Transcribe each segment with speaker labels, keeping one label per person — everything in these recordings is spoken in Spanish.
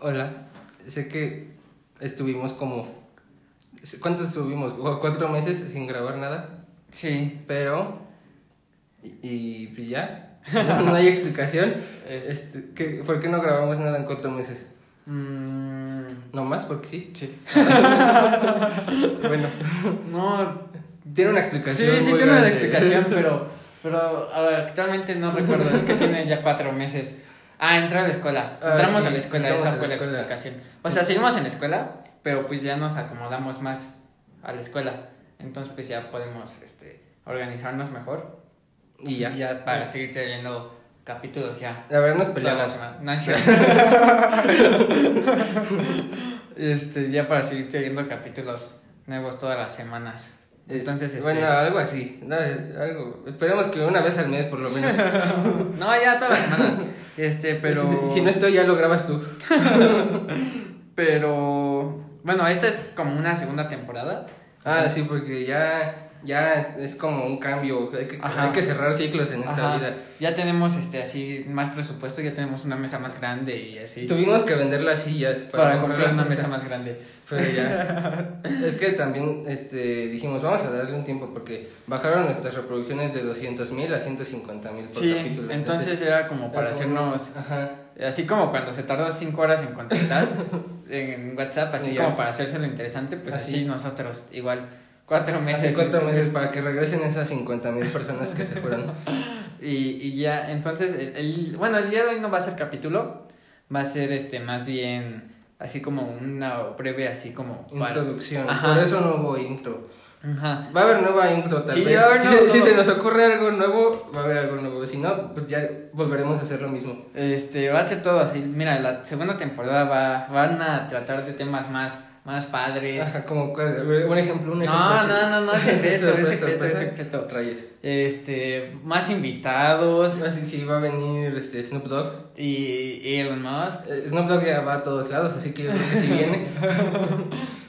Speaker 1: hola, sé que estuvimos como... ¿Cuántos estuvimos? Cu- Cuatro meses sin grabar nada,
Speaker 2: Sí.
Speaker 1: pero... Y, y pues ya, no, no hay explicación.
Speaker 2: Es-
Speaker 1: Este, ¿qué- ¿Por qué no grabamos nada en cuatro meses?
Speaker 2: Mm,
Speaker 1: No más, porque sí.
Speaker 2: sí.
Speaker 1: Bueno,
Speaker 2: No.
Speaker 1: tiene una
Speaker 2: Sí,
Speaker 1: explicación.
Speaker 2: sí,
Speaker 1: muy
Speaker 2: tiene una
Speaker 1: grande.
Speaker 2: explicación, pero. Pero a ver, actualmente no recuerdo. Es que tiene ya cuatro meses. Ah, entró a la escuela.
Speaker 1: Ah,
Speaker 2: Entramos
Speaker 1: sí,
Speaker 2: a la escuela,
Speaker 1: entramos a
Speaker 2: esa
Speaker 1: la
Speaker 2: fue la
Speaker 1: escuela.
Speaker 2: explicación. O sea, seguimos en la escuela, pero pues ya nos acomodamos más a la escuela. Entonces, pues ya podemos este, organizarnos mejor.
Speaker 1: Y ya. Pues,
Speaker 2: para seguir trayendo capítulos ya.
Speaker 1: La verdad nos
Speaker 2: Toda la
Speaker 1: peleamos.
Speaker 2: semana. No, en serio. este, ya para seguir trayendo capítulos nuevos todas las semanas. Entonces, este,
Speaker 1: Bueno, algo así. no, es algo. Esperemos que una vez al mes, por lo menos.
Speaker 2: no, ya todas las semanas. Este, pero.
Speaker 1: Si no estoy, ya lo grabas tú.
Speaker 2: Pero. Bueno, esta es como una segunda temporada.
Speaker 1: Ah, sí, porque ya, ya es como un cambio. Hay que,
Speaker 2: Ajá.
Speaker 1: hay que cerrar ciclos en esta
Speaker 2: Ajá.
Speaker 1: vida.
Speaker 2: Ya tenemos este así más presupuesto, ya tenemos una mesa más grande y así.
Speaker 1: Tuvimos que vender las sillas
Speaker 2: Para,
Speaker 1: comprar
Speaker 2: comprar
Speaker 1: la
Speaker 2: una mesa más grande.
Speaker 1: Pero ya. es que también este, dijimos, vamos a darle un tiempo porque bajaron nuestras reproducciones de 200 mil a 150 mil por
Speaker 2: Sí,
Speaker 1: capítulo.
Speaker 2: entonces era como para
Speaker 1: era como-
Speaker 2: hacernos
Speaker 1: Ajá.
Speaker 2: Así como cuando se tarda cinco horas en contestar en WhatsApp, así
Speaker 1: Ya.
Speaker 2: como para hacérselo interesante, pues así,
Speaker 1: Así.
Speaker 2: nosotros igual cuatro
Speaker 1: Hace
Speaker 2: meses.
Speaker 1: cuatro meses para que regresen esas 50 mil personas que se fueron.
Speaker 2: Y, y ya, entonces, el, el- bueno, el día de hoy no va a ser capítulo, va a ser este más bien así como una breve, así como... para-
Speaker 1: Introducción.
Speaker 2: Ajá.
Speaker 1: Por eso no hubo intro.
Speaker 2: Ajá.
Speaker 1: Va a haber nueva intro tal
Speaker 2: Sí,
Speaker 1: vez.
Speaker 2: va a haber
Speaker 1: si,
Speaker 2: nuevo-
Speaker 1: se, si se nos ocurre algo nuevo, va a haber algo nuevo. Si no, pues ya volveremos a hacer lo mismo.
Speaker 2: Este, va a ser todo así. Mira, la segunda temporada va, van a tratar de temas más, más padres.
Speaker 1: Ajá, como cu- un ejemplo, un ejemplo.
Speaker 2: No, no, no, no, es secreto, es secreto, es
Speaker 1: sorpresa.
Speaker 2: secreto.
Speaker 1: Rayos.
Speaker 2: Este, más invitados.
Speaker 1: Así sí va a venir este, Snoop Dogg.
Speaker 2: y Elon Musk,
Speaker 1: Eh, Snoop Dogg ya va a todos lados, así que yo creo que si viene,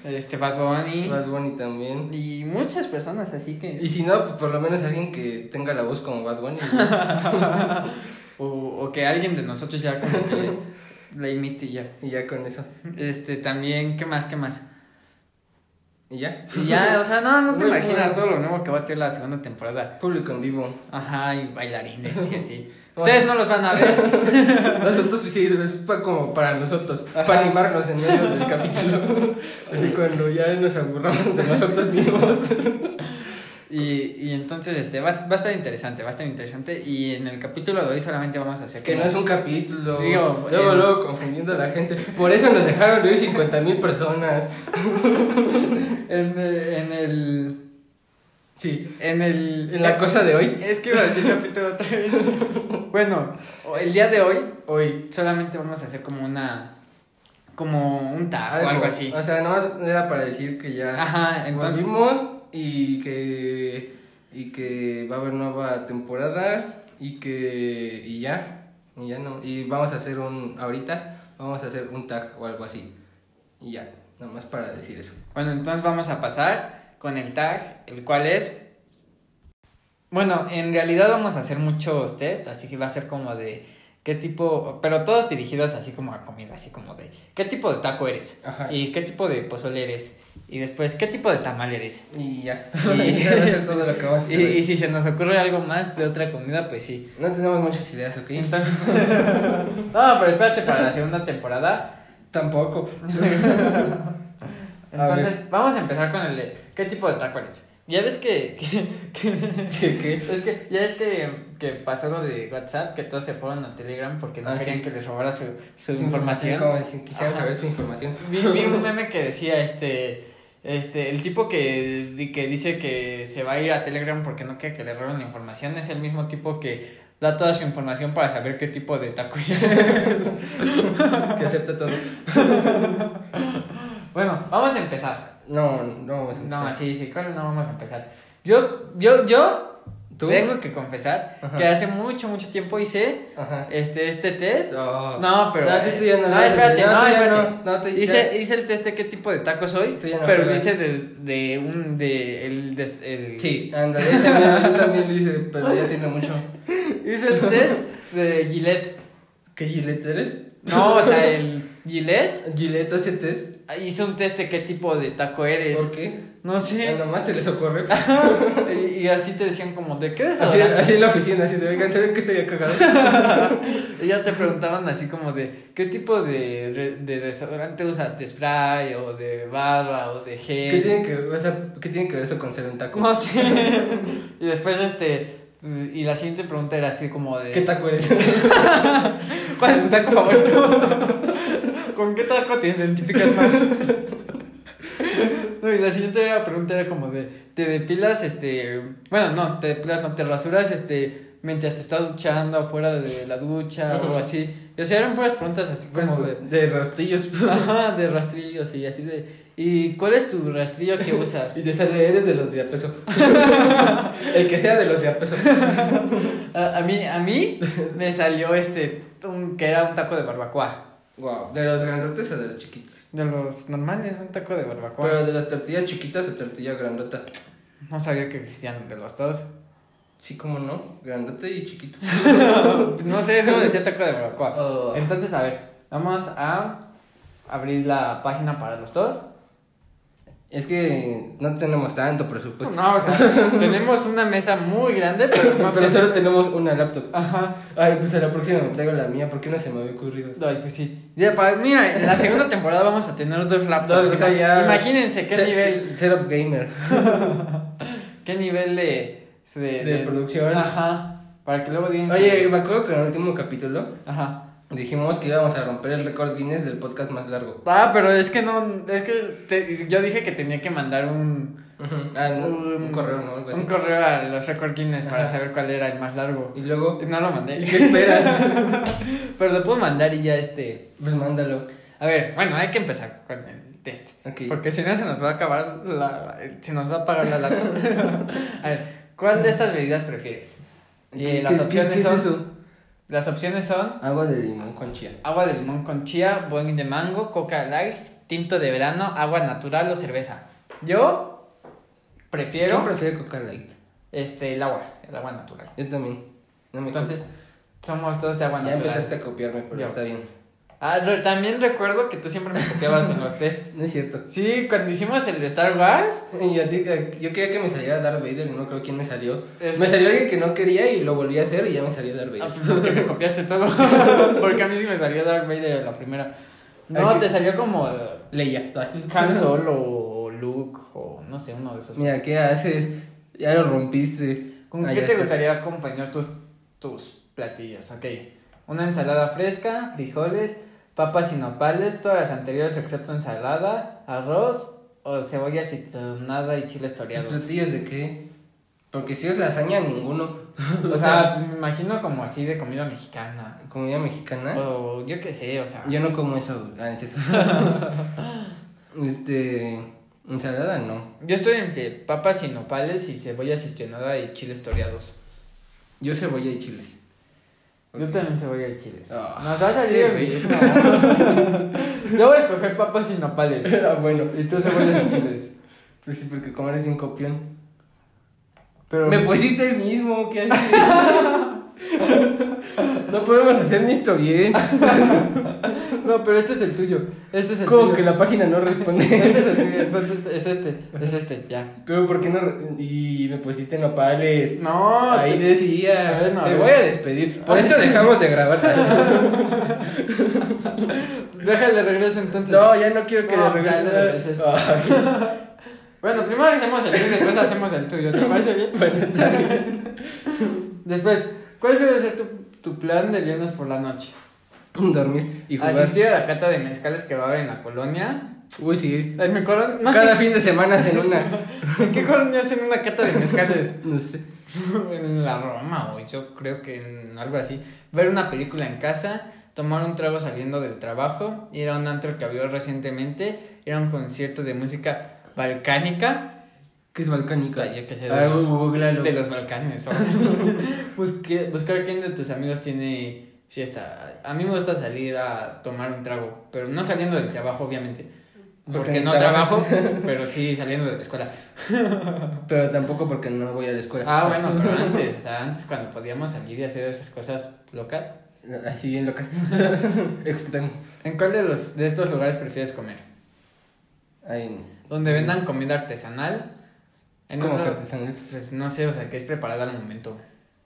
Speaker 2: este Bad Bunny
Speaker 1: Bad Bunny también.
Speaker 2: y muchas personas así que
Speaker 1: Y si no, pues por lo menos alguien que tenga la voz como Bad Bunny.
Speaker 2: o, o que alguien de nosotros ya como que la imite y ya.
Speaker 1: y ya con eso.
Speaker 2: Este también qué más qué más.
Speaker 1: Y ya.
Speaker 2: Y ya, o sea, no no te
Speaker 1: Muy
Speaker 2: imaginas
Speaker 1: bueno.
Speaker 2: pues, todo lo nuevo que va a tener la segunda temporada.
Speaker 1: Público en vivo.
Speaker 2: Ajá, y bailarines y así. Ustedes no los van a ver.
Speaker 1: Nosotros sí, es pa- como para nosotros, para animarnos en medio del capítulo. Así cuando ya nos aburramos de nosotros mismos.
Speaker 2: Y, y entonces este va, va a estar interesante, va a estar interesante y en el capítulo de hoy solamente vamos a hacer
Speaker 1: Que no es un capítulo.
Speaker 2: Digo,
Speaker 1: luego,
Speaker 2: eh,
Speaker 1: luego confundiendo a la gente. Por eso nos dejaron de ir 50 mil personas.
Speaker 2: en, eh, en el
Speaker 1: Sí.
Speaker 2: en el
Speaker 1: En la cosa de hoy,
Speaker 2: Es que iba a decir capítulo otra vez. Bueno, o- el día de hoy
Speaker 1: hoy.
Speaker 2: solamente vamos a hacer como una. como un tag o algo así.
Speaker 1: O sea, nada más era para decir que ya
Speaker 2: Ajá, entonces.
Speaker 1: volvimos y que. Y que va a haber nueva temporada y que. Y ya. Y ya no. Y vamos a hacer un. Ahorita vamos a hacer un tag o algo así. Y ya. Nada más para decir eso.
Speaker 2: Bueno, entonces vamos a pasar con el tag, el cual es. Bueno, en realidad vamos a hacer muchos test, así que va a ser como de qué tipo, pero todos dirigidos así como a comida, así como de qué tipo de taco eres
Speaker 1: Ajá.
Speaker 2: y qué tipo de pozole eres y después qué tipo de tamal eres.
Speaker 1: Y ya.
Speaker 2: Y-
Speaker 1: Eso va a ser todo lo que vamos a
Speaker 2: Y,
Speaker 1: hacer.
Speaker 2: y
Speaker 1: hoy.
Speaker 2: si se nos ocurre algo más de otra comida, pues sí.
Speaker 1: No tenemos muchas ideas, ¿ok?
Speaker 2: Entonces- no, pero espérate para la segunda temporada.
Speaker 1: Tampoco. A ver.
Speaker 2: Entonces, vamos a empezar con el de qué tipo de taco eres. Ya ves que, que- que-
Speaker 1: ¿Qué? qué?
Speaker 2: Pues es que ya es que, que pasó lo de WhatsApp, que todos se fueron a Telegram porque no
Speaker 1: Ah,
Speaker 2: querían
Speaker 1: sí.
Speaker 2: que les robara su, su información.
Speaker 1: Como si quisieran
Speaker 2: Ajá.
Speaker 1: saber su información.
Speaker 2: Vi, vi un meme que decía este este el tipo que, di- que dice que se va a ir a Telegram porque no quiere que le roben la información es el mismo tipo que da toda su información para saber qué tipo de taco es.
Speaker 1: Que acepta todo.
Speaker 2: Bueno, vamos a empezar.
Speaker 1: No, no vamos a
Speaker 2: No,
Speaker 1: empezar.
Speaker 2: sí, sí, claro, no vamos a empezar. Yo yo yo
Speaker 1: ¿Tú?
Speaker 2: tengo que confesar
Speaker 1: Ajá.
Speaker 2: que hace mucho mucho tiempo hice
Speaker 1: Ajá.
Speaker 2: este este test.
Speaker 1: No,
Speaker 2: No, pero
Speaker 1: No, tú- tú ya no
Speaker 2: no,
Speaker 1: lo haces.
Speaker 2: espérate,
Speaker 1: No,
Speaker 2: no,
Speaker 1: tú ya
Speaker 2: espérate.
Speaker 1: no, no, tú ya-
Speaker 2: Hice, hice el test de qué tipo de taco soy,
Speaker 1: Tú ya no
Speaker 2: pero lo
Speaker 1: juegas.
Speaker 2: hice de, de un de el, des- el-
Speaker 1: Sí, anda, ese mero, yo también lo hice, pero ya tiene mucho.
Speaker 2: Hice el test de Gillette.
Speaker 1: ¿Qué Gillette eres?
Speaker 2: No, o sea, el Gillette
Speaker 1: Gillette hace test.
Speaker 2: hizo un test de qué tipo de taco eres.
Speaker 1: ¿Por qué?
Speaker 2: No sé.
Speaker 1: Ya nomás se les ocurre.
Speaker 2: y, y así te decían como, ¿de qué
Speaker 1: Así,
Speaker 2: desodorante?
Speaker 1: así en la oficina, así de, oigan, ¿saben que estaría cagado?
Speaker 2: Y ya te preguntaban así como de, ¿qué tipo de, re- de desodorante usas? ¿De spray o de barra o de gel?
Speaker 1: ¿Qué tiene que, o sea, ¿qué tiene que ver eso con ser un taco?
Speaker 2: No sé. y después este... Y la siguiente pregunta era así como de...
Speaker 1: ¿Qué taco eres?
Speaker 2: ¿Cuál es tu taco favorito? ¿Con qué taco te identificas más? No, y la siguiente era- pregunta era como de, ¿te depilas, este, bueno, no, te depilas, no, te rasuras, este, mientras te estás duchando afuera de la ducha o
Speaker 1: Ajá.
Speaker 2: así? Y o sea, eran puras preguntas así como de,
Speaker 1: De rastrillos.
Speaker 2: ajá, de rastrillos y así de, ¿y cuál es tu rastrillo que usas?
Speaker 1: Y te sale, eres de los de a peso. El que sea de los de a peso.
Speaker 2: A, a mí, a mí me salió este, un- que era un taco de barbacoa,
Speaker 1: Wow, ¿de los grandotes o de los chiquitos?
Speaker 2: de los normales, un taco de barbacoa.
Speaker 1: Pero de las tortillas chiquitas o tortilla grandota.
Speaker 2: No sabía que existían de los dos.
Speaker 1: Sí, como no, grandote y chiquito.
Speaker 2: No sé, eso decía taco de barbacoa.
Speaker 1: Oh.
Speaker 2: Entonces, a ver, vamos a abrir la página para los dos.
Speaker 1: Es que no tenemos tanto presupuesto.
Speaker 2: No, o sea, tenemos una mesa muy grande, pero
Speaker 1: Pues- Pero
Speaker 2: no tenemos-
Speaker 1: solo tenemos una laptop.
Speaker 2: Ajá.
Speaker 1: Ay, pues a la próxima me traigo la mía, porque no se me había ocurrido?
Speaker 2: Ay, pues sí. Ya, para- mira, en la segunda temporada vamos a tener dos laptops.
Speaker 1: Dos, o sea, ya-
Speaker 2: Imagínense qué
Speaker 1: Se-
Speaker 2: nivel,
Speaker 1: Setup gamer.
Speaker 2: qué nivel de, de,
Speaker 1: De producción.
Speaker 2: Ajá. Para que luego digan.
Speaker 1: Oye, me acuerdo que en el último capítulo
Speaker 2: Ajá.
Speaker 1: dijimos que íbamos a romper el récord Guinness del podcast más largo.
Speaker 2: Ah, pero es que no, es que te- yo dije que tenía que mandar un,
Speaker 1: Ujú. Ah, no, un, correo, ¿no? Algo así.
Speaker 2: Un correo a los Record Guinness para
Speaker 1: Ajá.
Speaker 2: saber cuál era el más largo.
Speaker 1: Y luego,
Speaker 2: No lo mandé.
Speaker 1: ¿qué esperas?
Speaker 2: Pero lo puedo mandar y ya este.
Speaker 1: pues mándalo.
Speaker 2: A ver, bueno, hay que empezar con el test.
Speaker 1: Ok.
Speaker 2: Porque si no se nos va a acabar la. Se nos va a apagar la lata. a ver, ¿cuál de estas bebidas prefieres? Y
Speaker 1: ¿Qué-
Speaker 2: las
Speaker 1: qué-
Speaker 2: opciones
Speaker 1: qué es
Speaker 2: son.
Speaker 1: eso?
Speaker 2: Las opciones son
Speaker 1: Agua de limón con chía.
Speaker 2: agua de limón con chía, boing de mango, coca light, tinto de verano, agua natural o cerveza. Yo prefiero
Speaker 1: Yo prefiero Coca Light.
Speaker 2: este el agua, el agua natural.
Speaker 1: Yo también. No me
Speaker 2: Entonces, somos todos de agua
Speaker 1: ya
Speaker 2: natural.
Speaker 1: empezaste a copiarme, pero
Speaker 2: Ya.
Speaker 1: está bien.
Speaker 2: Ah, re- también recuerdo que tú siempre me copiabas en los test.
Speaker 1: No es cierto.
Speaker 2: Sí, cuando hicimos el de Star Wars.
Speaker 1: Y a ti, eh, yo quería que me saliera Darth Vader y no creo quién me salió.
Speaker 2: Este-
Speaker 1: Me salió alguien que no quería y lo volví a hacer y ya me salió Darth
Speaker 2: ah,
Speaker 1: Vader.
Speaker 2: pues, porque me copiaste todo. porque a mí sí me salió Darth Vader en la primera. No,
Speaker 1: Aquí-
Speaker 2: te salió como
Speaker 1: Leia. Ay.
Speaker 2: Han Solo o Luke o no sé, uno de esos.
Speaker 1: Mira, ¿qué haces? Ya lo rompiste.
Speaker 2: ¿Con
Speaker 1: Ah,
Speaker 2: qué
Speaker 1: ya
Speaker 2: te
Speaker 1: sé.
Speaker 2: gustaría acompañar tus, tus platillos? Ok. Una ensalada fresca, frijoles, papas y nopales, todas las anteriores excepto ensalada, arroz o cebolla citronada y chiles
Speaker 1: ¿Los
Speaker 2: toreados.
Speaker 1: platillos de qué? Porque si es lasaña, ninguno.
Speaker 2: O sea, pues, me imagino como así de comida mexicana.
Speaker 1: comida mexicana.
Speaker 2: O ¿Eh? yo qué sé, o sea.
Speaker 1: Yo no como eso. ah, es cierto. este. Ensalada no.
Speaker 2: Yo estoy entre papas y nopales y cebolla citronada y chiles toreados.
Speaker 1: Yo cebolla y chiles.
Speaker 2: Yo también cebolla y chiles.
Speaker 1: Ah,
Speaker 2: Nos va a salir
Speaker 1: qué
Speaker 2: el mismo. Yo voy a escoger papas y nopales.
Speaker 1: Ah, bueno.
Speaker 2: Y tú cebollas y chiles.
Speaker 1: Pues sí, porque como eres un copión.
Speaker 2: Pero
Speaker 1: Me pusiste el mismo, ¿qué haces? no podemos hacer ni esto bien.
Speaker 2: No, pero este es el tuyo. Este es el
Speaker 1: Como
Speaker 2: tuyo.
Speaker 1: que la página no responde.
Speaker 2: Este es el tuyo. Entonces es este, es este, ya.
Speaker 1: Pero ¿por qué no? re- Y me pusiste nopales.
Speaker 2: No,
Speaker 1: Ahí
Speaker 2: te-
Speaker 1: decía,
Speaker 2: Bueno, a
Speaker 1: te
Speaker 2: ver.
Speaker 1: voy a despedir. Por esto dejamos de grabar.
Speaker 2: déjale regreso entonces.
Speaker 1: No, ya no quiero que
Speaker 2: No,
Speaker 1: le
Speaker 2: ya le
Speaker 1: regreses.
Speaker 2: regresé.
Speaker 1: Ay,
Speaker 2: Bueno, primero hacemos el tuyo, después hacemos el tuyo. ¿Te parece bien?
Speaker 1: bueno, está bien.
Speaker 2: Después, ¿cuál debe ser tu, tu plan de viernes por la noche?
Speaker 1: Dormir y jugar.
Speaker 2: Asistir a la cata de mezcales que va a haber en la colonia.
Speaker 1: Uy, sí.
Speaker 2: En mi colonia, no
Speaker 1: Cada fin de semana hacen una.
Speaker 2: sé, ¿en qué colonia hacen una cata de mezcales?
Speaker 1: No sé.
Speaker 2: en la Roma o yo creo que en algo así. Ver una película en casa, tomar un trago saliendo del trabajo, ir a un antro que abrió recientemente, ir a un concierto de música balcánica
Speaker 1: ¿Qué es balcánica?
Speaker 2: Ay, yo qué sé, de
Speaker 1: Ah,
Speaker 2: los-
Speaker 1: googlalo.
Speaker 2: de los Balcanes. o algo así. Busque- buscar quién de tus amigos tiene fiesta. A mí me gusta salir a tomar un trago, pero no saliendo del trabajo, obviamente.
Speaker 1: Porque
Speaker 2: Porque no
Speaker 1: trabajas.
Speaker 2: trabajo, pero sí saliendo de la escuela.
Speaker 1: Pero tampoco porque no voy a la escuela.
Speaker 2: Ah, bueno, pero antes, o sea, antes cuando podíamos salir y hacer esas cosas locas.
Speaker 1: Así bien locas. Extremo.
Speaker 2: ¿En cuál de, los, de estos lugares prefieres comer?
Speaker 1: Ahí.
Speaker 2: ¿Donde vendan comida artesanal? En
Speaker 1: Como
Speaker 2: uno-
Speaker 1: que artesanal.
Speaker 2: Pues no sé, o sea, que es preparada al momento.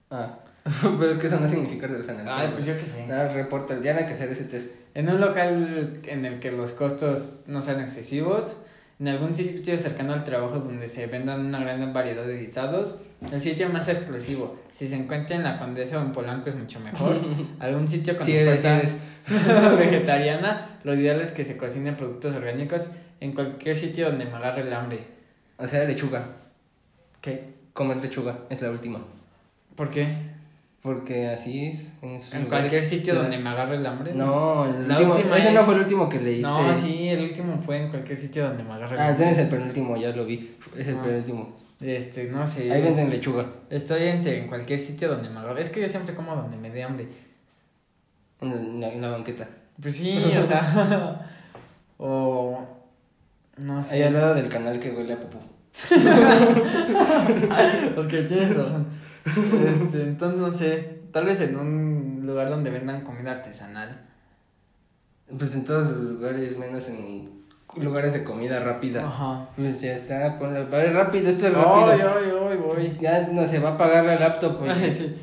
Speaker 1: Ah. Pero es que eso no significa artesanal.
Speaker 2: Ay, pues yo qué sé.
Speaker 1: Nada, reporta. Ah, Ya no hay que hacer ese test.
Speaker 2: En un local en el que los costos no sean excesivos, en algún sitio cercano al trabajo donde se vendan una gran variedad de guisados, el sitio más exclusivo, si se encuentra en la Condesa o en Polanco es mucho mejor, algún sitio con
Speaker 1: Sí, eres, sí
Speaker 2: oferta
Speaker 1: eres.
Speaker 2: vegetariana, lo ideal es que se cocinen productos orgánicos en cualquier sitio donde me agarre el hambre.
Speaker 1: O sea, lechuga.
Speaker 2: ¿Qué?
Speaker 1: Comer lechuga es la última.
Speaker 2: ¿Por qué?
Speaker 1: Porque así es. En, esos
Speaker 2: ¿En
Speaker 1: lugares-
Speaker 2: cualquier sitio
Speaker 1: Ya.
Speaker 2: donde me agarre el hambre?
Speaker 1: No, el
Speaker 2: La
Speaker 1: último-
Speaker 2: última
Speaker 1: ese
Speaker 2: es-
Speaker 1: no fue el último que leíste.
Speaker 2: No, sí, el último fue en cualquier sitio donde me agarre el
Speaker 1: Ah, entonces
Speaker 2: hambre.
Speaker 1: es el penúltimo, ya lo vi. Es el
Speaker 2: Ah.
Speaker 1: penúltimo.
Speaker 2: Este, no sé.
Speaker 1: Ahí venden lechuga.
Speaker 2: Estoy entre en cualquier sitio donde me agarre. Es que yo siempre como donde me dé hambre.
Speaker 1: En la, en la banqueta.
Speaker 2: Pues sí, o sea. o. No
Speaker 1: Ahí
Speaker 2: sé.
Speaker 1: al lado del canal que huele a popó.
Speaker 2: ok, tienes razón. Este, entonces no sé. Tal vez en un lugar donde vendan comida artesanal.
Speaker 1: Pues en todos los lugares, menos en lugares de comida rápida.
Speaker 2: Ajá.
Speaker 1: Pues ya está, ponlo. Vale, rápido, esto es
Speaker 2: Hoy,
Speaker 1: rápido.
Speaker 2: hoy, hoy, voy.
Speaker 1: Ya no se va a apagar la laptop.
Speaker 2: Ay,
Speaker 1: Oye.
Speaker 2: sí.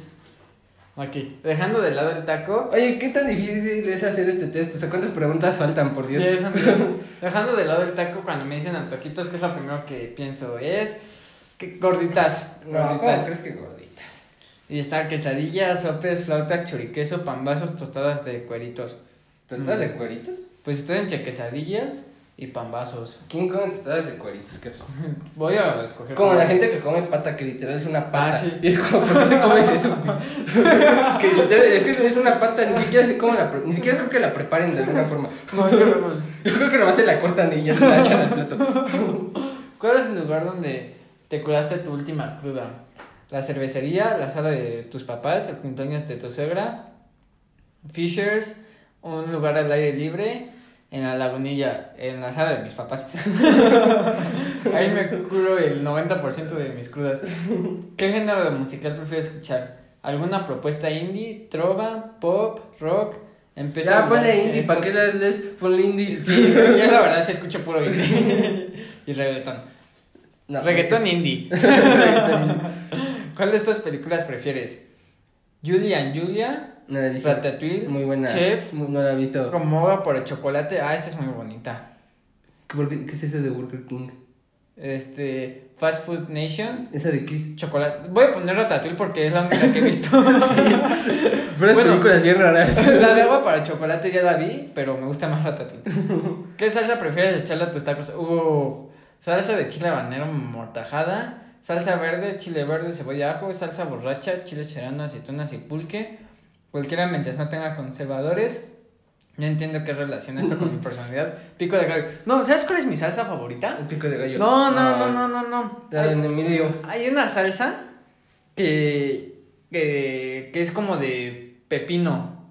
Speaker 2: Ok, dejando de lado el taco.
Speaker 1: Oye, ¿qué tan difícil es hacer este test? O sea, ¿cuántas preguntas faltan, por Dios?
Speaker 2: Yes, Andrés. Dejando de lado el taco, cuando me dicen antojitos, que es lo primero que pienso, es que gorditas,
Speaker 1: No, ¿cómo
Speaker 2: gorditas.
Speaker 1: crees que gorditas?
Speaker 2: Y está quesadillas, sopes, flautas, churiqueso, pambazos, tostadas de cueritos.
Speaker 1: ¿Tostadas
Speaker 2: Mm.
Speaker 1: de cueritos?
Speaker 2: Pues estoy entre quesadillas y pambazos.
Speaker 1: ¿Quién come tostadas de cueritos? ¿Qué asco.
Speaker 2: Voy a escoger.
Speaker 1: Como la
Speaker 2: pambazos.
Speaker 1: gente que come pata, que literal es una pata.
Speaker 2: Ah, sí.
Speaker 1: Y es como, ¿por qué te comes eso? que literal es, que es una pata, ni siquiera sé cómo la. pre- Ni siquiera creo que la preparen de alguna forma.
Speaker 2: No, ya vemos.
Speaker 1: Yo creo que nomás se la cortan y ya se la echan al plato.
Speaker 2: ¿Cuál es el lugar donde te curaste tu última cruda? ¿La cervecería, la sala de tus papás, el cumpleaños de tu suegra? ¿Fishers? ¿Un lugar al aire libre? En la lagunilla, en la sala de mis papás. Ahí me curo el 90% de mis crudas. ¿Qué género de musical prefieres escuchar? ¿Alguna propuesta indie, trova, pop, rock? Empiezo a
Speaker 1: Ya
Speaker 2: hablar
Speaker 1: ponle
Speaker 2: de
Speaker 1: indie,
Speaker 2: esto.
Speaker 1: ¿para qué la lees? Ponle indie.
Speaker 2: Sí, yo la verdad sí escucho puro indie y reggaetón.
Speaker 1: No,
Speaker 2: Reggaetón indie. ¿Cuál de estas películas prefieres? Julia and Julia,
Speaker 1: No la he visto.
Speaker 2: Ratatouille,
Speaker 1: Muy buena.
Speaker 2: Chef,
Speaker 1: Mu- No la he visto.
Speaker 2: Como agua por el chocolate. Ah, esta es muy bonita.
Speaker 1: ¿Por ¿Qué, qué es eso de Burger King?
Speaker 2: Este, Fast Food Nation,
Speaker 1: ¿Esa de qué?
Speaker 2: chocolate. Voy a poner Ratatouille porque es la única que he visto.
Speaker 1: Pero
Speaker 2: Bueno.
Speaker 1: películas bien raras.
Speaker 2: La de agua para el chocolate ya la vi, pero me gusta más Ratatouille. ¿Qué salsa prefieres echarle a tus tacos? Uf, salsa de chile habanero mortajada, salsa verde, chile verde, cebolla ajo, salsa borracha, chile serrano, aceitunas y pulque. Cualquiera mientras no tenga conservadores. No entiendo qué relaciona esto con mi personalidad. Pico de gallo. No, ¿sabes cuál es mi salsa favorita?
Speaker 1: El Ah, pico de gallo. Ah.
Speaker 2: No, no, no, no, no, no.
Speaker 1: La de en el medio.
Speaker 2: Hay una salsa que, que, que es como de pepino.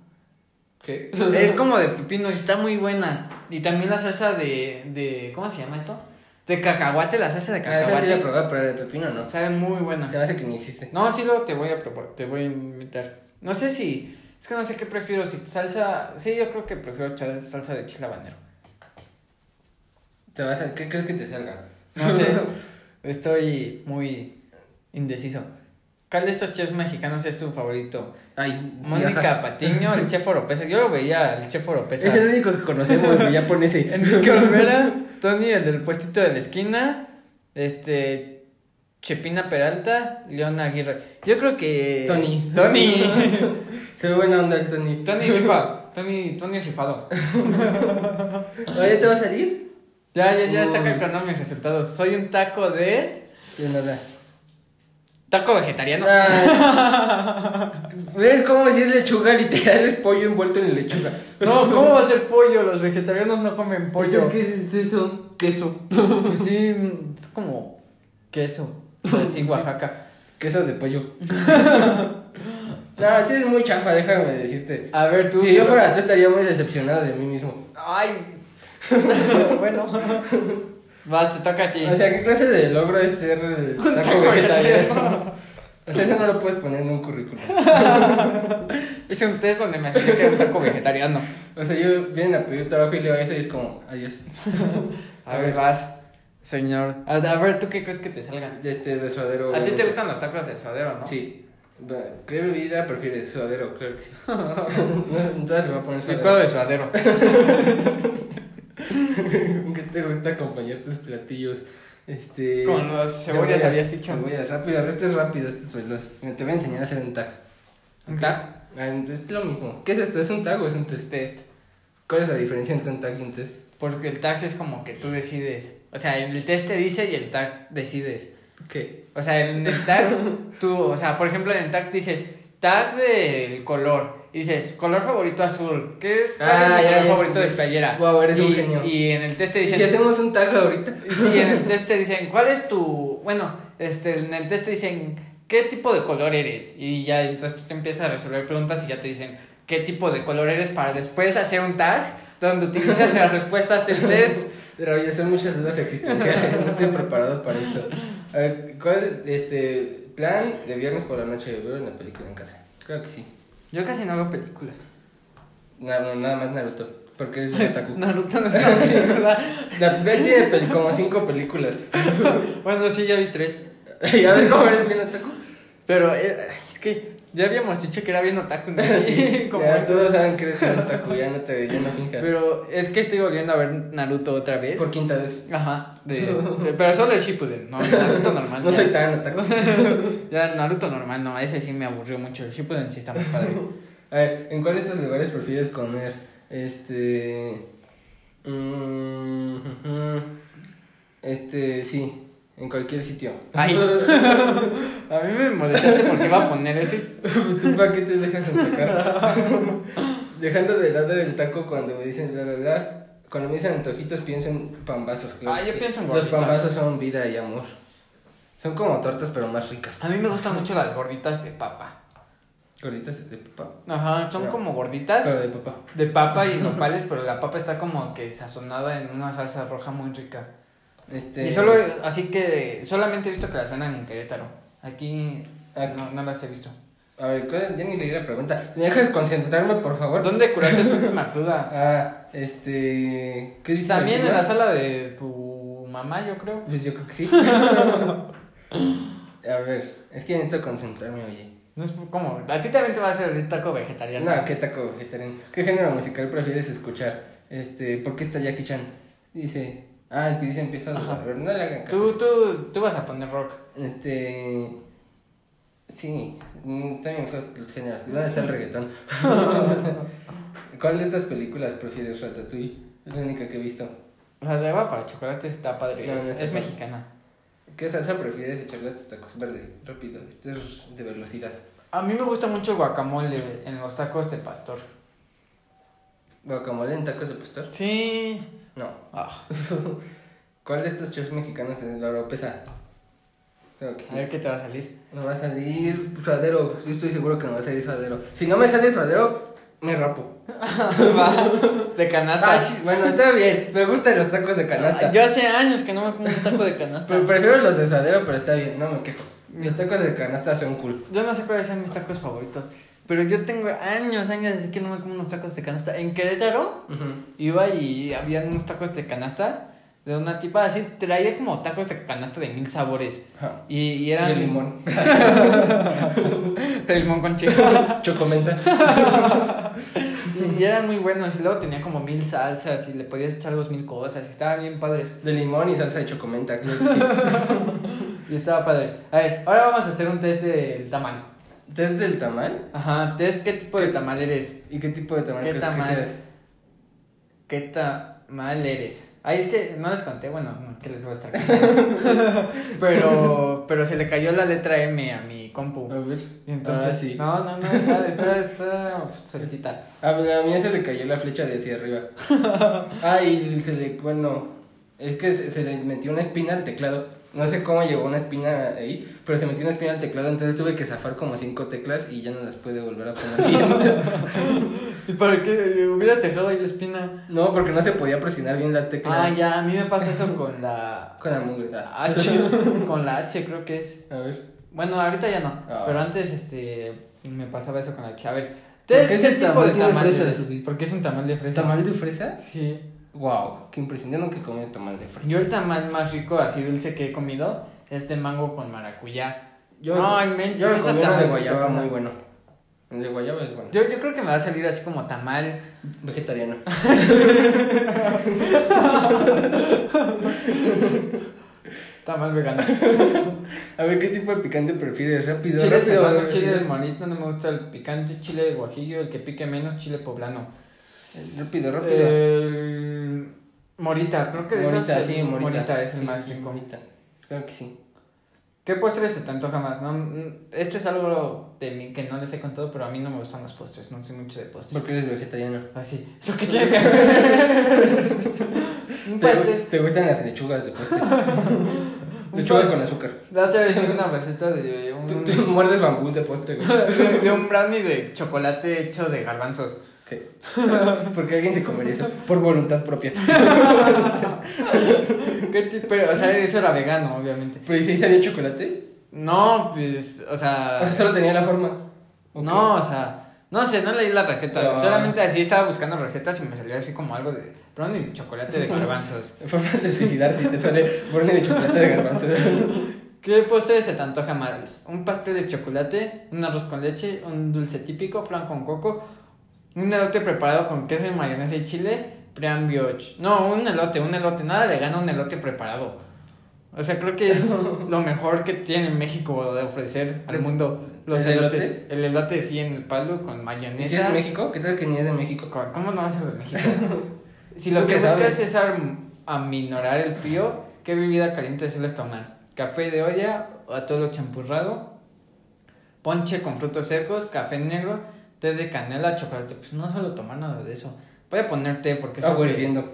Speaker 1: ¿Qué?
Speaker 2: Es como de pepino y está muy buena. Y también la salsa de, de ¿cómo se llama esto? De cacahuate, la salsa de
Speaker 1: Ah, esa sí la he
Speaker 2: cacahuate.
Speaker 1: probado, pero la de pepino no.
Speaker 2: Sabe muy buena.
Speaker 1: Se me hace que ni existe.
Speaker 2: No, sí lo te voy a probar, te voy a invitar. No sé si, es que no sé qué prefiero, si salsa, sí, yo creo que prefiero echar salsa de chile habanero.
Speaker 1: ¿Te vas a... ¿Qué crees que te salga?
Speaker 2: No sé. Estoy muy indeciso. ¿Cuál de estos chefs mexicanos es tu favorito?
Speaker 1: Ay,
Speaker 2: Mónica Patiño, el chef Oropesa. Yo lo veía, el chef Oropesa.
Speaker 1: Ese es el único que conocemos, güey, ya pone ese.
Speaker 2: Enrique Olvera, Tony, el del puestito de la esquina, este, Chepina Peralta, León Aguirre. Yo creo que...
Speaker 1: Tony.
Speaker 2: Tony.
Speaker 1: Se ve buena onda el Tony.
Speaker 2: Tony rifa. Tony, Tony rifado.
Speaker 1: Oye, ¿te va a salir?
Speaker 2: Ya, ya, ya está
Speaker 1: Uy.
Speaker 2: calculando mis resultados. Soy un taco de...
Speaker 1: Yo nada.
Speaker 2: Taco vegetariano.
Speaker 1: Ah. ¿Ves cómo si es lechuga? Literal es pollo envuelto en lechuga.
Speaker 2: No, ¿cómo va a ser pollo? Los vegetarianos no comen pollo.
Speaker 1: Entonces, ¿Qué es eso? Queso.
Speaker 2: Pues sí, es como queso. Así Oaxaca.
Speaker 1: Queso de pollo. no, sí es muy chafa, déjame decirte.
Speaker 2: A ver, tú...
Speaker 1: Si yo fuera tú estaría muy decepcionado de mí mismo.
Speaker 2: Ay. bueno. Vas, te toca a ti.
Speaker 1: O sea, ¿qué clase de logro es ser eh, taco
Speaker 2: taco
Speaker 1: vegetariano? O sea, eso no lo puedes poner en un currículum.
Speaker 2: Hice un test donde me asumí que era un taco vegetariano.
Speaker 1: O sea, yo vienen a pedir trabajo y leo eso y es como, adiós.
Speaker 2: A ver, vas, señor. A, a ver, ¿tú qué crees que te salga?
Speaker 1: Este de suadero.
Speaker 2: A ti te gustan los tacos de suadero, ¿no?
Speaker 1: Sí. Va, ¿Qué bebida prefieres? Suadero, claro que sí. Entonces se va a poner
Speaker 2: Licuado
Speaker 1: suadero.
Speaker 2: de suadero.
Speaker 1: ¿Con qué te gusta acompañar tus platillos? Este.
Speaker 2: Con las cebollas habías dicho.
Speaker 1: Cebollas rápidas, este es rápido, este es veloz. Mira, Te voy a enseñar a hacer un tag.
Speaker 2: ¿Un tag?
Speaker 1: Ah, Es lo mismo. ¿Qué es esto? ¿Es un tag o es un test?
Speaker 2: Test.
Speaker 1: ¿Cuál es la diferencia entre un tag y un test?
Speaker 2: Porque el tag es como que tú decides. O sea, el test te dice y el tag decides.
Speaker 1: ¿Qué?
Speaker 2: O sea, en el tag, tú, o sea, por ejemplo, en el tag dices tag del color. Y dices, color favorito azul. ¿Qué es? ¿Cuál es
Speaker 1: Ah,
Speaker 2: mi
Speaker 1: ya,
Speaker 2: color
Speaker 1: ya,
Speaker 2: favorito
Speaker 1: ya.
Speaker 2: de playera?
Speaker 1: Guau, eres
Speaker 2: y,
Speaker 1: un genio.
Speaker 2: Y en el test te
Speaker 1: ¿Y si
Speaker 2: dicen.
Speaker 1: hacemos un tag ahorita?
Speaker 2: Y en el test te dicen, ¿cuál es tu. Bueno, este, en el test te dicen, ¿qué tipo de color eres? Y ya entonces tú te empiezas a resolver preguntas y ya te dicen, ¿qué tipo de color eres? Para después hacer un tag donde utilizas las respuestas del test.
Speaker 1: Pero ya son muchas dudas existenciales, no estoy preparado para esto. A ver, ¿cuál es este plan de viernes por la noche? ¿Veo una película en casa? Claro que sí.
Speaker 2: Yo casi no hago películas.
Speaker 1: Na- no, nada más Naruto, porque es un otaku.
Speaker 2: Naruto no es una película.
Speaker 1: La película tiene pel- como cinco películas.
Speaker 2: Bueno, sí, ya vi tres.
Speaker 1: ¿Ya ves cómo eres bien otaku?
Speaker 2: Pero eh, es que ya habíamos dicho que era bien otaku. ¿no? Como
Speaker 1: ya
Speaker 2: antes.
Speaker 1: todos saben que eres un otaku, ya no te ya no finjas.
Speaker 2: Pero es que estoy volviendo a ver Naruto otra vez.
Speaker 1: Por quinta vez.
Speaker 2: Ajá, de, de- pero solo el Shippuden, no, el Naruto normal.
Speaker 1: No
Speaker 2: Ah, ya.
Speaker 1: soy tan otaku.
Speaker 2: Ya el Naruto normal, no, ese sí me aburrió mucho. El Shippuden sí está más padre.
Speaker 1: A ver, ¿en cuál de estos lugares prefieres comer? Este. mm, ujú. este, sí. En cualquier sitio.
Speaker 2: Ay. A mí me molestaste porque iba a poner ese.
Speaker 1: Pues tú, ¿para qué te dejas antojar? Dejando de lado el taco cuando me dicen bla bla bla. Cuando me dicen antojitos, pienso en pambazos.
Speaker 2: Ah,
Speaker 1: que
Speaker 2: yo pienso en
Speaker 1: Los
Speaker 2: gorditas.
Speaker 1: pambazos son vida y amor. Son como tortas, pero más ricas.
Speaker 2: A mí me gustan mucho las gorditas de papa.
Speaker 1: Gorditas de papá.
Speaker 2: Ajá, son
Speaker 1: Ya.
Speaker 2: como gorditas
Speaker 1: Pero de papá.
Speaker 2: de papa y nopales, pero la papa está como que sazonada en una salsa roja muy rica.
Speaker 1: Este.
Speaker 2: Y solo, así que solamente he visto que las suenan en Querétaro. Aquí
Speaker 1: Ah.
Speaker 2: no, no las he visto.
Speaker 1: A ver, ¿cuál- ya ni leí la pregunta. ¿Me dejas concentrarme, por favor?
Speaker 2: ¿Dónde curaste tu última cruda?
Speaker 1: Ah, este. ¿Qué dices?
Speaker 2: También en
Speaker 1: ¿Película?
Speaker 2: la sala de tu mamá, yo creo.
Speaker 1: Pues yo creo que sí. A ver, es que necesito concentrarme, oye.
Speaker 2: No es como, a ti también te va a hacer el taco vegetariano.
Speaker 1: No, qué taco vegetariano. ¿Qué género musical prefieres escuchar? Este, ¿por qué está Jackie Chan? Dice, ah, el que dice empieza a
Speaker 2: Ajá.
Speaker 1: ver, no le hagan caso.
Speaker 2: Tú, tú, tú vas a poner rock.
Speaker 1: Este, sí, mm, están bien feos los géneros. ¿Dónde está el reggaetón? ¿Cuál de estas películas prefieres, Ratatouille? Es la única que he visto.
Speaker 2: La de agua para chocolate está padre.
Speaker 1: No,
Speaker 2: es
Speaker 1: no está
Speaker 2: es
Speaker 1: padre.
Speaker 2: mexicana.
Speaker 1: ¿Qué salsa prefieres echarle a tus tacos? Verde, rápido, esto es de velocidad.
Speaker 2: A mí me gusta mucho el guacamole en los tacos de pastor.
Speaker 1: ¿Guacamole en tacos de pastor?
Speaker 2: Sí.
Speaker 1: No.
Speaker 2: Ah,
Speaker 1: ¿Cuál de estos chefs mexicanos es la europea? Creo que sí.
Speaker 2: a ver qué te va a salir.
Speaker 1: Me va a salir suadero. Yo estoy seguro que me va a salir suadero. Si no me sale suadero, me rapo.
Speaker 2: Va, de canasta.
Speaker 1: Ay, bueno, está bien. Me gustan los tacos de Ah, canasta.
Speaker 2: Yo hace años que no me como un taco de canasta.
Speaker 1: Pero prefiero los de suadero, pero está bien. No me quejo. Mis tacos de canasta son cool.
Speaker 2: Yo no sé cuáles son mis tacos favoritos. Pero yo tengo años, años así que no me como unos tacos de canasta. En Querétaro
Speaker 1: Ujú.
Speaker 2: iba y había unos tacos de canasta de una tipa así. Traía como tacos de canasta de mil sabores.
Speaker 1: Ajá.
Speaker 2: Y, y
Speaker 1: Y
Speaker 2: eran.
Speaker 1: el limón.
Speaker 2: El limón con chico.
Speaker 1: Chocomenta.
Speaker 2: y, y eran muy buenos. Y luego tenía como mil salsas y le podías echar dos mil cosas. Y estaban bien padres.
Speaker 1: De limón y salsa de chocomenta. creo que sí.
Speaker 2: Y estaba padre. A ver, ahora vamos a hacer un test del tamal.
Speaker 1: ¿Test del tamal?
Speaker 2: Ajá, test, ¿qué tipo de
Speaker 1: ¿Qué-
Speaker 2: tamal eres?
Speaker 1: ¿Y pues, qué tipo de tamal
Speaker 2: ¿Qué
Speaker 1: crees
Speaker 2: tamal?
Speaker 1: que seas?
Speaker 2: ¿Qué tamal eres? Ay, es que no les conté, bueno, no, que les voy a estar pero, pero se le cayó la letra M a mi compu.
Speaker 1: A ver.
Speaker 2: Y entonces,
Speaker 1: Ah, sí.
Speaker 2: no, no, no, está, está, está sueltita.
Speaker 1: A mí, a mí se le cayó la flecha de hacia arriba. Ah, y se le, bueno, es que se, se le metió una espina al teclado. No sé cómo llegó una espina ahí, pero se metió una espina al teclado, entonces tuve que zafar como cinco teclas y ya no las pude volver a poner bien.
Speaker 2: ¿Y para qué? Hubieras dejado ahí la espina.
Speaker 1: No, porque no se podía presionar bien la tecla
Speaker 2: Ah, ya, a mí me pasa eso con la
Speaker 1: con la mugre. Ah,
Speaker 2: H, con la H creo que es.
Speaker 1: A ver,
Speaker 2: Bueno, ahorita ya no,
Speaker 1: Ah.
Speaker 2: pero antes este me pasaba eso con la H. A ver,
Speaker 1: ¿Por
Speaker 2: Entonces,
Speaker 1: qué
Speaker 2: ¿qué
Speaker 1: ese
Speaker 2: tipo
Speaker 1: tamal
Speaker 2: de
Speaker 1: tiene fresa
Speaker 2: tamales?
Speaker 1: de su-
Speaker 2: Porque es un tamal de fresa.
Speaker 1: ¿Tamal de fresa?
Speaker 2: Sí.
Speaker 1: Wow, qué impresión. Yo nunca he comido tamal de fresa.
Speaker 2: Yo el tamal más rico así dulce que he comido es de mango con maracuyá.
Speaker 1: Yo,
Speaker 2: No, inventes,
Speaker 1: yo me
Speaker 2: ese
Speaker 1: comí uno de
Speaker 2: tamal
Speaker 1: guayaba
Speaker 2: está
Speaker 1: muy
Speaker 2: bueno.
Speaker 1: bueno. El de guayaba es bueno.
Speaker 2: Yo, yo creo que me va a salir así como tamal.
Speaker 1: Vegetariano.
Speaker 2: Tamal vegano.
Speaker 1: A ver, ¿qué tipo de picante prefieres? Rápido,
Speaker 2: chile
Speaker 1: rápido.
Speaker 2: serrano,
Speaker 1: rápido.
Speaker 2: chile del monito, no me gusta el picante, chile de guajillo, el que pique menos, chile poblano.
Speaker 1: Rápido, rápido.
Speaker 2: El... Morita, Eh, creo que de esos
Speaker 1: Morita,
Speaker 2: el
Speaker 1: sí, morita.
Speaker 2: es el
Speaker 1: Sí,
Speaker 2: más
Speaker 1: sí,
Speaker 2: rico.
Speaker 1: Morita. Claro que sí.
Speaker 2: ¿Qué postres se te antoja más? No, mm, esto es algo de mí que no les he contado, pero a mí no me gustan los postres, no soy mucho de postres.
Speaker 1: Porque eres vegetariano.
Speaker 2: Así, ¿eso qué tiene que ver? Pues, Un
Speaker 1: ¿Te,
Speaker 2: pastel.
Speaker 1: te gustan las lechugas de postre? Lechuga
Speaker 2: pastel.
Speaker 1: con azúcar.
Speaker 2: La otra vez vi una receta de un,
Speaker 1: Tú, tú muerdes bambú de postre, güey.
Speaker 2: de un brownie de chocolate hecho de garbanzos.
Speaker 1: ¿Qué? ¿Por qué alguien te comería eso? Por voluntad propia.
Speaker 2: ¿Qué ti- pero, o sea, eso era vegano, obviamente.
Speaker 1: ¿Pero y si ahí salió chocolate?
Speaker 2: No, pues, o
Speaker 1: O sea,
Speaker 2: sea,
Speaker 1: solo tenía la forma. ¿O qué?
Speaker 2: no, o sea, no sé, no leí la receta.
Speaker 1: No.
Speaker 2: Solamente así estaba buscando recetas y me salió así como algo de brownie de chocolate de garbanzos.
Speaker 1: Formas de suicidarse y te sale borne de chocolate de garbanzo.
Speaker 2: ¿Qué postre se te antoja más? ¿Un pastel de chocolate? ¿Un arroz con leche? ¿Un dulce típico? ¿Flan con coco? ¿Un elote preparado con queso y mayonesa y chile? Priam brioche. No, un elote, un elote. Nada le gana un elote preparado. O sea, creo que es lo mejor que tiene México de ofrecer al
Speaker 1: ¿El-
Speaker 2: mundo los
Speaker 1: el
Speaker 2: elotes.
Speaker 1: elote?
Speaker 2: El elote sí en el palo con
Speaker 1: ¿Y si es
Speaker 2: mayonesa.
Speaker 1: de México? ¿Qué tal que ni es de México?
Speaker 2: Co- ¿Cómo no vas a ser de México? si lo
Speaker 1: ¿Tú
Speaker 2: que
Speaker 1: qué
Speaker 2: buscas
Speaker 1: sabes?
Speaker 2: es am- aminorar el frío, ¿qué bebida caliente sueles tomar? ¿Café de olla o atolo champurrado? ¿Ponche con frutos secos? ¿Café negro? ¿Té de canela? ¿Chocolate? Pues no suelo tomar nada de eso. Voy a poner té porque... es
Speaker 1: Está
Speaker 2: lo que-
Speaker 1: volviendo.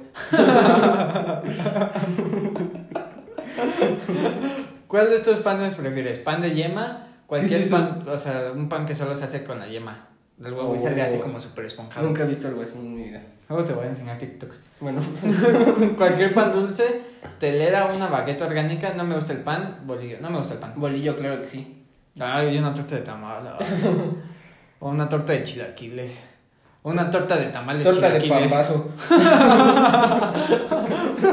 Speaker 2: ¿Cuál de estos panes prefieres? ¿Pan de yema?
Speaker 1: ¿Qué
Speaker 2: Cualquier
Speaker 1: es
Speaker 2: pan, o sea, un pan que solo se hace con la yema. Del huevo y
Speaker 1: Oh.
Speaker 2: sale así como súper esponjado.
Speaker 1: Nunca he visto algo así en mi vida.
Speaker 2: Luego te voy a enseñar TikToks.
Speaker 1: Bueno,
Speaker 2: Cualquier pan dulce, telera, una bagueta orgánica, no me gusta el pan, bolillo, no me gusta el pan.
Speaker 1: bolillo, claro que sí.
Speaker 2: Ay, una torta de tamal. ay. O una torta de chilaquiles. O una torta de tamal Ah, de
Speaker 1: Torta de
Speaker 2: chilaquiles.
Speaker 1: pambazo.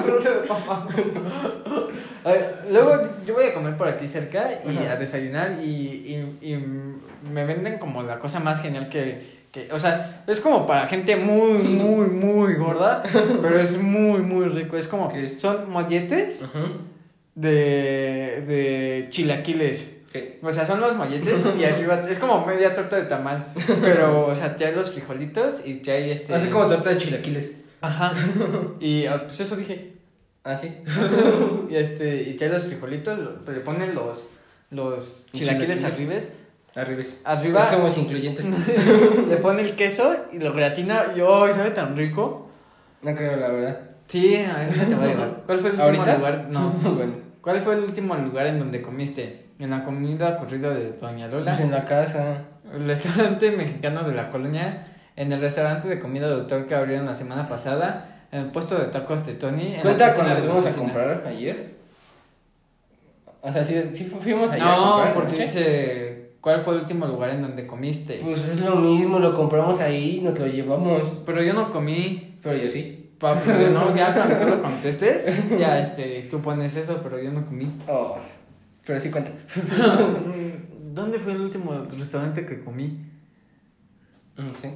Speaker 2: torta de papas. Luego yo voy a comer por aquí cerca y
Speaker 1: Ajá.
Speaker 2: a desayunar y, y, y me venden como la cosa más genial que, que... O sea, es como para gente muy, muy, muy gorda, pero es muy, muy rico. Es como...
Speaker 1: ¿Qué es?
Speaker 2: Son molletes de, de chilaquiles.
Speaker 1: ¿Qué?
Speaker 2: O sea, son los molletes y arriba es como media torta de tamal. Pero, o sea, te hay los frijolitos y te hay este.
Speaker 1: Así como torta de chilaquiles.
Speaker 2: Ajá. Y ah, pues eso dije.
Speaker 1: Ah, sí.
Speaker 2: Y este, y te hay los frijolitos, lo- pues, le ponen los, los chilaquiles
Speaker 1: Chilaquiles.
Speaker 2: arriba.
Speaker 1: Arribes.
Speaker 2: Arriba
Speaker 1: Somos incluyentes.
Speaker 2: le pone el queso y lo gratina. Y hoy sabe tan rico.
Speaker 1: No creo, la verdad.
Speaker 2: Sí, a ver, te voy a llevar. ¿Cuál fue el último
Speaker 1: ¿Ahorita?
Speaker 2: lugar? No.
Speaker 1: bueno.
Speaker 2: ¿Cuál fue el último lugar en donde comiste? En la comida corrida de Doña Lola.
Speaker 1: Pues en la casa.
Speaker 2: El restaurante mexicano de la colonia, en el restaurante de comida de autor que abrieron la semana pasada, en el puesto de tacos de Tony. en la
Speaker 1: ¿Cuenta con
Speaker 2: cocina
Speaker 1: la
Speaker 2: de
Speaker 1: que
Speaker 2: la
Speaker 1: fuimos a
Speaker 2: oficina.
Speaker 1: comprar ayer? O sea, sí, sí fu- fuimos ayer. a
Speaker 2: No,
Speaker 1: comprar,
Speaker 2: porque
Speaker 1: ¿qué?
Speaker 2: dice, ¿cuál fue el último lugar en donde comiste?
Speaker 1: Pues es lo mismo, lo compramos ahí y nos lo llevamos.
Speaker 2: Pero yo no comí,
Speaker 1: Pero yo sí.
Speaker 2: papi, no, ya cuando tú lo contestes, ya este, tú pones eso, pero yo no comí.
Speaker 1: Oh, pero sí cuenta.
Speaker 2: ¿Dónde fue el último restaurante que comí?
Speaker 1: Mm, Sí.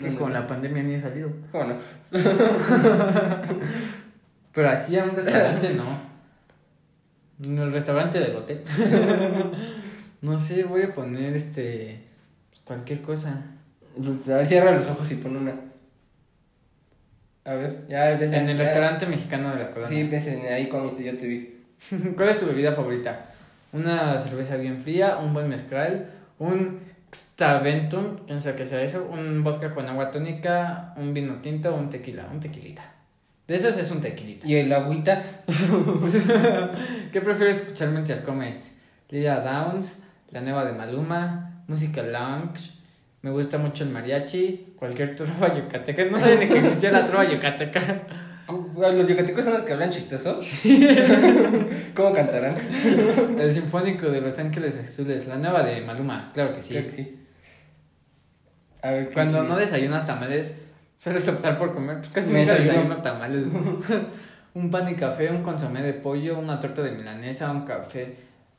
Speaker 2: Que con la pandemia ni he salido.
Speaker 1: ¿Cómo no?
Speaker 2: Pero así a un restaurante no. En el restaurante del hotel. no sé, voy a poner este. Cualquier cosa.
Speaker 1: Pues a ver, cierra los ojos y pon una. A ver, ya empieza.
Speaker 2: En el
Speaker 1: ya-
Speaker 2: restaurante mexicano de la colonia.
Speaker 1: Sí, empieza, ahí comiste, yo te vi.
Speaker 2: ¿Cuál es tu bebida favorita? Una cerveza bien fría, un buen mezcal, un Xtaventum, quién sabe qué sea eso, un vodka con agua tónica, un vino tinto, un tequila, un tequilita. De esos es un tequilita.
Speaker 1: Y el agüita.
Speaker 2: ¿Qué prefieres escuchar mientras comes? Lila Downs, la nueva de Maluma, música lounge, me gusta mucho el mariachi, cualquier trova yucateca. No sabía ni que existía la trova yucateca.
Speaker 1: Los yucatecos son los que hablan chistosos. ¿Cómo cantarán?
Speaker 2: El sinfónico de Los Ángeles Azules, la nueva de Maluma, claro que sí.
Speaker 1: Creo que sí. A ver, ¿qué
Speaker 2: Cuando
Speaker 1: sigue?
Speaker 2: no desayunas tamales, sueles optar por comer. Pues Casi
Speaker 1: Me
Speaker 2: nunca
Speaker 1: desayuno.
Speaker 2: desayuno tamales. un pan y café, un consomé de pollo, una torta de milanesa, un café,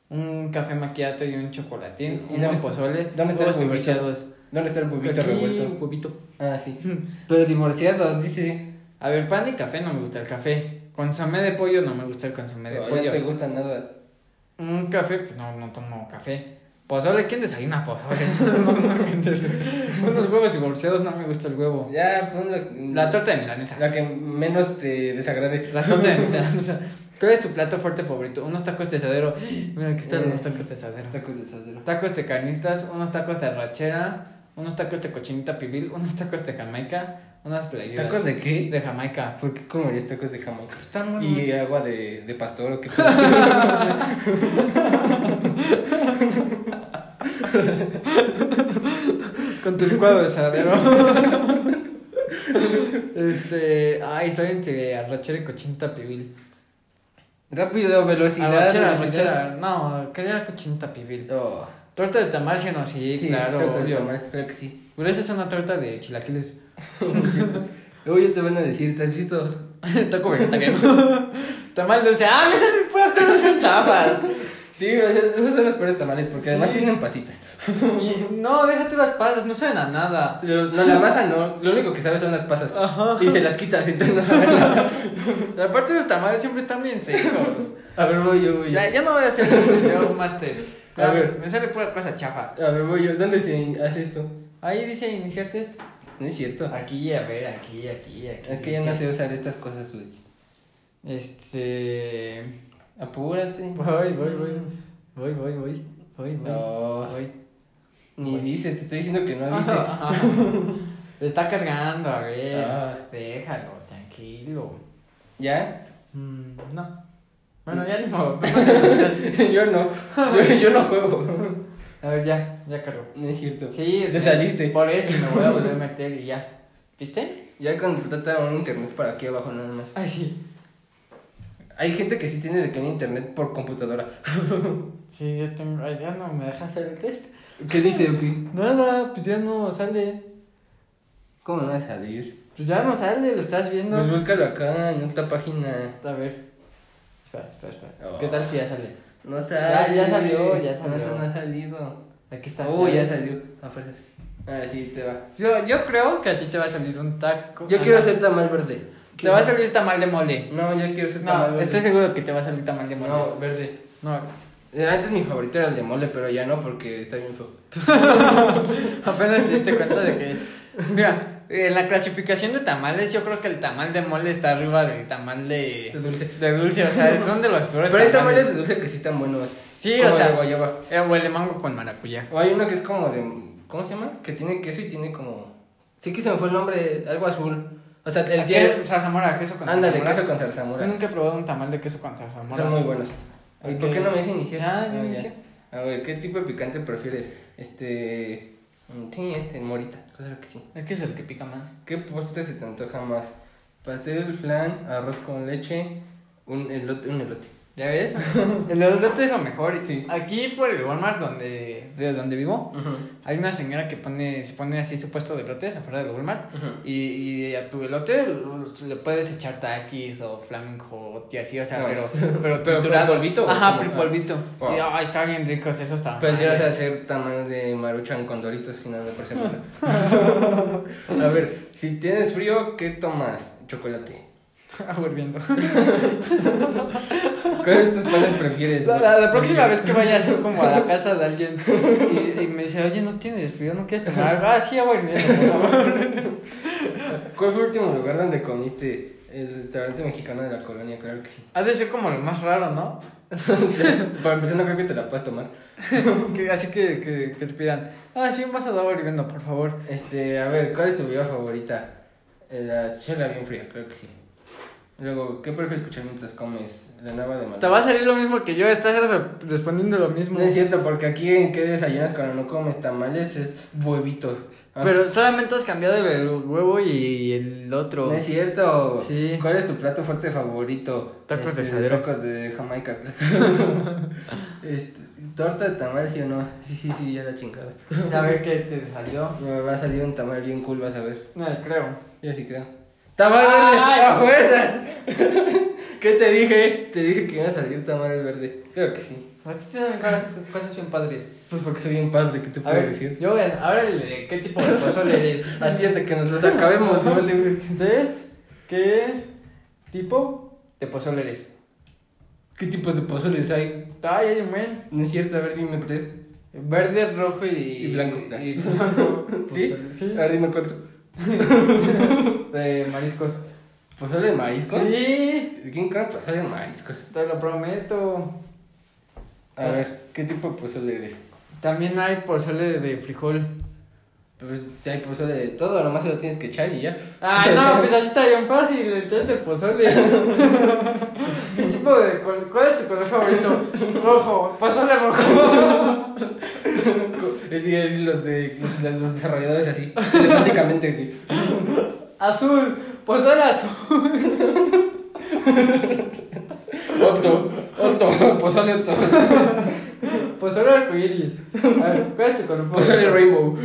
Speaker 2: un café maquiato y un chocolatín,
Speaker 1: ¿Y
Speaker 2: un
Speaker 1: dónde
Speaker 2: buen
Speaker 1: está-
Speaker 2: pozole,
Speaker 1: dónde está el
Speaker 2: huevos
Speaker 1: huevito?
Speaker 2: divorciados.
Speaker 1: ¿Dónde está el huevito
Speaker 2: Aquí,
Speaker 1: revuelto?
Speaker 2: huevito.
Speaker 1: Ah, sí. Pero divorciados, dice.
Speaker 2: A ver, pan y café no me gusta el café. Consomé de pollo no me gusta el consomé de
Speaker 1: No,
Speaker 2: pollo.
Speaker 1: no te gusta nada.
Speaker 2: Un café, pues no, no tomo café. Pozole, ¿quién desayuna pozole? No, no mientes. Unos huevos divorciados, no me gusta el huevo.
Speaker 1: Ya, pon la,
Speaker 2: La torta de milanesa.
Speaker 1: la que menos te desagrade.
Speaker 2: La torta de milanesa. ¿Cuál es tu plato fuerte favorito? Unos tacos de suadero. Mira, aquí están
Speaker 1: Eh.
Speaker 2: unos tacos de suadero.
Speaker 1: Tacos de suadero.
Speaker 2: Tacos de carnistas, unos tacos de arrachera, unos tacos de cochinita pibil, unos tacos de jamaica, unas tlayudas.
Speaker 1: ¿Tacos de qué?
Speaker 2: De jamaica.
Speaker 1: ¿Por qué comerías tacos de jamaica?
Speaker 2: Pues están buenos.
Speaker 1: ¿Y agua de, de pastor o qué?
Speaker 2: Con tu licuado de sadero. este. Ay, estoy entre arrachera y cochinita pibil.
Speaker 1: Rápido, velocidad.
Speaker 2: Arrachera,
Speaker 1: velocidad.
Speaker 2: arrachera. No, quería cochinita pibil.
Speaker 1: Oh,
Speaker 2: Torta de tamal, sí, no, sí, claro,
Speaker 1: torta de
Speaker 2: obvio.
Speaker 1: tamal, Claro que sí.
Speaker 2: Pero esa es una torta de chilaquiles.
Speaker 1: Luego ya te van a decir, ¿estás listo?
Speaker 2: Taco vegetariano. tamal dulce. ¡Ah, me salen puras cosas con chapas!
Speaker 1: Sí, o sea, esos son los peores tamales porque
Speaker 2: Sí.
Speaker 1: además tienen pasitas.
Speaker 2: Y- no, déjate las pasas, no saben a nada.
Speaker 1: Lo- No, la masa no, lo único que sabes son las pasas.
Speaker 2: Ajá.
Speaker 1: Y se las quitas, entonces no sabes nada.
Speaker 2: Y aparte, esos tamales siempre están bien secos.
Speaker 1: A ver, voy yo, voy yo.
Speaker 2: ya, ya no voy a hacer un video más test.
Speaker 1: A ver.
Speaker 2: Me sale pura cosa chafa.
Speaker 1: A ver, voy yo. ¿Dónde se in- hace esto?
Speaker 2: Ahí dice iniciar test.
Speaker 1: No es cierto.
Speaker 2: Aquí, a ver, aquí, aquí, aquí.
Speaker 1: Es que ya no sé usar estas cosas, güey.
Speaker 2: Este.
Speaker 1: Apúrate.
Speaker 2: Voy, voy, voy. Voy, voy, voy. Voy, voy.
Speaker 1: No.
Speaker 2: Voy.
Speaker 1: Ni dice, te estoy diciendo que no dice.
Speaker 2: Ajá. Le está cargando, a ver.
Speaker 1: Ah.
Speaker 2: Déjalo, tranquilo.
Speaker 1: ¿Ya?
Speaker 2: Mm, no. Bueno, ya ni modo.
Speaker 1: yo no. Yo, yo no juego.
Speaker 2: A ver, ya, ya cargo.
Speaker 1: No es cierto.
Speaker 2: Sí,
Speaker 1: Te saliste.
Speaker 2: Por eso me voy a volver a meter y ya. ¿Viste?
Speaker 1: Ya contrataron un internet para aquí abajo nada más.
Speaker 2: Ay, sí.
Speaker 1: Hay gente que sí tiene de que un internet por computadora.
Speaker 2: Sí, yo tengo. Ay, ya no me deja hacer el test.
Speaker 1: ¿Qué dice, güey?
Speaker 2: Nada, pues ya no sale.
Speaker 1: ¿Cómo no va a salir?
Speaker 2: Pues ya no sale, lo estás viendo.
Speaker 1: Pues búscalo acá en otra página.
Speaker 2: A ver. Espera, espera, espera.
Speaker 1: Oh.
Speaker 2: ¿Qué tal si ya sale?
Speaker 1: No sale.
Speaker 2: ya salió, ya
Speaker 1: No,
Speaker 2: salió.
Speaker 1: eso no ha salido.
Speaker 2: Aquí está.
Speaker 1: Uy, ya salió. A fuerzas. Ahora sí, te va.
Speaker 2: Yo, yo creo que a ti te va a salir un taco.
Speaker 1: Yo
Speaker 2: Ah,
Speaker 1: quiero
Speaker 2: no.
Speaker 1: hacer tamal verde.
Speaker 2: Te va a salir tamal de mole.
Speaker 1: No, yo quiero hacer tamal
Speaker 2: No,
Speaker 1: verde.
Speaker 2: estoy seguro que te va a salir tamal de mole.
Speaker 1: No, verde.
Speaker 2: No.
Speaker 1: Eh, Antes mi favorito era el de mole, pero ya no porque está bien feo.
Speaker 2: Apenas te diste cuenta de que. Mira, en la clasificación de tamales, yo creo que el tamal de mole está arriba del tamal
Speaker 1: Es
Speaker 2: de.
Speaker 1: dulce.
Speaker 2: De dulce, o sea, son de los peores.
Speaker 1: Pero hay tamales de dulce que sí están buenos.
Speaker 2: Sí,
Speaker 1: Como
Speaker 2: o sea.
Speaker 1: de guayaba.
Speaker 2: Eh, o el de mango con maracuyá.
Speaker 1: O hay uno que es como de. ¿Cómo se llama? Que tiene queso y tiene como. Sí que se me fue el nombre, algo azul. O sea, el
Speaker 2: ¿Qué?
Speaker 1: que.
Speaker 2: Zarzamora, queso con
Speaker 1: Ándale,
Speaker 2: zarzamora.
Speaker 1: queso con
Speaker 2: Yo
Speaker 1: zarzamora.
Speaker 2: nunca he probado un tamal de queso con zarzamora.
Speaker 1: Son muy buenos. Ay, ¿Por
Speaker 2: Ok.
Speaker 1: qué no me dejan iniciar?
Speaker 2: Ya, ya
Speaker 1: Ah,
Speaker 2: inicié.
Speaker 1: A ver, ¿qué tipo de picante prefieres? Este. mm, Sí, este, morita. Claro que sí.
Speaker 2: Es que es el que pica más.
Speaker 1: ¿Qué postre se te antoja más? Pastel, flan, arroz con leche, un elote, un elote.
Speaker 2: ¿Ya ves? El elote es lo mejor. Aquí por el Walmart donde, de donde vivo, hay una señora que pone, se pone así su puesto de elotes afuera del Walmart.
Speaker 1: Ujú.
Speaker 2: Y, y a tu elote le puedes echar taquis o flamenco y así, o sea,
Speaker 1: No.
Speaker 2: pero, pero
Speaker 1: Pero
Speaker 2: triturados.
Speaker 1: polvito,
Speaker 2: Ajá,
Speaker 1: ¿cómo?
Speaker 2: pero polvito.
Speaker 1: Wow.
Speaker 2: Y ay, están bien ricos esos tamales.
Speaker 1: Pues ya vas a hacer tamaño de maruchan con doritos sin nada por semana. a ver, si tienes frío, ¿qué tomas? Chocolate.
Speaker 2: Volviendo.
Speaker 1: ¿Cuáles de tus panes prefieres?
Speaker 2: La,
Speaker 1: güey?
Speaker 2: la- la próxima vez que vaya a ser como a la casa de alguien y, y me dice, oye, ¿no tienes frío? ¿No quieres tomar algo? Ah, sí, agua hirviendo, por favor.
Speaker 1: ¿Cuál fue el último lugar donde comiste? El restaurante mexicano de la colonia, claro que sí.
Speaker 2: Ha de ser como lo más raro, ¿no?
Speaker 1: Para empezar, no creo que te la puedas tomar.
Speaker 2: Que- así que, que, que te pidan, ah, sí, un vaso de agua hirviendo, por favor.
Speaker 1: Este, a ver, ¿cuál es tu vida favorita? Eh, La chela bien fría, creo que sí. Luego, ¿qué prefieres escuchar mientras comes? La nava de Maluma.
Speaker 2: Te va a salir lo mismo que yo, estás res- respondiendo lo mismo.
Speaker 1: No es cierto, porque aquí en qué desayunas cuando no comes tamales es huevitos. Ah,
Speaker 2: Pero solamente has cambiado el huevo y el otro.
Speaker 1: no es cierto.
Speaker 2: Sí.
Speaker 1: ¿Cuál es tu plato fuerte favorito?
Speaker 2: Tacos de
Speaker 1: Este,
Speaker 2: suadero.
Speaker 1: Tacos de Jamaica. este, ¿Torta de tamal, sí o no? Sí, sí, sí, ya la chingada.
Speaker 2: A ver qué te salió.
Speaker 1: Me va a salir un tamal bien cool, vas a ver.
Speaker 2: No, creo.
Speaker 1: Yo sí creo. ¡Tamal
Speaker 2: ¡Ay!
Speaker 1: verde! ¡A fuerza! ¿Qué te dije? Te dije que iba a salir tamal verde. Claro que sí.
Speaker 2: A ti te salen cosas, cosas bien padres.
Speaker 1: Pues porque soy un padre, ¿qué te
Speaker 2: A
Speaker 1: puedo
Speaker 2: ver,
Speaker 1: decir?
Speaker 2: yo voy a- ahora el de qué tipo de pozole eres.
Speaker 1: Así hasta que nos los acabemos, ¿no?
Speaker 2: Test, ¿qué tipo de pozole eres?
Speaker 1: ¿Qué tipos de pozoles hay?
Speaker 2: Ay, ay, men.
Speaker 1: No es cierto, a ver, dime tres.
Speaker 2: Verde, rojo y...
Speaker 1: Y blanco.
Speaker 2: y blanco.
Speaker 1: ¿Sí?
Speaker 2: Pozole,
Speaker 1: A ver, dime cuatro.
Speaker 2: De Eh, mariscos.
Speaker 1: ¿Pozole de mariscos?
Speaker 2: Sí,
Speaker 1: ¿Quién come pozole de mariscos?
Speaker 2: te lo prometo. Ah.
Speaker 1: A ver, ¿qué tipo de pozole eres?
Speaker 2: También hay pozole de frijol.
Speaker 1: Pues si hay pozole de todo, nomás se lo tienes que echar y ya.
Speaker 2: Ah, no, pues así está bien fácil, el test del pozole. ¿Qué tipo de col- ¿Cuál es tu color favorito? Rojo, pozole rojo.
Speaker 1: Es que los, de, los, de- los desarrolladores así, telepáticamente. güey.
Speaker 2: Azul, pozole azul.
Speaker 1: Otro, otro, pozole otro,
Speaker 2: Pozole arcoíris. A ver, ¿cuál es tu color
Speaker 1: pozole
Speaker 2: favorito?
Speaker 1: rainbow.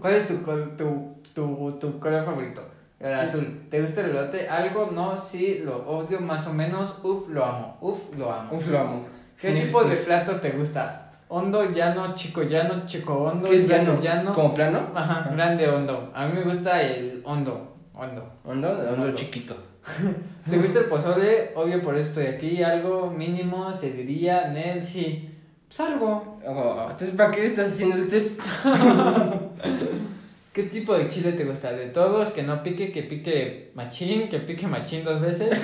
Speaker 2: ¿Cuál es tu, col- tu, tu, tu color favorito? El azul. ¿Te gusta el elote? Algo, no, sí, lo odio más o menos. Uf, lo amo. Uf, lo amo.
Speaker 1: Uf, lo amo.
Speaker 2: ¿Qué
Speaker 1: Sniff,
Speaker 2: tipo de
Speaker 1: sniff.
Speaker 2: plato te gusta? Hondo, llano, chico llano, chico hondo,
Speaker 1: ¿Qué es
Speaker 2: llano,
Speaker 1: llano?
Speaker 2: llano.
Speaker 1: ¿Como plano?
Speaker 2: Ajá, grande hondo. A mí me gusta el hondo, hondo.
Speaker 1: ¿Hondo?
Speaker 2: Hondo.
Speaker 1: Hondo chiquito.
Speaker 2: ¿Te gusta el pozole? Obvio, por eso estoy aquí. Algo mínimo se diría, Nel, sí. Pues algo.
Speaker 1: Oh, entonces, ¿para qué estás haciendo el test?
Speaker 2: ¿Qué tipo de chile te gusta? De todos, que no pique, que pique machín, que pique machín dos veces.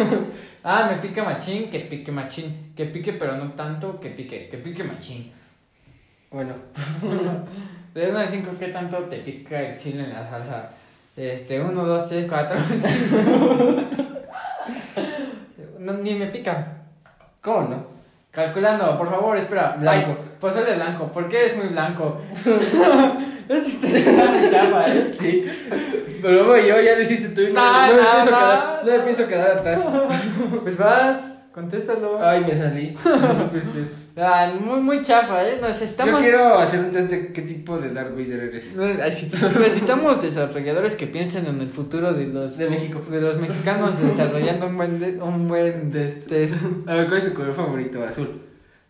Speaker 2: ah, me pica machín, que pique machín, que pique pero no tanto, que pique, que pique machín.
Speaker 1: Bueno,
Speaker 2: De 1 a 5, ¿qué tanto te pica el chile en la salsa? Este, 1, 2, 3, 4, 5. No, ni me pica.
Speaker 1: ¿cómo no?
Speaker 2: Calculando, por favor, espera.
Speaker 1: Blanco.
Speaker 2: Ay, pozole blanco. ¿Por qué eres muy blanco? este te está chapa, ¿eh?
Speaker 1: Sí. Pero bueno, yo ya lo hiciste tú. y me
Speaker 2: No, no,
Speaker 1: pienso
Speaker 2: ah, no.
Speaker 1: quedar- no me pienso quedar atrás.
Speaker 2: Pues vas, contéstalo.
Speaker 1: Ay, me salí. Este,
Speaker 2: Ah, muy, muy chafa, ¿eh?
Speaker 1: Yo
Speaker 2: Necesitamos...
Speaker 1: quiero hacer un test de qué tipo de Darth Vader eres.
Speaker 2: Ay, sí. Necesitamos desarrolladores que piensen en el futuro de los...
Speaker 1: De México.
Speaker 2: De los mexicanos desarrollando un buen... de- un buen des- test.
Speaker 1: A ver, ¿cuál es tu color favorito? Azul.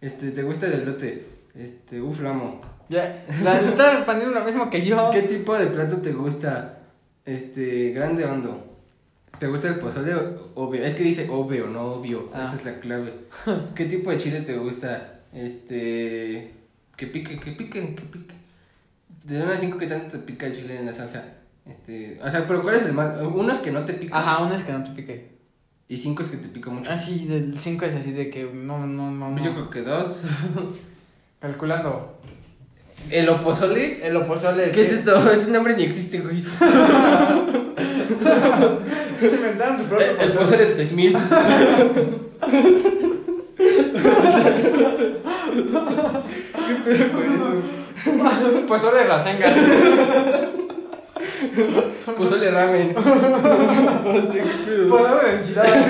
Speaker 1: Este, ¿te gusta el elote? Este, uf, lo amo.
Speaker 2: Ya, la, está respondiendo lo mismo que yo.
Speaker 1: ¿Qué tipo de plato te gusta? Este, grande o hondo. ¿Te gusta el pozole? Obvio. Es que dice obvio, no obvio.
Speaker 2: Ah.
Speaker 1: Esa es la clave. ¿Qué tipo de chile te gusta? Este, que pique, que pique, que pique. De 1 a 5, ¿qué tanto te pica el chile en la salsa? Este, o sea, pero ¿cuál es el más? Uno es que no te pica.
Speaker 2: Ajá, una es que no te pique.
Speaker 1: Y cinco es que te pica mucho.
Speaker 2: Así, del 5 es así de que no, no, no, no.
Speaker 1: Yo creo que dos.
Speaker 2: Calculando.
Speaker 1: ¿El opozole?
Speaker 2: El oposole.
Speaker 1: ¿Qué es esto? Ese nombre ni existe, güey.
Speaker 2: Se inventaron su propio
Speaker 1: El, el Ah, pozole de 3000.
Speaker 2: pozole. Pozole de rasanga.
Speaker 1: Pozole Pues ramen. No sé qué pedo.
Speaker 2: Pozole de enchiladas.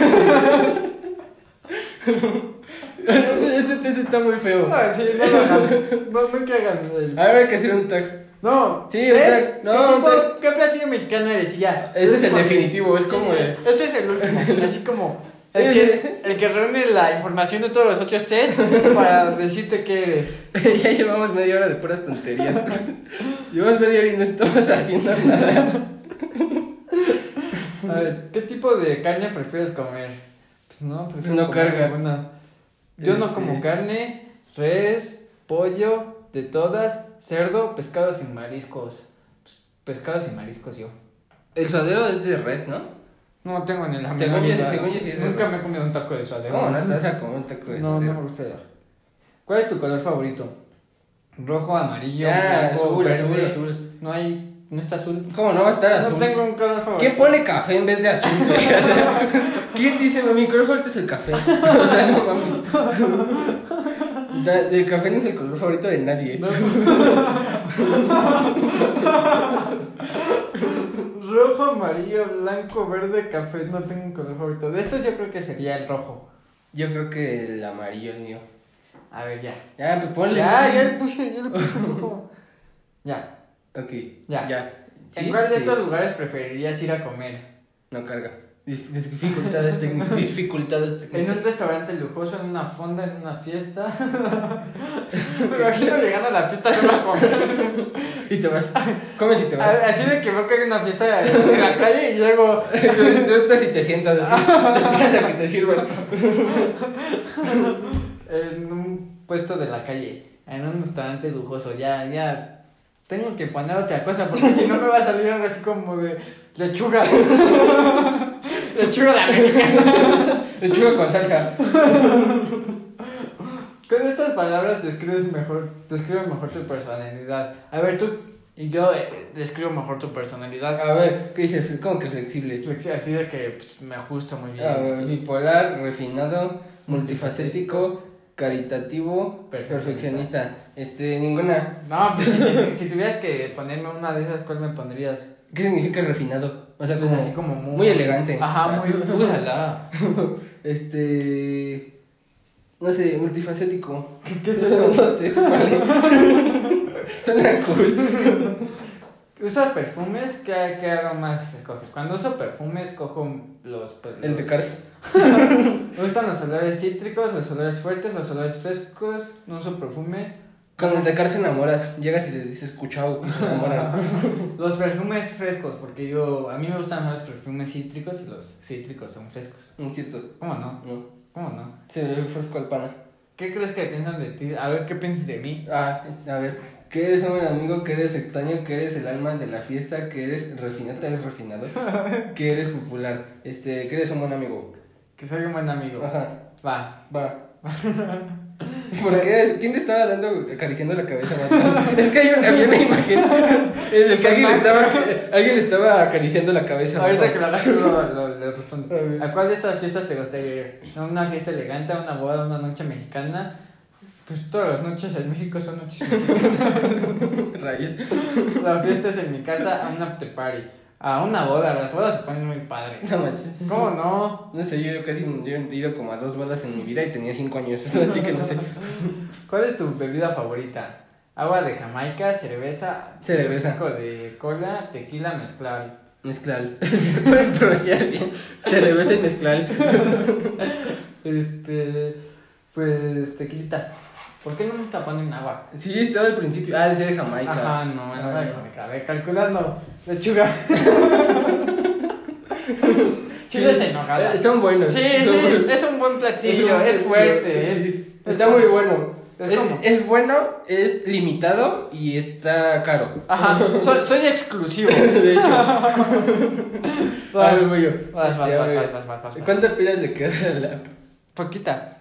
Speaker 1: Este test está muy feo.
Speaker 2: Ah, sí, no lo hagan. No, nunca hagan. el-
Speaker 1: A ver, hay que hacer un tag.
Speaker 2: No.
Speaker 1: Sí, o
Speaker 2: ¿ves?
Speaker 1: sea, no,
Speaker 2: ¿Qué, tipo-
Speaker 1: te-
Speaker 2: qué platillo mexicano eres? Y ya.
Speaker 1: Este es el
Speaker 2: como-
Speaker 1: definitivo, es como
Speaker 2: Sí,
Speaker 1: el-
Speaker 2: Este es el último. Así como. El que, el que reúne la información de todos los otros test para decirte qué eres.
Speaker 1: ya llevamos media hora de puras tonterías. llevamos media hora y no estamos haciendo nada.
Speaker 2: A ver, ¿qué tipo de carne prefieres comer? Pues no, prefiero
Speaker 1: No
Speaker 2: comer
Speaker 1: carga.
Speaker 2: ninguna. Yo no como
Speaker 1: Este.
Speaker 2: carne, res, pollo, de todas, cerdo, pescados y mariscos. Pues, pescados y mariscos yo.
Speaker 1: El suadero es de res, ¿no?
Speaker 2: No tengo ni la
Speaker 1: Según
Speaker 2: menor
Speaker 1: yo-
Speaker 2: idea.
Speaker 1: según yo sí es de
Speaker 2: Nunca
Speaker 1: res.
Speaker 2: me he comido un taco de suadero.
Speaker 1: ¿Cómo no te vas a comer un taco de
Speaker 2: no, no
Speaker 1: suadero?
Speaker 2: me gusta ya. ¿Cuál es tu color favorito? Rojo, amarillo,
Speaker 1: Ya,
Speaker 2: blanco,
Speaker 1: azul, azul,
Speaker 2: verde.
Speaker 1: azul.
Speaker 2: No hay, no está azul.
Speaker 1: ¿Cómo no va a estar azul?
Speaker 2: No tengo un color favorito.
Speaker 1: ¿Quién pone café en vez de azul? güey? O sea, ¿Quién dice mi color favorito es el café? O sea, no mames. Da- El café no es el color favorito de nadie.
Speaker 2: No. rojo, amarillo, blanco, verde, café. No tengo un color favorito. De estos yo creo que sería el rojo.
Speaker 1: Yo creo que el amarillo es mío.
Speaker 2: A ver, ya.
Speaker 1: Ya, pues ponle.
Speaker 2: Ya,
Speaker 1: güey.
Speaker 2: ya le puse, ya le puse un poco. Ya.
Speaker 1: Ok.
Speaker 2: Ya.
Speaker 1: ya.
Speaker 2: ¿En
Speaker 1: Sí,
Speaker 2: cuál de
Speaker 1: sí.
Speaker 2: estos lugares preferirías ir a comer?
Speaker 1: No carga. Dis- Dificultades técnicas. Dificultades
Speaker 2: ¿En
Speaker 1: técnicas.
Speaker 2: un restaurante lujoso, en una fonda, en una fiesta? Me imagino llegando a la fiesta solo a comer.
Speaker 1: Y te vas. Comes y te vas.
Speaker 2: A- Así de que veo que hay una fiesta en la calle y llego.
Speaker 1: Entonces, Tú entras y te sientas así. Te esperas a que te sirvan.
Speaker 2: en un puesto de la calle, en un restaurante lujoso, ya, ya. Tengo que poner otra cosa porque si no me va a salir algo así como de lechuga. lechuga a la mexicana.
Speaker 1: Lechuga con salsa.
Speaker 2: Con estas palabras describes mejor, describe mejor tu personalidad. A ver, tú y yo eh, describo mejor tu personalidad.
Speaker 1: A ver, ¿qué dices? ¿Cómo que flexible?
Speaker 2: Flexi- Así de que pues, me ajusto muy bien.
Speaker 1: A ver, bipolar, refinado, multifacético, caritativo,
Speaker 2: Perfeccionista.
Speaker 1: perfeccionista. Este, ninguna.
Speaker 2: No, pues si, te- si tuvieras que ponerme una de esas, ¿cuál me pondrías?
Speaker 1: ¿Qué significa refinado? O sea,
Speaker 2: Pues
Speaker 1: como,
Speaker 2: así como muy,
Speaker 1: muy elegante.
Speaker 2: Ajá, muy. Ojalá.
Speaker 1: este. No sé, multifacético.
Speaker 2: ¿Qué, qué es eso?
Speaker 1: No sé, vale. Suena cool.
Speaker 2: ¿Usas perfumes? ¿Qué, qué aromas escoges? Cuando uso perfumes, cojo los. pues,
Speaker 1: El de
Speaker 2: los-
Speaker 1: Cars.
Speaker 2: Me gustan los olores cítricos, los olores fuertes, los olores frescos. No uso perfume.
Speaker 1: Con el de Cars se enamoras. Llegas y les dices cuchao y se enamoran.
Speaker 2: Los perfumes frescos, porque yo. A mí me gustan más los perfumes cítricos y los cítricos son frescos.
Speaker 1: No es cierto.
Speaker 2: ¿Cómo no?
Speaker 1: No.
Speaker 2: ¿Cómo no?
Speaker 1: Se ve fresco al pana.
Speaker 2: ¿Qué crees que piensan de ti? A ver, ¿qué piensas de mí?
Speaker 1: Ah, a ver. Que eres un buen amigo, que eres extraño, que eres el alma de la fiesta, que eres refinado, eres refinado, que eres popular, este, que eres un buen amigo.
Speaker 2: Que soy un buen amigo.
Speaker 1: Ajá,
Speaker 2: Va.
Speaker 1: va. ¿Por qué? ¿Quién le estaba dando, acariciando la cabeza más tarde? Es que hay una, había una imagen. Es el que alguien le estaba, alguien le estaba acariciando la cabeza. más
Speaker 2: Ahorita
Speaker 1: tarde.
Speaker 2: que lo hagas, lo, lo- le
Speaker 1: A ver.
Speaker 2: respondes. ¿A cuál de estas fiestas te gustaría ir? ¿A ¿Una fiesta elegante, a una boda, a una noche mexicana? Pues todas las noches en México son noches mexicanas.
Speaker 1: Rayos.
Speaker 2: La fiesta es en mi casa, a un after party. A una boda, las bodas se ponen muy padres.
Speaker 1: No manches.
Speaker 2: ¿Cómo no?
Speaker 1: No sé, yo casi yo he ido como a dos bodas en mi vida y tenía cinco años, así que no sé.
Speaker 2: ¿Cuál es tu bebida favorita? Agua de Jamaica, cerveza,
Speaker 1: Cerveza.
Speaker 2: refresco de cola, tequila mezclable.
Speaker 1: Mezclal. Pueden pronunciar bien. Cerveza y mezclal.
Speaker 2: Este, pues tequilita. ¿Por qué no nunca ponen agua?
Speaker 1: Sí, estaba al principio. Ah, decía de Jamaica.
Speaker 2: Ajá, no, no,
Speaker 1: Ah,
Speaker 2: no, A ver, calculando. Lechuga. Chiles en nogada.
Speaker 1: Eh, Son buenos.
Speaker 2: Sí,
Speaker 1: son
Speaker 2: sí,
Speaker 1: buenos.
Speaker 2: es un buen platillo, es fuerte. es-
Speaker 1: Sí, Está muy bueno.
Speaker 2: es
Speaker 1: Es,
Speaker 2: como-
Speaker 1: es bueno, es limitado y está caro.
Speaker 2: Ajá, soy, soy exclusivo.
Speaker 1: De hecho, a ver,
Speaker 2: Vas,
Speaker 1: voy yo.
Speaker 2: vas, vas,
Speaker 1: Este, a
Speaker 2: vas,
Speaker 1: ver.
Speaker 2: vas, vas, vas, vas.
Speaker 1: ¿Cuántas pilas le queda a la.?
Speaker 2: Poquita.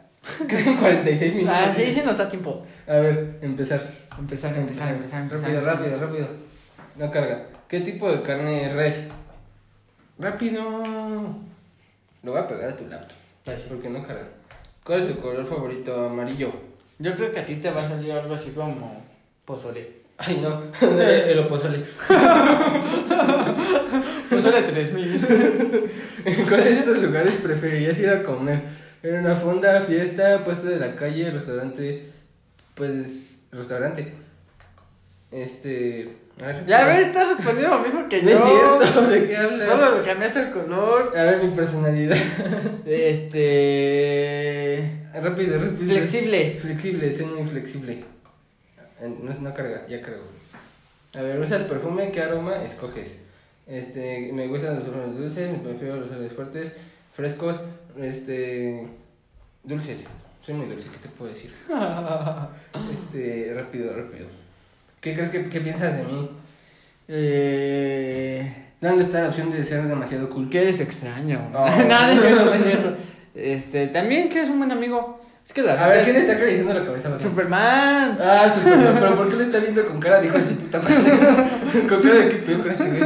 Speaker 1: Quedan 46 minutos.
Speaker 2: Ah, sí, sí nos da tiempo.
Speaker 1: A ver, empezar.
Speaker 2: Empezar, empezar, empezar, empezar.
Speaker 1: Rápido, rápido, rápido. No carga. ¿Qué tipo de carne es res? Rápido. Lo voy a pegar a tu laptop.
Speaker 2: Pues sí.
Speaker 1: Porque no carga. ¿Cuál es tu color favorito? Amarillo.
Speaker 2: Yo creo que a ti te va a salir algo así como pozole.
Speaker 1: Ay, no. El opozole.
Speaker 2: Pozole 3000.
Speaker 1: ¿En cuáles de estos lugares preferirías ir a comer? ¿En una fonda, fiesta, puesto de la calle, restaurante? Pues, restaurante. Este. a ver.
Speaker 2: Ya ves, estás respondiendo lo mismo que
Speaker 1: No es
Speaker 2: yo.
Speaker 1: cierto, ¿de qué hablas?
Speaker 2: Solo le cambiaste el color.
Speaker 1: A ver, mi personalidad.
Speaker 2: Este.
Speaker 1: Rápido, rápido.
Speaker 2: Flexible.
Speaker 1: Flexible, soy muy flexible. Eh, No, no carga, ya cargo. A ver, ¿usas perfume? ¿Qué aroma escoges? Este, me gustan los olores dulces, me prefiero los olores fuertes, frescos, este, dulces. Soy muy dulce, ¿qué te puedo decir?
Speaker 2: Ah.
Speaker 1: Este, rápido, rápido. ¿Qué crees que qué piensas de mí?
Speaker 2: Eh.
Speaker 1: ¿Dónde está la opción de ser demasiado cool?
Speaker 2: Que eres extraño.
Speaker 1: No.
Speaker 2: Nada, es cierto, no es cierto. Este, también que eres un buen amigo. Es que la
Speaker 1: A ver, ¿quién le está acariciando la cabeza? a otro?
Speaker 2: Superman.
Speaker 1: Ah, sí, pero, pero ¿por qué le está viendo con cara de hijo de puta madre? Con cara de que pedo con este güey.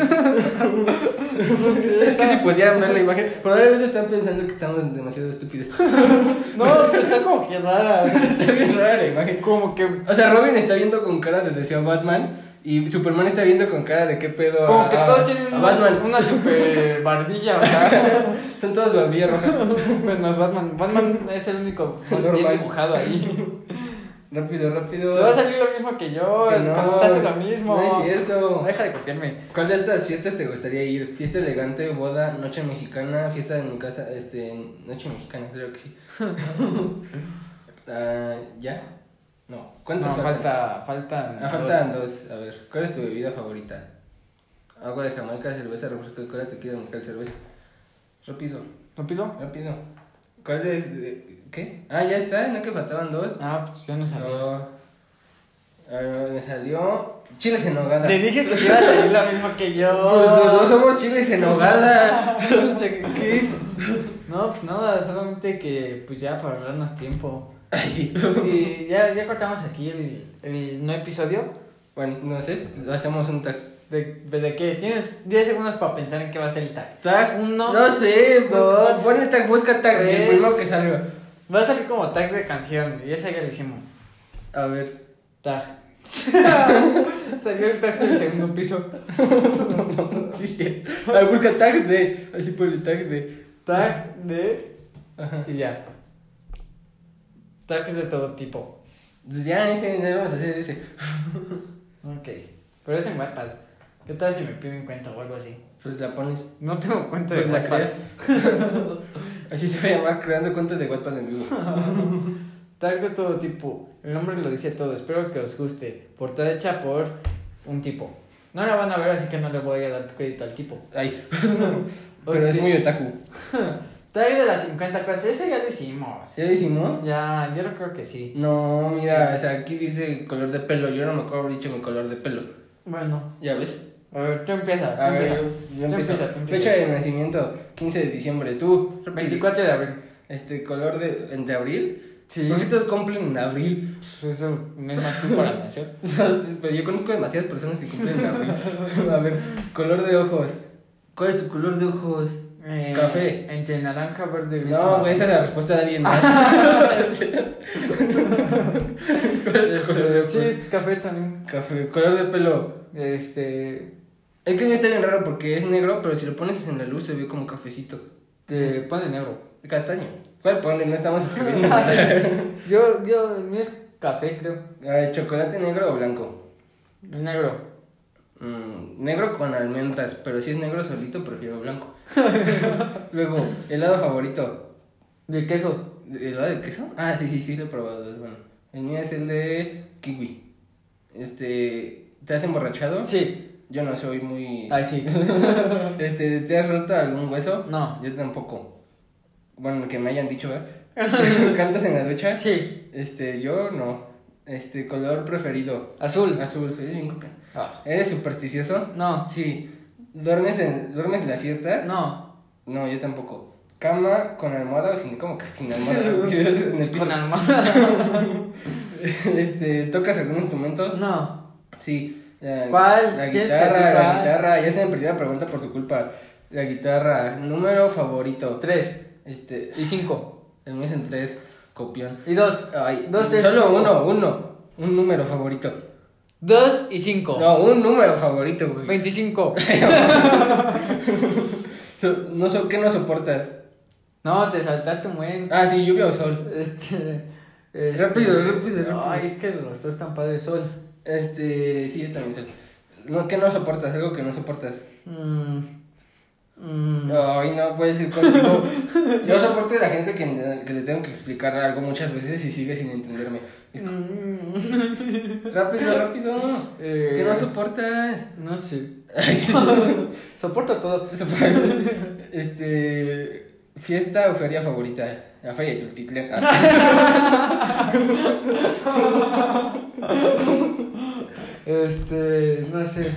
Speaker 1: es que si podían ver la imagen, probablemente están pensando que estamos demasiado estúpidos.
Speaker 2: No, pero está como que rara.
Speaker 1: Está bien rara la imagen.
Speaker 2: Como que.
Speaker 1: O sea, Robin está viendo con cara de deseo a Batman y Superman está viendo con cara de qué pedo
Speaker 2: Como
Speaker 1: a,
Speaker 2: que
Speaker 1: a-
Speaker 2: todos tienen
Speaker 1: a
Speaker 2: una,
Speaker 1: Batman.
Speaker 2: una super barbilla, o sea.
Speaker 1: Son todos barbilla roja.
Speaker 2: Menos Batman. Batman es el único bien
Speaker 1: Normal.
Speaker 2: dibujado ahí.
Speaker 1: Rápido, rápido.
Speaker 2: Te va a salir lo mismo que yo,
Speaker 1: Que no,
Speaker 2: contestaste lo mismo.
Speaker 1: No es cierto.
Speaker 2: Deja de copiarme.
Speaker 1: ¿Cuál de estas fiestas te gustaría ir? Fiesta elegante, boda, noche mexicana, fiesta en mi casa, este, noche mexicana, creo que sí. Ah, ¿Ya? No. ¿Cuántas
Speaker 2: No,
Speaker 1: faltan?
Speaker 2: falta, faltan.
Speaker 1: Ah,
Speaker 2: dos.
Speaker 1: faltan dos. A ver, ¿cuál es tu bebida favorita? Agua de Jamaica, cerveza, refresco de cola, tequila, mezcal, cerveza. Rápido,
Speaker 2: ¿Lo pido?
Speaker 1: rápido. ¿Cuál es? de- ¿Qué? Ah, ya está, no que faltaban dos.
Speaker 2: Ah, pues yo no sabía.
Speaker 1: No. A ver, me salió chiles en nogada.
Speaker 2: Le dije que te iba a salir lo mismo que yo.
Speaker 1: Pues los dos somos chiles en nogada. O sea, ¿Qué?
Speaker 2: No, pues nada, solamente que pues ya para ahorrarnos tiempo.
Speaker 1: Ay, sí.
Speaker 2: Y ya, ya cortamos aquí el, el no episodio.
Speaker 1: Bueno, no sé, hacemos un tag.
Speaker 2: ¿De, de qué? Tienes 10 segundos para pensar en qué va a ser el tag.
Speaker 1: Tag
Speaker 2: Uno,
Speaker 1: No sé,
Speaker 2: dos,
Speaker 1: dos. Ponle tag, busca tag.
Speaker 2: tres.
Speaker 1: El primero que salga.
Speaker 2: Va a salir como tag de canción, y esa ya lo hicimos.
Speaker 1: A ver.
Speaker 2: Tag. Salió el tag del segundo piso.
Speaker 1: Sí, sí. Ah, busca tag de. Así ponle tag de.
Speaker 2: Tag de.
Speaker 1: Ajá.
Speaker 2: Y ya. Tags de todo tipo.
Speaker 1: Pues ya, ese, ya vamos a hacer ese.
Speaker 2: Ok. Pero es en Wattpad. ¿Qué tal si me piden cuenta o algo así?
Speaker 1: Pues la pones.
Speaker 2: No tengo cuenta de
Speaker 1: Pues la
Speaker 2: Wattpad.
Speaker 1: creas. Así se va a llamar creando cuentas de WhatsApp en vivo.
Speaker 2: Tag de todo tipo. El nombre lo dice todo. Espero que os guste. Portada hecha por un tipo. No la van a ver, así que no le voy a dar crédito al tipo.
Speaker 1: Ay. Pero es muy otaku.
Speaker 2: Tag de las 50 clases. Ese ya lo hicimos.
Speaker 1: ¿Ya lo hicimos?
Speaker 2: Ya, yo creo que sí.
Speaker 1: No, mira, o sea, aquí dice el color de pelo. Yo no me acuerdo haber dicho mi color de pelo.
Speaker 2: Bueno,
Speaker 1: ¿Ya ves?
Speaker 2: a ver, tú empieza. tú
Speaker 1: A ver, yo,
Speaker 2: empieza.
Speaker 1: yo
Speaker 2: Tú
Speaker 1: empiezo.
Speaker 2: empieza, tú empieza.
Speaker 1: Fecha de nacimiento, 15 de diciembre. Tú, rápido.
Speaker 2: 24 de abril.
Speaker 1: Este color de, en- de abril.
Speaker 2: Sí.
Speaker 1: Poquitos cumplen en abril.
Speaker 2: Eso no es más tú para la nación.
Speaker 1: No sé, Pero yo conozco demasiadas personas que cumplen en abril. A ver, color de ojos. ¿Cuál es tu color de ojos?
Speaker 2: Eh,
Speaker 1: Café.
Speaker 2: Entre naranja, verde, gris. Ah,
Speaker 1: No, güey, esa es la respuesta de alguien más. ¿Cuál es tu color de
Speaker 2: Este,
Speaker 1: ojos?
Speaker 2: sí, café también.
Speaker 1: Café. Color de pelo.
Speaker 2: Este.
Speaker 1: Es que me está bien raro porque es negro, pero si lo pones en la luz se ve como cafecito.
Speaker 2: Te pone negro.
Speaker 1: Castaño. ¿Cuál ponle? No estamos escribiendo. nada.
Speaker 2: Yo, yo, el mío es café, creo.
Speaker 1: Ay, Eh, ¿Chocolate negro o blanco?
Speaker 2: El negro.
Speaker 1: Mm, negro con almendras, pero si es negro solito prefiero blanco. Luego, helado favorito.
Speaker 2: De queso.
Speaker 1: ¿Helado de queso? Ah, sí, sí, sí, lo he probado. Es bueno. El mío es el de kiwi. Este, ¿te has emborrachado?
Speaker 2: Sí.
Speaker 1: Yo no soy muy...
Speaker 2: Ay, sí.
Speaker 1: Este, ¿te has roto algún hueso?
Speaker 2: No.
Speaker 1: Yo tampoco. Bueno, que me hayan dicho, ¿verdad? ¿Cantas en la ducha?
Speaker 2: Sí.
Speaker 1: Este, yo no. Este, color preferido.
Speaker 2: Azul.
Speaker 1: Azul, es bien copa.
Speaker 2: Ah.
Speaker 1: ¿Eres supersticioso?
Speaker 2: No.
Speaker 1: Sí. ¿Duermes en, ¿duermes la siesta?
Speaker 2: No.
Speaker 1: No, yo tampoco. ¿Cama con almohada o sin, como que sin almohada? En el piso.
Speaker 2: Con almohada.
Speaker 1: Este, ¿tocas algún instrumento?
Speaker 2: No.
Speaker 1: Sí. La,
Speaker 2: ¿Cuál?
Speaker 1: La
Speaker 2: Tienes que
Speaker 1: guitarra,
Speaker 2: decir
Speaker 1: la
Speaker 2: cuál.
Speaker 1: guitarra. Ya se me perdió la pregunta por tu culpa. La guitarra, número favorito.
Speaker 2: Tres.
Speaker 1: Este,
Speaker 2: Y cinco.
Speaker 1: el mío es en tres, copión.
Speaker 2: Y dos.
Speaker 1: Ay,
Speaker 2: Dos, tres,
Speaker 1: solo
Speaker 2: cinco.
Speaker 1: uno, uno. Un número favorito.
Speaker 2: Dos y cinco.
Speaker 1: No, un número favorito, güey.
Speaker 2: 25.
Speaker 1: So- No sé, ¿qué no soportas?
Speaker 2: No, te saltaste un buen.
Speaker 1: Ah, sí, lluvia o sol.
Speaker 2: Este. este-
Speaker 1: Rápido, rápido, rápido.
Speaker 2: Ay, es que los dos están padres sol.
Speaker 1: Este, sí, yo también sé. No, ¿Qué no soportas? Algo que no soportas.
Speaker 2: Mm. Mm.
Speaker 1: Ay, no puedes ir contigo. Yo soporto a la gente que, que le tengo que explicar algo muchas veces y sigue sin entenderme.
Speaker 2: Mm.
Speaker 1: Rápido, rápido.
Speaker 2: Eh,
Speaker 1: ¿Qué no soportas?
Speaker 2: No sé.
Speaker 1: Ay,
Speaker 2: Soporto todo.
Speaker 1: este. Fiesta o feria favorita. La feria de Tultitlán. Ah.
Speaker 2: Este, no sé.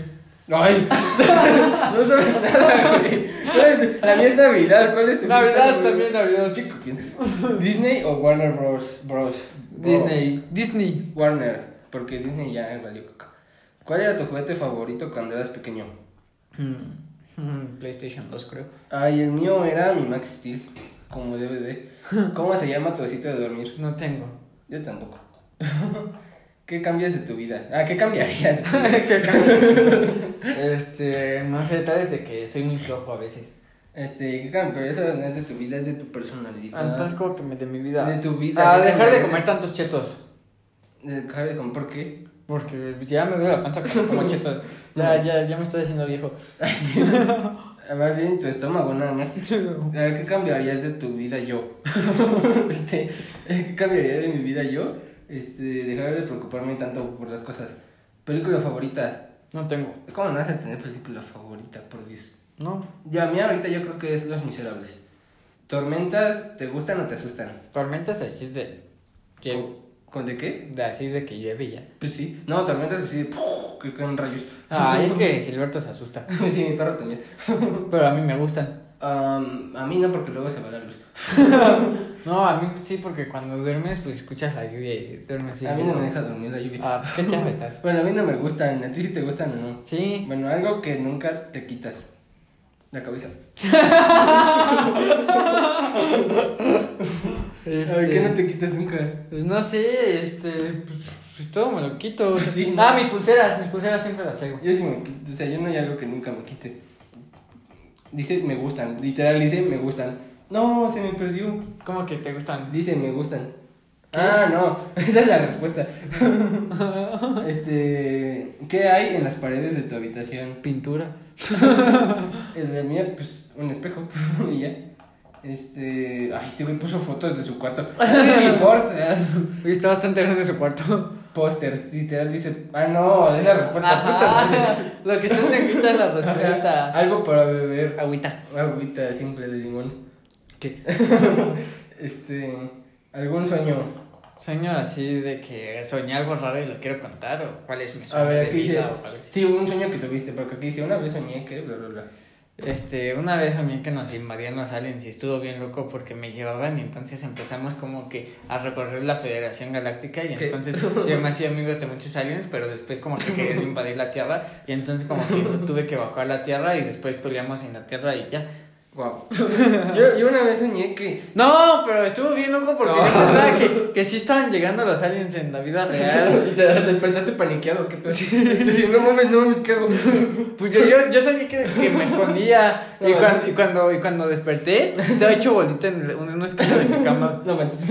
Speaker 1: No, ay, no sabes nada, güey. ¿Cuál es- La mía es Navidad, ¿cuál Este es tu
Speaker 2: Navidad
Speaker 1: fiesta,
Speaker 2: también, Navidad.
Speaker 1: güey? Chico, ¿quién? ¿Disney o Warner Bros? Bros.
Speaker 2: Disney. Disney.
Speaker 1: Bros. Warner, porque Disney ya valió caca. ¿Cuál era tu juguete favorito cuando eras pequeño?
Speaker 2: Mm, mm, PlayStation 2, creo.
Speaker 1: Ay, el mío era mi Max Steel, como DVD. ¿Cómo se llama tu osito de dormir?
Speaker 2: No tengo.
Speaker 1: Yo tampoco. ¿Qué cambias de tu vida? Ah, ¿qué cambiarías?
Speaker 2: Este, no sé, tal vez de que soy muy flojo a veces.
Speaker 1: Este, ¿qué cambias? Pero eso no es de tu vida,
Speaker 2: Ah,
Speaker 1: es de tu personalidad.
Speaker 2: Entonces, como que me de mi vida.
Speaker 1: De tu vida.
Speaker 2: A dejar de
Speaker 1: Déjame
Speaker 2: comer tantos chetos.
Speaker 1: Eh, Jared con ¿por qué?
Speaker 2: Porque ya me duele la panza como como chetos. Ya, ya, ya me estoy haciendo viejo.
Speaker 1: Ah, Más bien tu estómago nada más. A ver, ¿qué cambiarías de tu vida yo? este, ¿Qué cambiaría de mi vida yo? Este, dejar de preocuparme tanto por las cosas. Película favorita.
Speaker 2: No tengo.
Speaker 1: ¿Cómo no vas a tener película favorita, por Dios?
Speaker 2: No.
Speaker 1: Ya, a mí ahorita yo creo que es Los Miserables. ¿Tormentas te gustan o te asustan?
Speaker 2: Tormentas así de. lle-
Speaker 1: ¿Con- ¿Con de qué?
Speaker 2: de así de que llueve y ya.
Speaker 1: Pues sí. No, tormentas así de... ¡puf! Que caen rayos.
Speaker 2: Ah, es que Gilberto se asusta.
Speaker 1: sí, mi perro también.
Speaker 2: Pero a mí me gustan.
Speaker 1: Am, a mí no, porque luego se va la luz.
Speaker 2: No, a mí sí, porque cuando duermes, pues escuchas la lluvia y duermes. así.
Speaker 1: a mí no me deja dormir la lluvia.
Speaker 2: Ah, qué chafa estás.
Speaker 1: Bueno, a mí no me gustan. ¿A ti sí te gustan o no?
Speaker 2: Sí.
Speaker 1: Bueno, algo que nunca te quitas. La cabeza.
Speaker 2: Este,
Speaker 1: A ver, ¿qué no te quitas nunca?
Speaker 2: Pues no sé, este. Pues, todo me lo quito.
Speaker 1: Sí,
Speaker 2: ah,
Speaker 1: no.
Speaker 2: mis pulseras, mis pulseras siempre las traigo.
Speaker 1: Yo sí me quito. O sea, yo no hay algo que nunca me quite. Dice, me gustan. Literal, dice, me gustan. No, se me perdió.
Speaker 2: ¿Cómo que te gustan?
Speaker 1: Dice, me gustan. Ah, no. Esa es la respuesta. Este, ¿qué hay en las paredes de tu habitación?
Speaker 2: Pintura.
Speaker 1: En la mía, pues, un espejo y ya. Este, ay, este güey puso fotos de su cuarto. ¿Qué me importa?
Speaker 2: Oye, está bastante grande su cuarto.
Speaker 1: Pósters, literal dice, ah, no, es la respuesta.
Speaker 2: Ajá, lo que está en negrita es la
Speaker 1: puta.
Speaker 2: respuesta.
Speaker 1: Algo para beber,
Speaker 2: Agüita.
Speaker 1: agüita simple de limón.
Speaker 2: ¿Qué?
Speaker 1: Este, algún sueño.
Speaker 2: Sueño así de que soñé algo raro y lo quiero contar o cuál es mi
Speaker 1: A
Speaker 2: sueño
Speaker 1: ver,
Speaker 2: de
Speaker 1: aquí dice,
Speaker 2: vida o algo así.
Speaker 1: sí, un sueño que tuviste, porque aquí dice, una vez soñé que, bla, bla, bla.
Speaker 2: Este, una vez soñé que nos invadían los aliens y estuvo bien loco porque me llevaban y entonces empezamos como que a recorrer la Federación Galáctica y
Speaker 1: ¿Qué?
Speaker 2: entonces yo me hacía amigos de muchos aliens pero después como que querían invadir la Tierra y entonces como que tuve que evacuar la Tierra y después peleamos en la Tierra y ya.
Speaker 1: Wow. yo, yo una vez soñé que.
Speaker 2: No, pero estuvo bien loco porque
Speaker 1: No.
Speaker 2: yo pensaba que, que sí estaban llegando los aliens en la vida real.
Speaker 1: y te despertaste paniqueado, ¿qué pedo? Te decía, no mames, no mames, ¿qué hago?
Speaker 2: Pues yo, yo, yo sabía que, que me escondía. Y,
Speaker 1: No.
Speaker 2: cuan- y cuando, y cuando desperté, estaba hecho bolita en un- en una esquina de mi cama.
Speaker 1: No manches.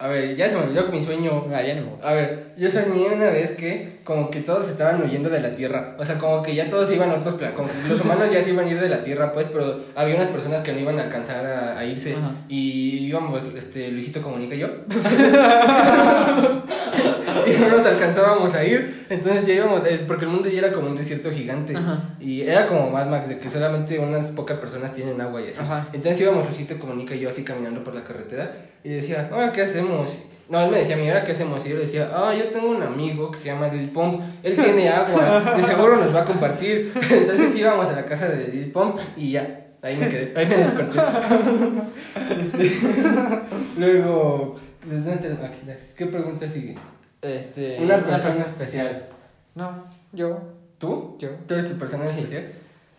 Speaker 1: A ver, ya se me olvidó mi sueño.
Speaker 2: Ah, ya ni modo.
Speaker 1: A ver, yo soñé una vez que como que todos estaban huyendo de la Tierra. O sea, como que ya todos iban a otros planetas. Como que los humanos ya se iban a ir de la Tierra, pues, pero había unas personas que no iban a alcanzar a, a irse.
Speaker 2: Ajá.
Speaker 1: Y íbamos, este, Luisito Comunica y yo. y no nos alcanzábamos a ir. Entonces ya íbamos, es porque el mundo ya era como un desierto gigante.
Speaker 2: Ajá.
Speaker 1: Y era como Mad Max, de que solamente unas pocas personas tienen agua y así.
Speaker 2: Ajá.
Speaker 1: Entonces íbamos Luisito Comunica y yo así caminando por la carretera y decía, ¿ahora qué hacemos? No, él me decía, mira, ¿qué hacemos? Y yo le decía, ah, yo tengo un amigo que se llama Lil Pump, él tiene agua, de seguro nos va a compartir. Entonces íbamos a la casa de Lil Pump y ya, ahí me quedé, ahí me desperté. Este, Luego, ¿desde dónde está el- aquí está. ¿qué pregunta sigue?
Speaker 2: Este,
Speaker 1: Eh, Una persona especial.
Speaker 2: No, yo,
Speaker 1: ¿Tú?
Speaker 2: yo.
Speaker 1: ¿Tú eres tu persona
Speaker 2: Sí.
Speaker 1: especial?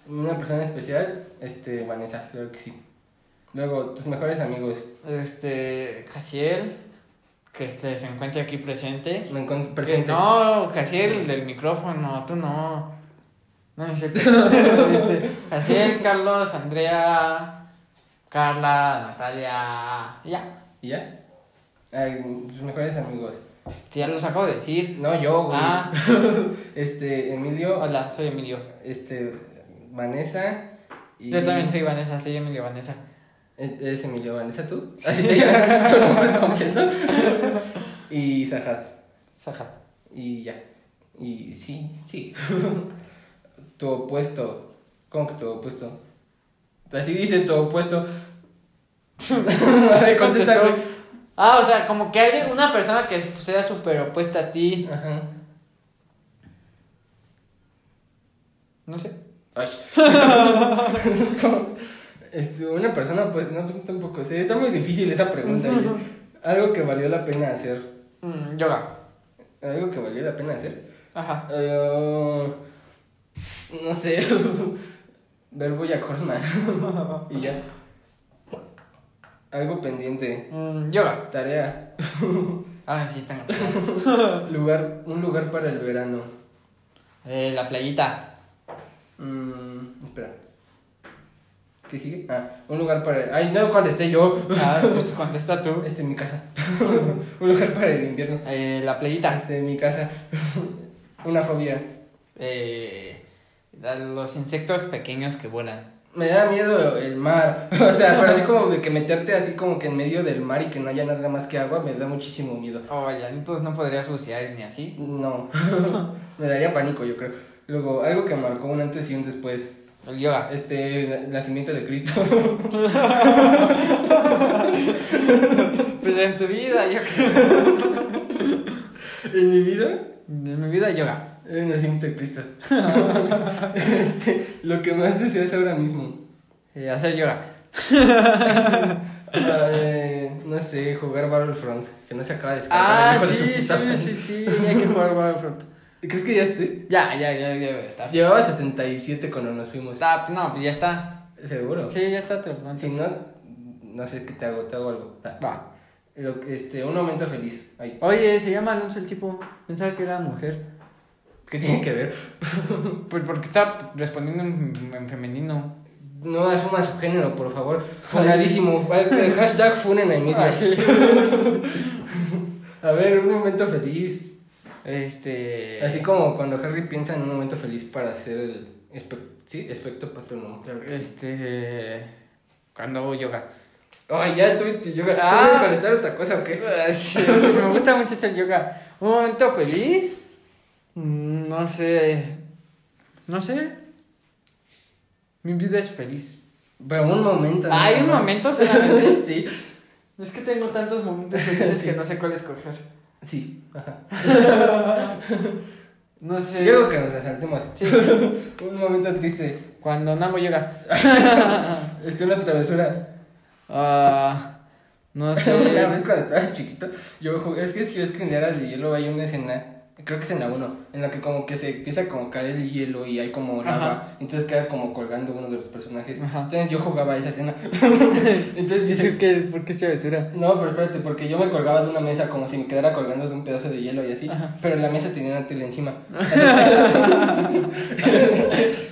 Speaker 1: Una persona especial, este, Vanessa, claro que sí. Luego, tus mejores amigos.
Speaker 2: Este, Casiel, que este, se encuentra aquí presente.
Speaker 1: Me encuentro
Speaker 2: Eh,
Speaker 1: presente.
Speaker 2: No, Casiel, el del micrófono, tú no. No, no es cierto. este, Casiel, Carlos, Andrea, Carla, Natalia. y Ya,
Speaker 1: ¿Y ya? Ay, tus mejores amigos.
Speaker 2: que ya los acabo de decir.
Speaker 1: No, yo, güey.
Speaker 2: Ah.
Speaker 1: este, Emilio,
Speaker 2: Hola, soy Emilio.
Speaker 1: este, Vanessa. Y...
Speaker 2: Yo también soy Vanessa, soy Emilio Vanessa.
Speaker 1: ¿Es, eres Emilio Vanessa tú? Así te llamas tu nombre completo. y Sajat.
Speaker 2: Sajat.
Speaker 1: Y ya. Y sí, sí. tu opuesto. ¿Cómo que tu opuesto? Así dice tu opuesto. A ver, contesta, güey.
Speaker 2: Ah, o sea, como que hay una persona que sea súper opuesta a ti.
Speaker 1: Ajá.
Speaker 2: No sé.
Speaker 1: Ay. Como- este, una persona, pues, no, tampoco sé. Está muy difícil esa pregunta. oye. Algo que valió la pena hacer.
Speaker 2: Mm, yoga.
Speaker 1: Algo que valió la pena hacer.
Speaker 2: Ajá.
Speaker 1: Eh, no sé. Ver Boya Horseman. y ya. Algo pendiente.
Speaker 2: Mm, yoga.
Speaker 1: Tarea.
Speaker 2: Ah, sí, tengo.
Speaker 1: Lugar, un lugar para el verano.
Speaker 2: Eh, la playita.
Speaker 1: Mm, espera. ¿Qué sigue? Ah, un lugar para... Ay, no contesté yo.
Speaker 2: Ah, pues contesta tú.
Speaker 1: Este, mi casa. un lugar para el invierno.
Speaker 2: Eh, la playita.
Speaker 1: Este, mi casa. Una fobia.
Speaker 2: Eh, la- los insectos pequeños que vuelan.
Speaker 1: Me da miedo el mar. O sea, pero así como de que meterte así como que en medio del mar y que no haya nada más que agua, me da muchísimo miedo.
Speaker 2: Oh, vaya, entonces no podrías bucear ni así.
Speaker 1: No. me daría pánico, yo creo. Luego, algo que marcó un antes y un después.
Speaker 2: El yoga.
Speaker 1: Este, na- nacimiento de Cristo.
Speaker 2: Pues en tu vida, yo creo.
Speaker 1: ¿En mi vida?
Speaker 2: En mi vida, yoga.
Speaker 1: El nacimiento de Cristo. este, lo que más deseas ahora mismo.
Speaker 2: Eh, hacer yoga.
Speaker 1: Ah, eh, no sé, jugar Battlefront, que no se acaba de descargar,
Speaker 2: Ah,
Speaker 1: hijo de su
Speaker 2: sí, sí,
Speaker 1: puta madre.
Speaker 2: sí, sí. Hay que jugar Battlefront.
Speaker 1: ¿Crees que ya esté?
Speaker 2: Ya, ya, ya, ya está.
Speaker 1: Llevaba 77 cuando nos fuimos.
Speaker 2: Está- no, pues ya está.
Speaker 1: ¿Seguro?
Speaker 2: Sí, ya está, te lo prometo.
Speaker 1: Si no, no sé qué te hago, te hago algo. Ah,
Speaker 2: Va.
Speaker 1: Lo que, este, un momento feliz. Ay,
Speaker 2: Oye, se llama Alonso el tipo. Pensaba que era mujer.
Speaker 1: ¿Qué tiene que ver?
Speaker 2: Pues porque está respondiendo en, en femenino.
Speaker 1: No asumas su género, por favor. Funadísimo. Al- Hashtag funen a
Speaker 2: Ah,
Speaker 1: Emilia. A ver, un momento feliz.
Speaker 2: Este.
Speaker 1: Así como cuando Harry piensa en un momento feliz para hacer el espe- sí, espectro patrono. Claro que sí.
Speaker 2: Este. Cuando hago yoga.
Speaker 1: Ay, ya tú te yoga.
Speaker 2: Ah.
Speaker 1: Ah, para estar otra cosa o qué?
Speaker 2: Sí, pues me gusta mucho hacer yoga. ¿Un momento feliz? Mm, No sé. No sé. Mi vida es feliz.
Speaker 1: Pero un momento. ¿no?
Speaker 2: Hay un momento solamente.
Speaker 1: sí.
Speaker 2: Es que tengo tantos momentos
Speaker 1: felices que
Speaker 2: no sé cuál escoger.
Speaker 1: Sí. Ajá.
Speaker 2: No
Speaker 1: Yo
Speaker 2: sé.
Speaker 1: Creo que nos asaltemos. un momento triste.
Speaker 2: Cuando no hago yoga.
Speaker 1: Este, una travesura.
Speaker 2: Ah, no
Speaker 1: Una
Speaker 2: sé.
Speaker 1: vez cuando estaba chiquito, yo jugué. Es que si es que en Era de Hielo hay una escena. Creo que es en la 1, en la que como que se empieza como a caer el hielo y hay como
Speaker 2: Ajá.
Speaker 1: lava, entonces queda como colgando uno de los personajes.
Speaker 2: Ajá.
Speaker 1: Entonces yo jugaba esa escena. entonces
Speaker 2: ¿Y
Speaker 1: yo
Speaker 2: eso qué? ¿Por qué es travesura?
Speaker 1: No, pero espérate, porque yo me colgaba de una mesa como si me quedara colgando de un pedazo de hielo y así, pero la mesa tenía una tele encima.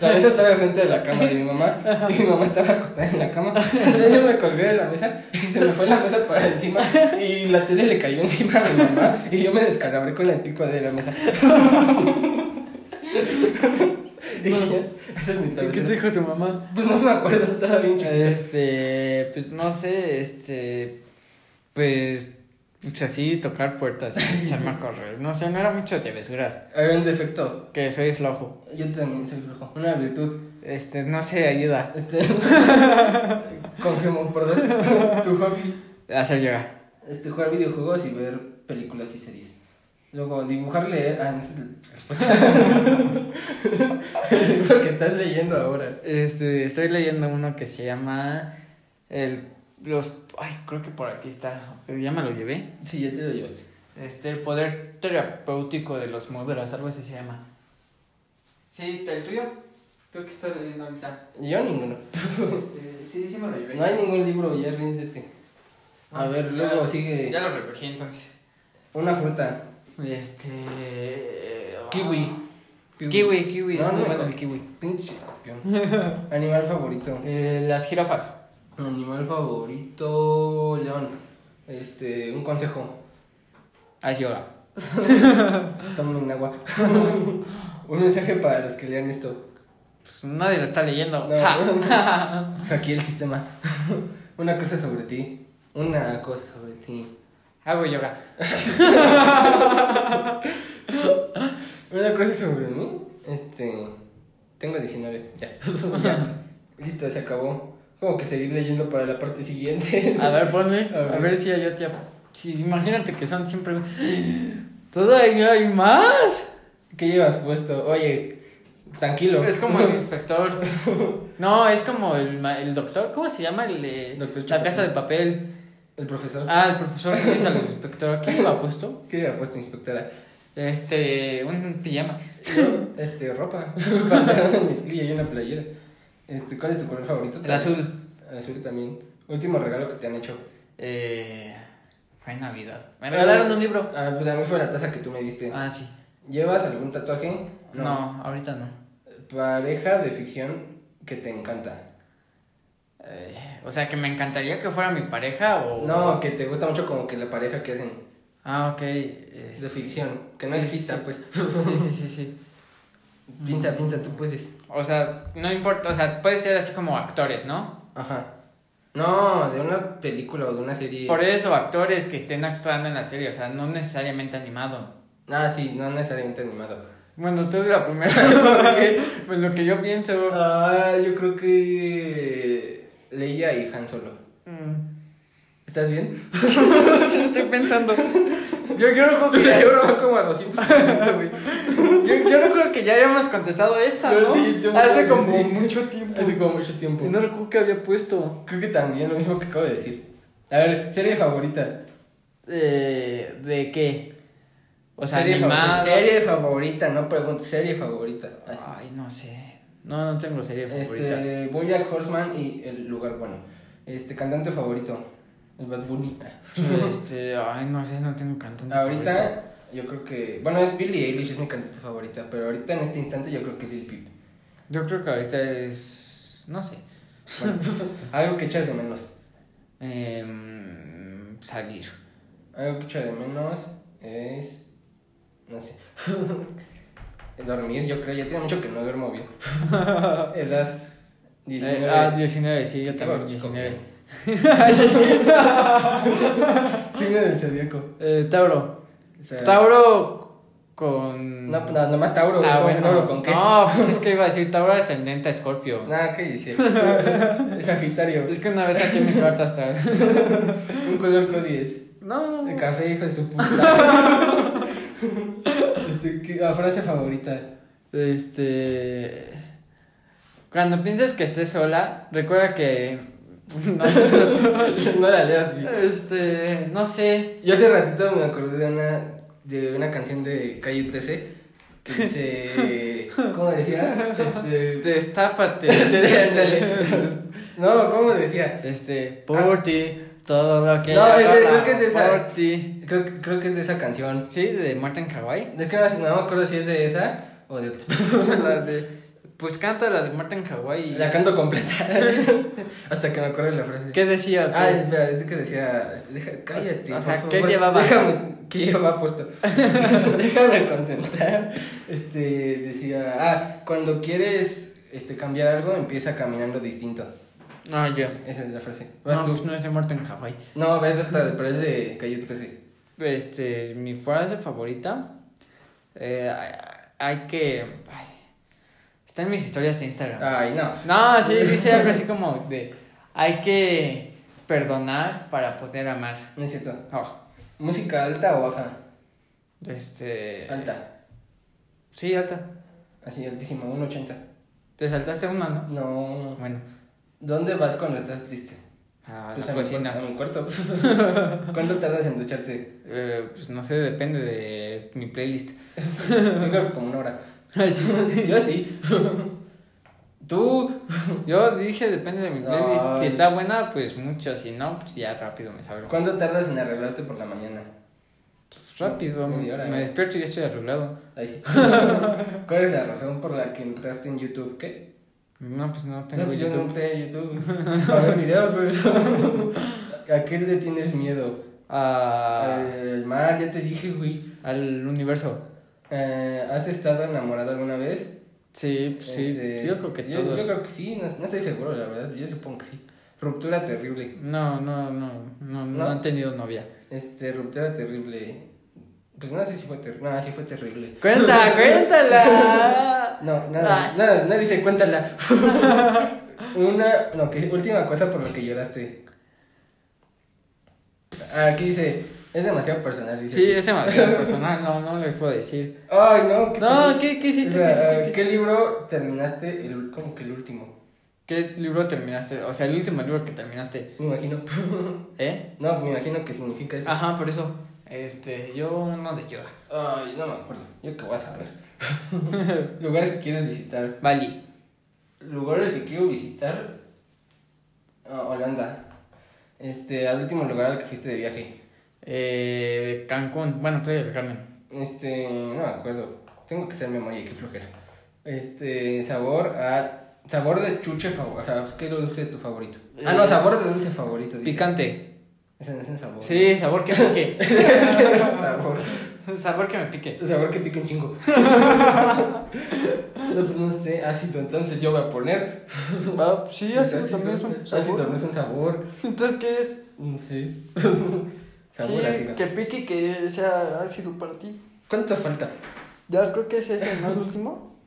Speaker 1: la mesa estaba enfrente de la cama de mi mamá y mi mamá estaba acostada en la cama. Entonces yo me colgué de la mesa y se me fue la mesa para encima y la tele le cayó encima a mi mamá y yo me descalabré con el pico de la mesa. y ya, esa es mi
Speaker 2: ¿Qué te
Speaker 1: travesura.
Speaker 2: dijo tu mamá?
Speaker 1: Pues no me acuerdo, estaba bien chiquito.
Speaker 2: Este, pues no sé, este, pues, pues así, tocar puertas, echarme a correr. No sé, no era mucho travesuras.
Speaker 1: Había un defecto.
Speaker 2: Que soy flojo.
Speaker 1: Yo también soy flojo. Una virtud.
Speaker 2: Este, no sé, ayuda.
Speaker 1: Este. confirmo, por dos. Tu hobby.
Speaker 2: Hacer yoga.
Speaker 1: Este, jugar videojuegos y ver películas y series. Luego, dibujar, leer. Ah, no, esa es el. el libro que estás leyendo ahora.
Speaker 2: Este, estoy leyendo uno que se llama el los ay, creo que por aquí está. Ya me lo llevé.
Speaker 1: Sí, ya te lo llevaste.
Speaker 2: Este, el poder terapéutico de los mudras, algo así se llama. Sí, el tuyo. Creo que estoy leyendo ahorita.
Speaker 1: Yo ninguno.
Speaker 2: Este, sí, sí me lo llevé.
Speaker 1: No hay ningún libro, ya ríndete. A ver,
Speaker 2: Ah, Ya-
Speaker 1: luego sigue.
Speaker 2: Ya lo recogí entonces.
Speaker 1: Una fruta.
Speaker 2: Este
Speaker 1: Kiwi.
Speaker 2: Kiwi, kiwi,
Speaker 1: No,
Speaker 2: es muy
Speaker 1: no,
Speaker 2: bueno
Speaker 1: no.
Speaker 2: el kiwi.
Speaker 1: Pinche copión. Animal favorito.
Speaker 2: Eh, las jirafas.
Speaker 1: Animal favorito, león. Este, un consejo.
Speaker 2: Haz Ah, yoga.
Speaker 1: Tomen agua. un mensaje para los que lean esto.
Speaker 2: Pues nadie lo está leyendo.
Speaker 1: No.
Speaker 2: Ja.
Speaker 1: Aquí el sistema. Una cosa sobre ti. Una cosa sobre ti.
Speaker 2: Hago yoga.
Speaker 1: Una cosa sobre mí. Este, tengo 19. Ya. Ya. Listo, se acabó. Como que seguir leyendo para la parte siguiente.
Speaker 2: A ver, ponme.
Speaker 1: A ver.
Speaker 2: A ver si hay otra. Sí, imagínate que son siempre. ¿Todavía hay más?
Speaker 1: ¿Qué llevas puesto? Oye, tranquilo.
Speaker 2: Es como el inspector. No, es como el, ma- el doctor. ¿Cómo se llama? El de
Speaker 1: Doctor
Speaker 2: la
Speaker 1: Chupacabra.
Speaker 2: casa de papel.
Speaker 1: El profesor.
Speaker 2: Ah, el profesor que dice al inspector. ¿Qué lo ha puesto?
Speaker 1: ¿Qué lleva puesto, inspectora?
Speaker 2: Este, un pijama.
Speaker 1: Yo, este, ropa, pantalón, mezclilla y una playera. Este, ¿cuál es tu color favorito?
Speaker 2: El azul.
Speaker 1: El azul Ah, también. Último regalo que te han hecho.
Speaker 2: Eh, fue en Navidad. Me regalaron un libro.
Speaker 1: Ah, pues a mí fue la taza que tú me diste.
Speaker 2: Ah, sí.
Speaker 1: ¿Llevas algún tatuaje?
Speaker 2: No, ahorita no.
Speaker 1: Pareja de ficción que te encanta.
Speaker 2: eh, o sea, que me encantaría que fuera mi pareja o...
Speaker 1: No, que te gusta mucho como que la pareja que hacen
Speaker 2: Ah, ok.
Speaker 1: es
Speaker 2: es-
Speaker 1: de ficción, que no
Speaker 2: Sí, sí,
Speaker 1: exista,
Speaker 2: sí.
Speaker 1: pues.
Speaker 2: Sí, sí, sí, sí.
Speaker 1: piensa, piensa, tú puedes.
Speaker 2: O sea, no importa, o sea, puede ser así como actores, ¿no?
Speaker 1: Ajá. No, de una película o de una serie.
Speaker 2: Por e- eso, actores que estén actuando en la serie, o sea, no necesariamente animado.
Speaker 1: Ah, sí, no necesariamente animado.
Speaker 2: Bueno, tú eres la primera. porque, pues lo que yo pienso.
Speaker 1: Ah, yo creo que Leia y Han Solo.
Speaker 2: mm,
Speaker 1: ¿Estás bien?
Speaker 2: yo estoy pensando. Yo, yo no creo
Speaker 1: Tu
Speaker 2: que ya,
Speaker 1: cerebro va como a 200, güey.
Speaker 2: yo- yo no creo que ya hayamos contestado esta,
Speaker 1: Yo
Speaker 2: ¿no?
Speaker 1: sí, yo me
Speaker 2: Hace
Speaker 1: acuerdo,
Speaker 2: como
Speaker 1: sí.
Speaker 2: mucho tiempo.
Speaker 1: Hace como mucho tiempo.
Speaker 2: Y no recuerdo que había puesto.
Speaker 1: Creo que también lo mismo que acabo de decir. A ver, serie favorita.
Speaker 2: Eh, ¿De qué? O sea,
Speaker 1: serie
Speaker 2: animado.
Speaker 1: favorita. Serie favorita, no pregunto, serie favorita. Así.
Speaker 2: Ay, no sé. No, no tengo serie favorita.
Speaker 1: Este, Bojack Horseman y El Lugar Bueno. Este, cantante favorito, el Bad Bunny.
Speaker 2: Este, ay, no sé, no tengo cantante.
Speaker 1: ahorita,
Speaker 2: favorito.
Speaker 1: yo creo que. Bueno, es Billie Eilish, es mi cantante favorita, pero ahorita en este instante yo creo que Lil Peep.
Speaker 2: Yo creo que ahorita es. No sé.
Speaker 1: Bueno, algo que echas de menos.
Speaker 2: Em, salir.
Speaker 1: Algo que echo de menos es. No sé. Dormir, yo creo, ya tiene mucho que no duermo bien. Edad 19.
Speaker 2: Eh, ah, 19, sí, yo
Speaker 1: Yo
Speaker 2: también,
Speaker 1: chico.
Speaker 2: 19.
Speaker 1: Signo del zodíaco.
Speaker 2: Eh, Tauro.
Speaker 1: O sea,
Speaker 2: Tauro con.
Speaker 1: No, no, nomás Tauro.
Speaker 2: Ah,
Speaker 1: ¿con-
Speaker 2: bueno.
Speaker 1: Tauro, ¿con qué?
Speaker 2: No, pues es que iba a decir Tauro ascendente a Escorpio.
Speaker 1: Nada, ¿qué dice? Sagitario.
Speaker 2: Es que una vez saqué mi carta astral.
Speaker 1: Un color código es.
Speaker 2: No,
Speaker 1: El café, hijo de su puta. este, ¿qué- la frase favorita.
Speaker 2: Este. Cuando pienses que estés sola, recuerda que. No,
Speaker 1: no la leas, güey.
Speaker 2: este. No sé.
Speaker 1: Yo hace ratito me acordé de una, de una canción de Calle 13 que dice. ¿Cómo decía? Este,
Speaker 2: Destápate.
Speaker 1: no, ¿cómo decía?
Speaker 2: Este. Por ti. Todo lo que.
Speaker 1: No,
Speaker 2: haga
Speaker 1: es de- creo que es de esa.
Speaker 2: Por ti.
Speaker 1: Creo, que- creo que es de esa canción.
Speaker 2: Sí, de Muerte en Hawái.
Speaker 1: Es que no, no me acuerdo si es de esa o de otra.
Speaker 2: O sea, la de. Pues canta la de Muerte en Hawái. y-
Speaker 1: La canto completa. Hasta que me acuerdo de la frase.
Speaker 2: ¿Qué decía?
Speaker 1: Ah, espera, es que decía, deja- cállate.
Speaker 2: O sea,
Speaker 1: por
Speaker 2: ¿qué
Speaker 1: favor,
Speaker 2: llevaba?
Speaker 1: Déjame, ¿qué llevaba puesto? déjame concentrar. Este, decía, ah, cuando quieres este, cambiar algo, empieza caminando distinto.
Speaker 2: No, yo.
Speaker 1: Esa es la frase. Vas
Speaker 2: No,
Speaker 1: tú.
Speaker 2: pues no es de Muerte en Hawái.
Speaker 1: No, ves hasta, pero es de Cayute, sí.
Speaker 2: Este, mi frase favorita. eh, hay que. ay, está en mis historias de Instagram.
Speaker 1: Ay, no.
Speaker 2: No, sí, dice algo así como de. Hay que perdonar para poder amar.
Speaker 1: No es cierto.
Speaker 2: Oh,
Speaker 1: ¿Música alta o baja?
Speaker 2: este.
Speaker 1: Alta.
Speaker 2: Sí, alta.
Speaker 1: Así, altísima, 1.80.
Speaker 2: Te saltaste una, ¿no?
Speaker 1: No.
Speaker 2: Bueno,
Speaker 1: ¿Dónde vas cuando estás triste?
Speaker 2: a
Speaker 1: Pues
Speaker 2: la
Speaker 1: mi
Speaker 2: cocina.
Speaker 1: cuar- a mi cuarto. ¿Cuánto tardas en ducharte?
Speaker 2: Eh, pues no sé, depende de mi playlist.
Speaker 1: Yo creo que como una hora. Yo sí. Tú.
Speaker 2: Yo dije, depende de mi playlist. Si
Speaker 1: Ay.
Speaker 2: está buena, pues mucho. Si no, pues ya rápido me salgo.
Speaker 1: ¿Cuánto tardas en arreglarte por la mañana?
Speaker 2: Pues rápido,
Speaker 1: Media hora,
Speaker 2: me
Speaker 1: ¿eh?
Speaker 2: despierto y ya estoy arreglado.
Speaker 1: Ahí sí. ¿Cuál es la razón por la que entraste en YouTube? ¿Qué?
Speaker 2: No, pues no
Speaker 1: No,
Speaker 2: tengo
Speaker 1: pues Yo no
Speaker 2: YouTube.
Speaker 1: entré en YouTube. A ver videos, güey. ¿A qué le tienes miedo?
Speaker 2: Ah,
Speaker 1: Al mar, ya te dije, güey.
Speaker 2: al universo.
Speaker 1: Eh, ¿Has estado enamorado alguna vez?
Speaker 2: Sí, pues sí,
Speaker 1: Este,
Speaker 2: yo creo que
Speaker 1: yo,
Speaker 2: todos.
Speaker 1: Yo creo que sí, no, no estoy seguro, la verdad. Yo supongo que sí. Ruptura terrible.
Speaker 2: No, no, no, no, no,
Speaker 1: ¿No?
Speaker 2: han tenido novia.
Speaker 1: Este, ruptura terrible. Pues no sé si fue terrible. No, sí fue terrible.
Speaker 2: ¡Cuenta, cuéntala!
Speaker 1: No, nada,
Speaker 2: Ah.
Speaker 1: nada, nadie dice cuéntala. Una, no, que última cosa por la que lloraste. Aquí dice, es demasiado personal, dice.
Speaker 2: Sí, es demasiado personal, no, no les puedo decir.
Speaker 1: Ay, no.
Speaker 2: No, ¿qué, qué
Speaker 1: O
Speaker 2: hiciste? ¿Qué
Speaker 1: sea,
Speaker 2: hiciste? ¿Qué
Speaker 1: ¿Qué,
Speaker 2: hiciste?
Speaker 1: libro terminaste el, como que el último?
Speaker 2: ¿Qué libro terminaste? O sea, el último libro que terminaste,
Speaker 1: Me imagino.
Speaker 2: ¿eh?
Speaker 1: no, me imagino que significa eso.
Speaker 2: Ajá, por eso. Este, yo uno de yoga.
Speaker 1: Ay, no me acuerdo. Yo qué voy a saber. Lugares que quieres visitar.
Speaker 2: Bali.
Speaker 1: Lugares que quiero visitar. Ah, Holanda. Este, al último lugar al que fuiste de viaje.
Speaker 2: Eh, Cancún. Bueno, Playa del Carmen.
Speaker 1: Este, no me acuerdo. Tengo que ser memoria, qué flojera. Este, sabor a Sabor de chuche favorito. O sea, pues, ¿qué dulce es tu favorito? Ah, no, sabor de dulce favorito. Dice.
Speaker 2: Eh, Picante.
Speaker 1: Es en, es en sabor.
Speaker 2: Sí, sabor que pique.
Speaker 1: sabor.
Speaker 2: sabor que me pique.
Speaker 1: Sabor que pica un chingo. no, pues no sé. Ácido, entonces yo voy a poner.
Speaker 2: Ah, sí,
Speaker 1: Pues,
Speaker 2: ácido también es un
Speaker 1: Ácido
Speaker 2: sabor.
Speaker 1: no es un sabor.
Speaker 2: Entonces, ¿qué es?
Speaker 1: Mm, Sí. sabor
Speaker 2: Sí,
Speaker 1: ácido.
Speaker 2: que pique y que sea ácido para ti.
Speaker 1: ¿Cuánto falta?
Speaker 2: Ya creo que es ese, ¿no? El último.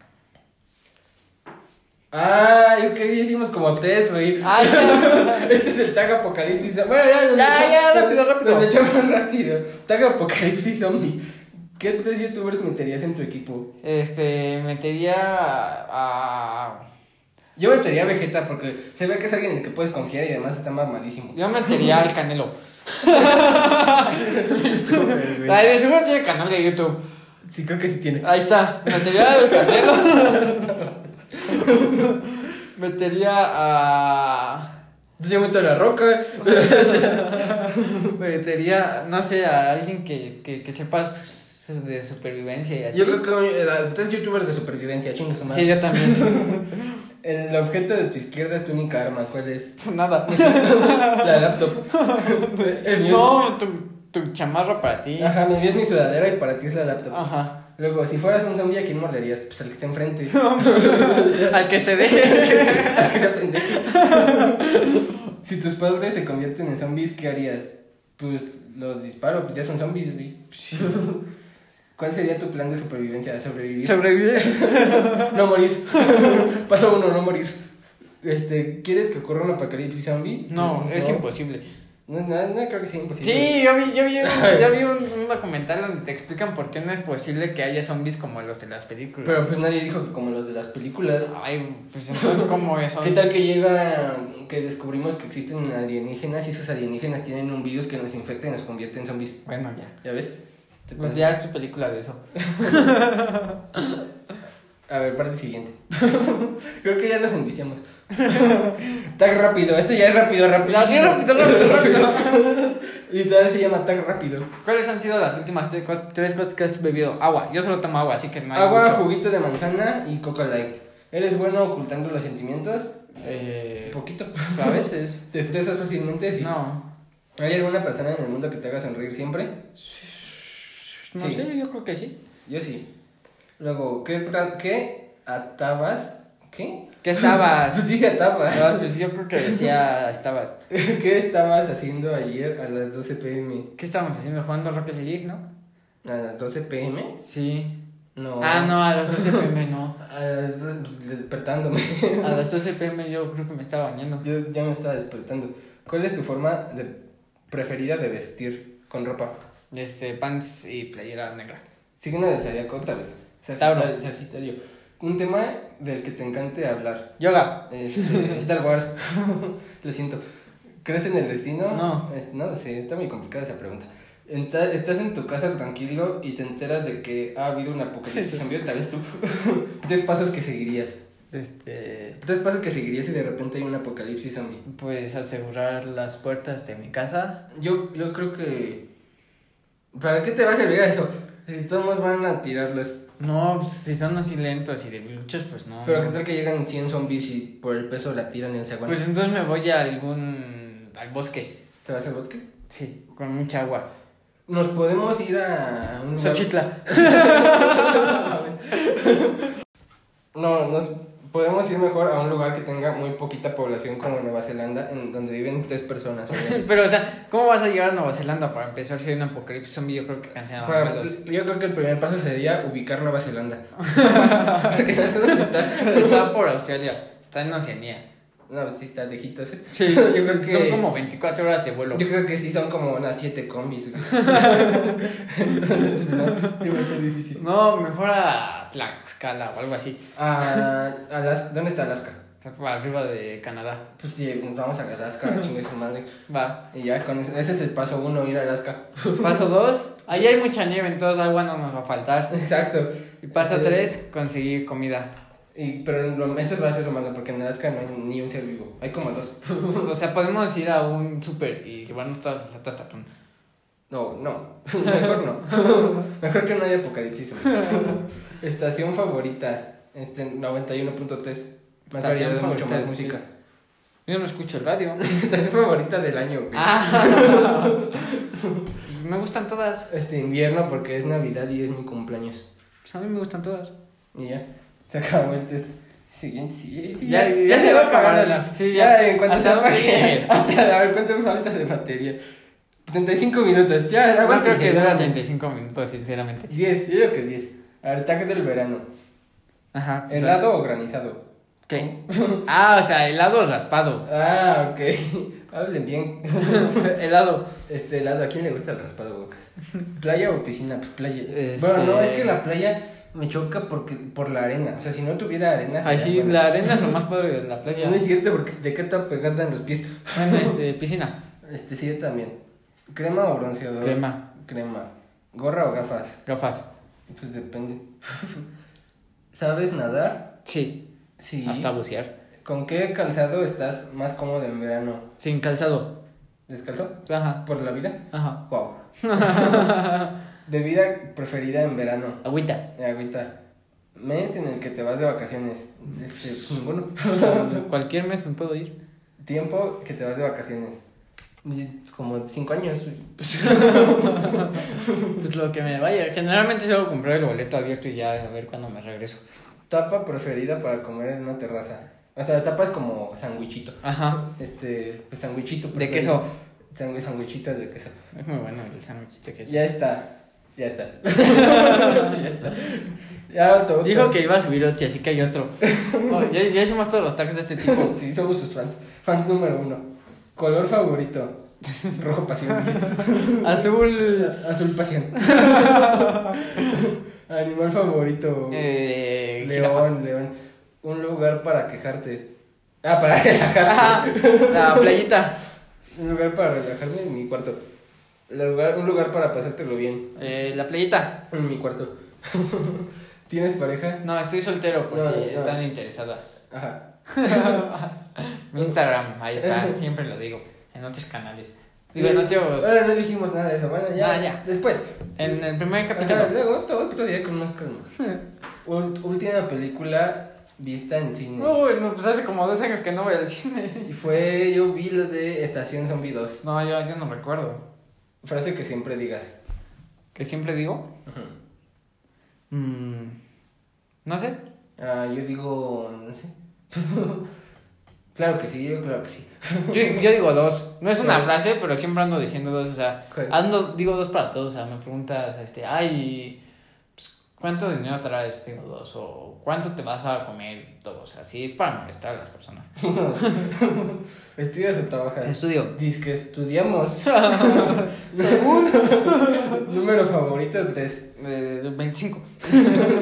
Speaker 1: Ah, yo que hicimos como test, güey.
Speaker 2: Ah, ya.
Speaker 1: Este es el tag apocalipsis. Bueno, ya, nos
Speaker 2: Ya,
Speaker 1: echamos-
Speaker 2: ya,
Speaker 1: nos-
Speaker 2: rápido, rápido.
Speaker 1: Nos echamos rápido. Tag apocalipsis zombie. ¿Qué tres youtubers meterías en tu equipo?
Speaker 2: Este, metería a. a-
Speaker 1: Yo metería a Vegeta porque se ve que es alguien en el que puedes confiar y además está mamadísimo.
Speaker 2: Yo metería al Canelo.
Speaker 1: Es un youtuber, güey.
Speaker 2: Ay, Ah, de seguro tiene canal de YouTube.
Speaker 1: sí, creo que sí tiene.
Speaker 2: Ahí está, metería al Canelo. metería a.
Speaker 1: Entonces yo meto a la roca.
Speaker 2: Metería, no sé, a alguien que, que, que sepa su- de supervivencia y así.
Speaker 1: Yo creo que eh, tres youtubers de supervivencia, chingas su madre.
Speaker 2: Sí, yo también.
Speaker 1: El objeto de tu izquierda es tu única arma, ¿cuál es?
Speaker 2: Nada.
Speaker 1: La laptop. El mío-
Speaker 2: No, tu, tu chamarra para ti.
Speaker 1: Ajá, mi mío es mi sudadera y para ti es la laptop.
Speaker 2: Ajá.
Speaker 1: Luego, si fueras un zombie, ¿a quién morderías? Pues al que está enfrente.
Speaker 2: Al que se deje.
Speaker 1: Al que está pendejo. si tus padres se convierten en zombies, ¿qué harías? Pues los disparo, pues ya son zombies, güey. ¿Cuál sería tu plan de supervivencia? ¿Sobrevivir?
Speaker 2: Sobrevive.
Speaker 1: no morir. Paso uno, no morir. Este, ¿quieres que ocurra un apocalipsis zombie?
Speaker 2: No, es imposible.
Speaker 1: No, no, no creo que sea imposible.
Speaker 2: Sí, yo vi, yo vi, un, yo vi un, un documental donde te explican por qué no es posible que haya zombies como los de las películas.
Speaker 1: Pero pues nadie dijo que como los de las películas.
Speaker 2: Ay, pues entonces, ¿cómo es?
Speaker 1: ¿Qué tal que llega, que descubrimos que existen alienígenas y esos alienígenas tienen un virus que nos infecta y nos convierte en zombies?
Speaker 2: Bueno, ya.
Speaker 1: ¿Ya ves? Te
Speaker 2: Pues
Speaker 1: cuento.
Speaker 2: ya es tu película de eso.
Speaker 1: A ver, parte siguiente. Creo que ya nos enviciamos. tag rápido, este ya es rápido, rápido.
Speaker 2: Ya, sí, rápido, rápido,
Speaker 1: y tal se llama tag rápido.
Speaker 2: ¿Cuáles han sido las últimas tres cos- tres cosas que has bebido? Agua. Yo solo tomo agua, así que no hay
Speaker 1: Agua,
Speaker 2: mucho.
Speaker 1: juguito de manzana y coca light. ¿Eres bueno ocultando los sentimientos?
Speaker 2: Eh,
Speaker 1: Poquito.
Speaker 2: pues, a veces.
Speaker 1: ¿Te estresas fácilmente? Sí.
Speaker 2: No.
Speaker 1: ¿Hay alguna persona en el mundo que te haga sonreír siempre?
Speaker 2: No
Speaker 1: Sí.
Speaker 2: sé, yo creo que sí.
Speaker 1: Yo sí. Luego, ¿qué, tra- qué atabas? ¿Qué?
Speaker 2: ¿Qué estabas?
Speaker 1: Pues dice
Speaker 2: No,
Speaker 1: atabas.
Speaker 2: pues yo creo que decía estabas.
Speaker 1: ¿Qué estabas haciendo ayer a las 12 pm?
Speaker 2: ¿Qué estábamos haciendo? Jugando Rocket League, ¿no?
Speaker 1: ¿A las 12 pm?
Speaker 2: Sí.
Speaker 1: No.
Speaker 2: Ah, no, a las 11 pm no.
Speaker 1: A las 12, pues, despertándome.
Speaker 2: A las 12 pm yo creo que me estaba bañando.
Speaker 1: Yo ya me estaba despertando. ¿Cuál es tu forma de- preferida de vestir con ropa?
Speaker 2: Este, pants y playera negra.
Speaker 1: Signo de zodiaco, tal vez.
Speaker 2: Tauro.
Speaker 1: Sagitario- Sagitario. Un tema del que te encante hablar.
Speaker 2: Yoga.
Speaker 1: Este, Star Wars. Lo siento. ¿Crees en el destino?
Speaker 2: No.
Speaker 1: Es- no lo sé, está muy complicada esa pregunta. Enta- estás en tu casa tranquilo y te enteras de que ha habido un apocalipsis zombie, tal vez tú. Tres pasos que seguirías.
Speaker 2: Este,
Speaker 1: Tres pasos que seguirías y de repente hay un apocalipsis zombie.
Speaker 2: pues asegurar las puertas de mi casa.
Speaker 1: Yo, yo creo que... ¿Para qué te va a servir eso? Si todos más van a tirarlos.
Speaker 2: No, pues, si son así lentos y debiluchos, pues no.
Speaker 1: Pero
Speaker 2: no.
Speaker 1: qué tal que llegan 100 zombies y por el peso la tiran en el zaguán.
Speaker 2: Pues entonces me voy a algún. al bosque.
Speaker 1: ¿Te vas al bosque?
Speaker 2: Sí, con mucha agua.
Speaker 1: Nos podemos ir a un lugar-
Speaker 2: Xochitla.
Speaker 1: No, nos podemos ir mejor a un lugar que tenga muy poquita población como Nueva Zelanda, en donde viven tres personas. obviamente.
Speaker 2: Pero, o sea, ¿cómo vas a llegar a Nueva Zelanda para empezar si hay un apocalipsis zombie? Yo creo que cancelan
Speaker 1: Para-
Speaker 2: los-
Speaker 1: yo creo que el primer paso sería ubicar Nueva Zelanda. Porque no sé dónde está.
Speaker 2: Está por Australia, está en Oceanía.
Speaker 1: No, pues sí, está lejitos. ¿eh?
Speaker 2: Sí,
Speaker 1: yo creo que
Speaker 2: son como 24 horas de vuelo.
Speaker 1: Yo creo que sí son como unas siete combis. güey. Entonces, no, sí va a estar difícil.
Speaker 2: No, mejor a Tlaxcala o algo así,
Speaker 1: Ah, Alas- ¿Dónde está Alaska?
Speaker 2: arriba de Canadá.
Speaker 1: Pues sí, nos vamos a Alaska, chingue su madre.
Speaker 2: Va.
Speaker 1: Y ya, con eso- ese es el paso uno, ir a Alaska.
Speaker 2: Paso 2, ahí hay mucha nieve, entonces agua no nos va a faltar.
Speaker 1: Exacto.
Speaker 2: Y paso
Speaker 1: Sí.
Speaker 2: 3, conseguir comida.
Speaker 1: Y, pero lo- eso va a ser lo malo, porque en Alaska no hay ni un ser vivo. Hay como dos.
Speaker 2: O sea, podemos ir a un súper y llevarnos todas las latas de atún.
Speaker 1: No, no. Mejor no. Mejor que no haya apocalipsis. hombre. Estación favorita. Este, 91.3. Me ha
Speaker 2: Estación
Speaker 1: mucho
Speaker 2: favorita
Speaker 1: más
Speaker 2: de
Speaker 1: música.
Speaker 2: Yo no escucho el radio.
Speaker 1: Estación favorita del año, güey.
Speaker 2: Ah. me gustan todas.
Speaker 1: Este invierno porque es Navidad y es mi cumpleaños.
Speaker 2: Pues A mí me gustan todas.
Speaker 1: Y ya, se acabó el test. Siguiente, sí, sí,
Speaker 2: Ya- ya se va a acabar la- sí, ya.
Speaker 1: en cuanto se
Speaker 2: ¿Hasta dónde
Speaker 1: apague.
Speaker 2: llegué?
Speaker 1: Hasta a ver cuánto me falta de batería. 35 minutos, ya,
Speaker 2: No
Speaker 1: aguanta.
Speaker 2: creo que dura 35 minutos, sinceramente.
Speaker 1: 10, yo creo que 10. Ataque del verano.
Speaker 2: Ajá. pues,
Speaker 1: ¿Helado o granizado?
Speaker 2: ¿Qué? Ah, o sea, helado raspado.
Speaker 1: Ah, ok. Hablen bien.
Speaker 2: helado.
Speaker 1: Este helado, ¿a quién le gusta el raspado, güey? ¿Playa o piscina? Pues playa.
Speaker 2: Este-
Speaker 1: Bueno, no, es que la playa me choca porque por la arena. O sea, si no tuviera arena.
Speaker 2: Ay,
Speaker 1: sería
Speaker 2: sí,
Speaker 1: bueno.
Speaker 2: la arena es lo más padre de la playa.
Speaker 1: No es cierto porque se te queda pegada en los pies.
Speaker 2: Bueno, este, piscina.
Speaker 1: Este sí, yo también. ¿Crema o bronceador?
Speaker 2: Crema.
Speaker 1: Crema. ¿Gorra o gafas?
Speaker 2: Gafas.
Speaker 1: Pues depende. ¿Sabes nadar?
Speaker 2: Sí.
Speaker 1: Sí.
Speaker 2: Hasta bucear.
Speaker 1: ¿Con qué calzado estás más cómodo en verano?
Speaker 2: Sin calzado. Pues,
Speaker 1: ¿Descalzo?
Speaker 2: Ajá.
Speaker 1: ¿Por la vida?
Speaker 2: Ajá.
Speaker 1: Wow. ¿Bebida preferida en verano?
Speaker 2: Agüita.
Speaker 1: Eh, Agüita. ¿Mes en el que te vas de vacaciones? Este, pues, ninguno.
Speaker 2: Cualquier mes me puedo ir.
Speaker 1: ¿Tiempo que te vas de vacaciones? Como cinco años.
Speaker 2: Pues lo que me vaya. Generalmente suelo comprar el boleto abierto y ya a ver cuándo me regreso.
Speaker 1: Tapa preferida para comer en una terraza. O sea, tapa es como sandwichito.
Speaker 2: Ajá.
Speaker 1: Este, pues sandwichito.
Speaker 2: De
Speaker 1: preferido.
Speaker 2: queso.
Speaker 1: Sandwi- sandwichito de queso.
Speaker 2: Es muy bueno el sándwich de queso.
Speaker 1: Ya está. Ya está. ya está. Ya, todo.
Speaker 2: Dijo que iba a subir otro, así que hay otro. Oh, ya, ya hicimos todos los tags de este tipo.
Speaker 1: Sí, somos sus fans. Fans número uno. Color favorito. Rojo pasión. dice.
Speaker 2: Azul.
Speaker 1: Azul pasión. Animal favorito.
Speaker 2: Eh, jirafa.
Speaker 1: león, león. Un lugar para quejarte. Ah, para
Speaker 2: Ajá,
Speaker 1: relajarte.
Speaker 2: la playita.
Speaker 1: Un lugar para relajarme en mi cuarto. La lugar- un lugar para pasártelo bien
Speaker 2: Eh, la playita.
Speaker 1: en mi cuarto. ¿Tienes pareja?
Speaker 2: No, estoy soltero por
Speaker 1: No,
Speaker 2: si
Speaker 1: no.
Speaker 2: están interesadas.
Speaker 1: Ajá.
Speaker 2: Mi Instagram, ahí está, siempre lo digo. En otros canales. Digo, en otros.
Speaker 1: Ahora no dijimos nada de eso. Bueno, ya.
Speaker 2: Ah, ya.
Speaker 1: Después.
Speaker 2: En el primer
Speaker 1: Ajá,
Speaker 2: capítulo.
Speaker 1: luego otro, otro día con más calma. Ult- última película vista en cine.
Speaker 2: Uy, no, pues hace como dos años que no voy al cine.
Speaker 1: Y fue, yo vi la de Estación Zombie 2.
Speaker 2: No, yo, yo no recuerdo.
Speaker 1: Frase que siempre digas.
Speaker 2: ¿Que siempre digo?
Speaker 1: Ajá.
Speaker 2: Mm, no sé.
Speaker 1: Ah, yo digo, no sé. claro que sí, yo claro que sí.
Speaker 2: Yo, yo digo dos. No es una
Speaker 1: ¿Cuál?
Speaker 2: frase, pero siempre ando diciendo dos. O sea,
Speaker 1: ¿Cuál?
Speaker 2: ando, digo dos para todos. O sea, me preguntas, este, ay, pues, ¿cuánto dinero traes? Digo dos. O ¿cuánto te vas a comer? Dos. Así es para molestar a las personas.
Speaker 1: ¿Estudias o trabajas?
Speaker 2: Estudio.
Speaker 1: Dice que estudiamos. Según. Número favorito tres.
Speaker 2: eh, 25.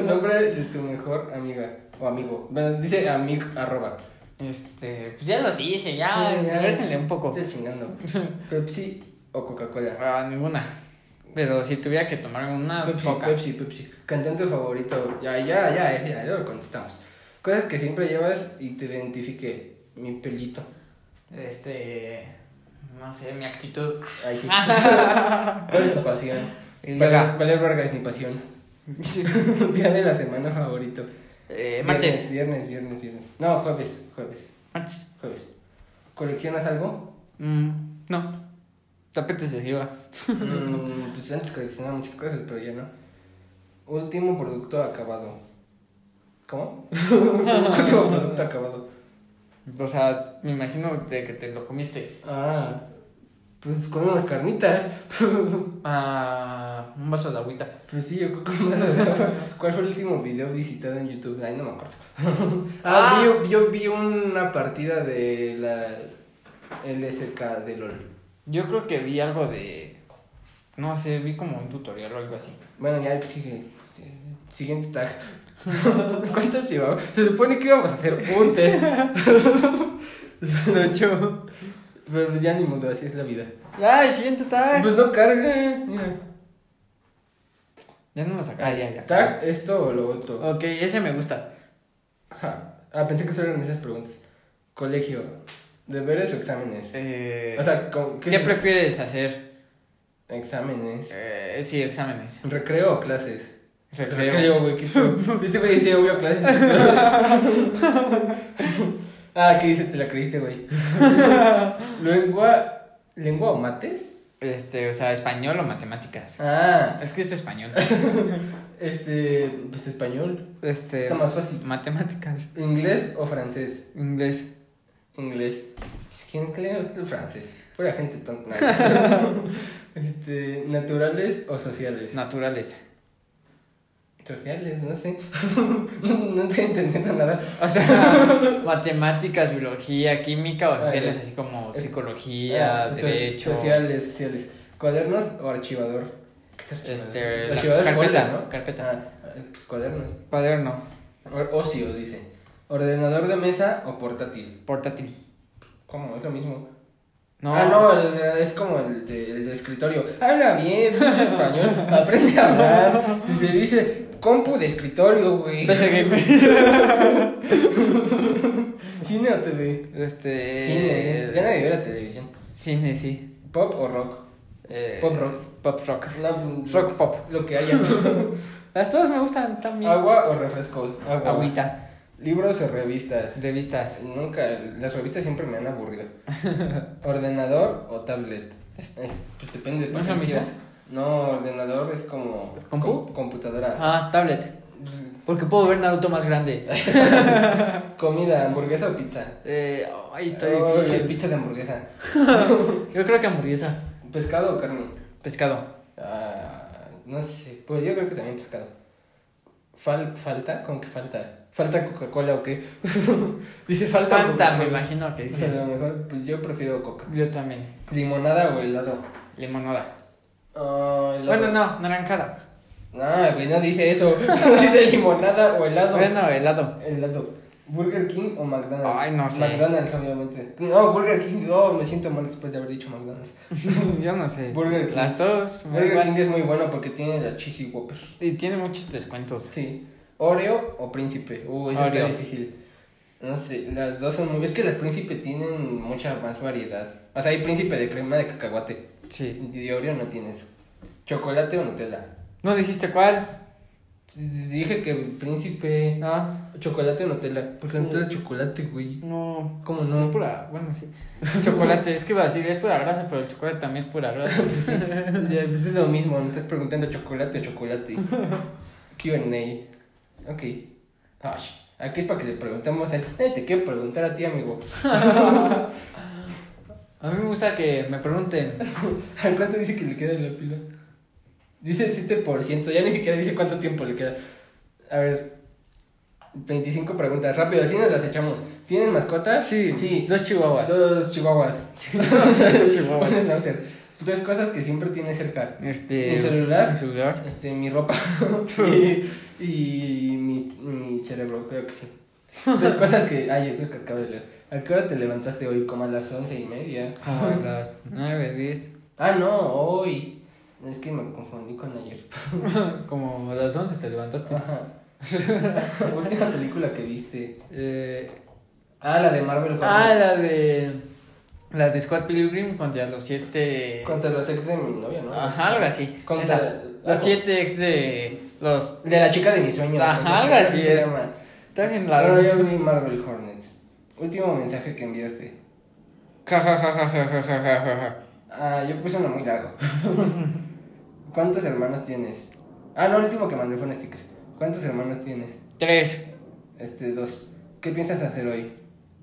Speaker 1: Nombre de tu mejor amiga o amigo. Bueno, dice amigo arroba.
Speaker 2: Este, pues ya los dije, ya.
Speaker 1: Sí, ya.
Speaker 2: regrésenle un poco.
Speaker 1: Estoy chingando. Pepsi o Coca-Cola.
Speaker 2: Ah, ninguna. Pero si tuviera que tomar una,
Speaker 1: Pepsi,
Speaker 2: poca.
Speaker 1: Pepsi, Pepsi. Cantante favorito. Ya, ya, ya, eh, ya, ya lo contestamos. Cosas que siempre llevas y te identifique. Mi pelito.
Speaker 2: Este. No sé, mi actitud.
Speaker 1: Ahí sí. ¿Cuál es tu pasión?
Speaker 2: Ah. El
Speaker 1: Valer
Speaker 2: yoga.
Speaker 1: Valer verga es mi pasión. Día de la semana favorito.
Speaker 2: Eh, martes.
Speaker 1: Viernes, viernes, viernes. viernes. No, jueves, jueves,
Speaker 2: Martes.
Speaker 1: jueves. ¿Coleccionas algo?
Speaker 2: Mm, no. Tapetes de yoga.
Speaker 1: Mm, pues antes coleccionaba muchas cosas, pero ya no. Último producto acabado. ¿Cómo? Último producto acabado.
Speaker 2: O sea, me imagino de que te lo comiste.
Speaker 1: Ah, pues comemos carnitas.
Speaker 2: Ah, un vaso de agüita.
Speaker 1: Pues sí, yo creo que me lo dejaba. ¿Cuál fue el último video visitado en YouTube? Ay, no me acuerdo.
Speaker 2: Ah.
Speaker 1: ah, yo, yo vi una partida de la LSK de LOL.
Speaker 2: Yo creo que vi algo de. No sé, vi como un tutorial o algo así.
Speaker 1: Bueno, ya pues, sigue. sí, Siguiente tag. ¿Cuántos llevamos? Se supone que íbamos a hacer un test.
Speaker 2: No,
Speaker 1: Pero ya ni modo, así es la vida.
Speaker 2: Ya, el siguiente tag.
Speaker 1: Pues no carga. mira.
Speaker 2: Ya no lo saca. Ah, ya, ya.
Speaker 1: Tag, esto o lo otro.
Speaker 2: Ok, ese me gusta.
Speaker 1: Ajá. Ah, pensé que solo eran esas preguntas. Colegio, deberes o exámenes.
Speaker 2: Eh,
Speaker 1: O sea, ¿con-
Speaker 2: ¿Qué,
Speaker 1: es-
Speaker 2: prefieres hacer?
Speaker 1: Exámenes.
Speaker 2: Eh, sí, exámenes.
Speaker 1: ¿Recreo o clases?
Speaker 2: Recreo.
Speaker 1: Creo, güey, que Este güey decía, obvio, clases. ah, ¿qué dices? Te la creíste, güey. Lengua. ¿Lengua o mates?
Speaker 2: Este, o sea, español o matemáticas.
Speaker 1: Ah,
Speaker 2: Es que es español.
Speaker 1: este. Pues español.
Speaker 2: Este.
Speaker 1: Está más fácil.
Speaker 2: Matemáticas.
Speaker 1: ¿Inglés o francés?
Speaker 2: Inglés.
Speaker 1: Inglés. ¿Quién cree usted francés? Pura gente tan. este. ¿Naturales o sociales?
Speaker 2: Naturales.
Speaker 1: Sociales, no sé. no, no estoy entendiendo nada.
Speaker 2: O sea, matemáticas, biología, química o
Speaker 1: Ah,
Speaker 2: sociales,
Speaker 1: ya.
Speaker 2: así como
Speaker 1: Es-
Speaker 2: psicología,
Speaker 1: Ah, so-
Speaker 2: derecho.
Speaker 1: Sociales, sociales. ¿Cuadernos o archivador? ¿Qué es
Speaker 2: Este, la
Speaker 1: archivador es
Speaker 2: carpeta,
Speaker 1: folder, ¿no?
Speaker 2: carpeta.
Speaker 1: Ah, eh, pues cuadernos.
Speaker 2: Cuaderno.
Speaker 1: O- Ocio, dice. ¿Ordenador de mesa o portátil?
Speaker 2: Portátil.
Speaker 1: ¿Cómo? Es lo mismo.
Speaker 2: No.
Speaker 1: Ah, no, el de- es como el de, el de escritorio. Habla bien, pinche español. Aprende a hablar. Se dice compu de escritorio, güey.
Speaker 2: PC Gamer.
Speaker 1: Cine o TV. Eh,
Speaker 2: Este.
Speaker 1: Cine. Ya nadie ve la televisión.
Speaker 2: Cine, sí.
Speaker 1: ¿Pop o rock?
Speaker 2: Eh,
Speaker 1: Pop rock.
Speaker 2: Pop rock.
Speaker 1: No,
Speaker 2: Rock pop.
Speaker 1: Lo que haya.
Speaker 2: Las todas me gustan también.
Speaker 1: ¿Agua o refresco?
Speaker 2: Agüita.
Speaker 1: ¿Libros o revistas?
Speaker 2: Revistas.
Speaker 1: Nunca, las revistas siempre me han aburrido. ¿Ordenador o tablet? Es- pues depende.
Speaker 2: ¿No es lo mismo?
Speaker 1: No, ordenador es como...
Speaker 2: ¿Compu?
Speaker 1: com- computadora. Pues,
Speaker 2: Ah, tablet. Porque puedo ver Naruto más grande.
Speaker 1: ¿Comida, hamburguesa o pizza?
Speaker 2: Eh, ay, está
Speaker 1: Oh,
Speaker 2: difícil.
Speaker 1: sí, pizza de hamburguesa.
Speaker 2: Yo creo que hamburguesa.
Speaker 1: ¿Pescado o carne?
Speaker 2: Pescado.
Speaker 1: Ah, no sé, pues yo creo que también pescado. Fal- ¿Falta? ¿Con qué falta? ¿Falta Coca-Cola o qué? Dice falta
Speaker 2: Fanta, me
Speaker 1: Coca-Cola.
Speaker 2: imagino que
Speaker 1: O sea,
Speaker 2: dice.
Speaker 1: a lo mejor, pues yo prefiero coca.
Speaker 2: Yo también.
Speaker 1: ¿Limonada o helado?
Speaker 2: Limonada.
Speaker 1: Ah, helado.
Speaker 2: Bueno, no, naranjada.
Speaker 1: Ah, güey, no dice eso. No dice limonada o helado.
Speaker 2: Bueno, helado.
Speaker 1: Helado. ¿Burger King o McDonald's?
Speaker 2: Ay, no sé.
Speaker 1: McDonald's, obviamente. No, Burger King. No, me siento mal después de haber dicho McDonald's.
Speaker 2: Yo no sé.
Speaker 1: Burger King.
Speaker 2: Las dos. muy
Speaker 1: Burger
Speaker 2: buenas.
Speaker 1: King es muy bueno porque tiene la cheesy Whopper.
Speaker 2: Y tiene muchos descuentos.
Speaker 1: Sí. ¿Oreo o Príncipe? Uh, eso
Speaker 2: Oreo.
Speaker 1: está difícil. No sé, las dos son muy... Es que las Príncipe tienen mucha más variedad. O sea, hay Príncipe de crema de cacahuate.
Speaker 2: Sí.
Speaker 1: De Oreo no tienes. ¿Chocolate o Nutella?
Speaker 2: ¿No dijiste cuál?
Speaker 1: Dije que príncipe.
Speaker 2: No.
Speaker 1: Chocolate o Nutella. Pues la Nutella es chocolate, güey.
Speaker 2: No.
Speaker 1: ¿Cómo
Speaker 2: No es
Speaker 1: no?
Speaker 2: pura, bueno, sí. Chocolate, es que iba a decir, es pura grasa, pero el chocolate también es pura grasa.
Speaker 1: Ya, pues es lo mismo, no estás preguntando chocolate o chocolate. QA. Ok. Ash. Aquí es para que le preguntemos a él. Nadie te quiere preguntar a ti, amigo.
Speaker 2: A mí me gusta que me pregunten.
Speaker 1: ¿A cuánto dice que le queda en la pila? Dice 7%. Ya ni siquiera dice cuánto tiempo le queda. A ver. 25 preguntas. Rápido, así nos las echamos. ¿Tienen mascotas? Sí.
Speaker 2: Ah, Dos chihuahuas.
Speaker 1: Dos chihuahuas.
Speaker 2: Dos chihuahuas.
Speaker 1: Un schnauzer. Tres cosas que siempre tiene cerca.
Speaker 2: Este.
Speaker 1: ¿Mi celular?
Speaker 2: Mi celular.
Speaker 1: Este, mi ropa y, y mi, mi cerebro, creo que sí. Tres cosas que... Ay, es lo que acabo de leer. ¿A qué hora te levantaste hoy? Como a las once y media.
Speaker 2: Como a Ah, las 9, 10.
Speaker 1: Ah, no, hoy. Es que me confundí con ayer.
Speaker 2: Como a las 11 te levantaste.
Speaker 1: Ajá. Última película que viste.
Speaker 2: Eh,
Speaker 1: Ah, la de Marvel. cuando-
Speaker 2: ah, la de. La de Scott Pilgrim contra los 7.
Speaker 1: Contra los ex de mi novia, ¿no?
Speaker 2: Ajá, algo así.
Speaker 1: Contra-
Speaker 2: Esa. Los 7 ex de. Los.
Speaker 1: De la chica de mis sueños.
Speaker 2: Ajá, algo así
Speaker 1: Se
Speaker 2: es.
Speaker 1: llama.
Speaker 2: Están en la.
Speaker 1: Ahora yo vi Marvel Hornets. Último mensaje que enviaste.
Speaker 2: Ja, ja, ja, ja, ja, ja, ja, ja, ja, ja.
Speaker 1: Ah, yo puse uno muy largo. ¿Cuántos hermanos tienes? Ah, no, el último que mandé fue un sticker. ¿Cuántos hermanos tienes?
Speaker 2: Tres.
Speaker 1: Este, dos. ¿Qué piensas hacer hoy?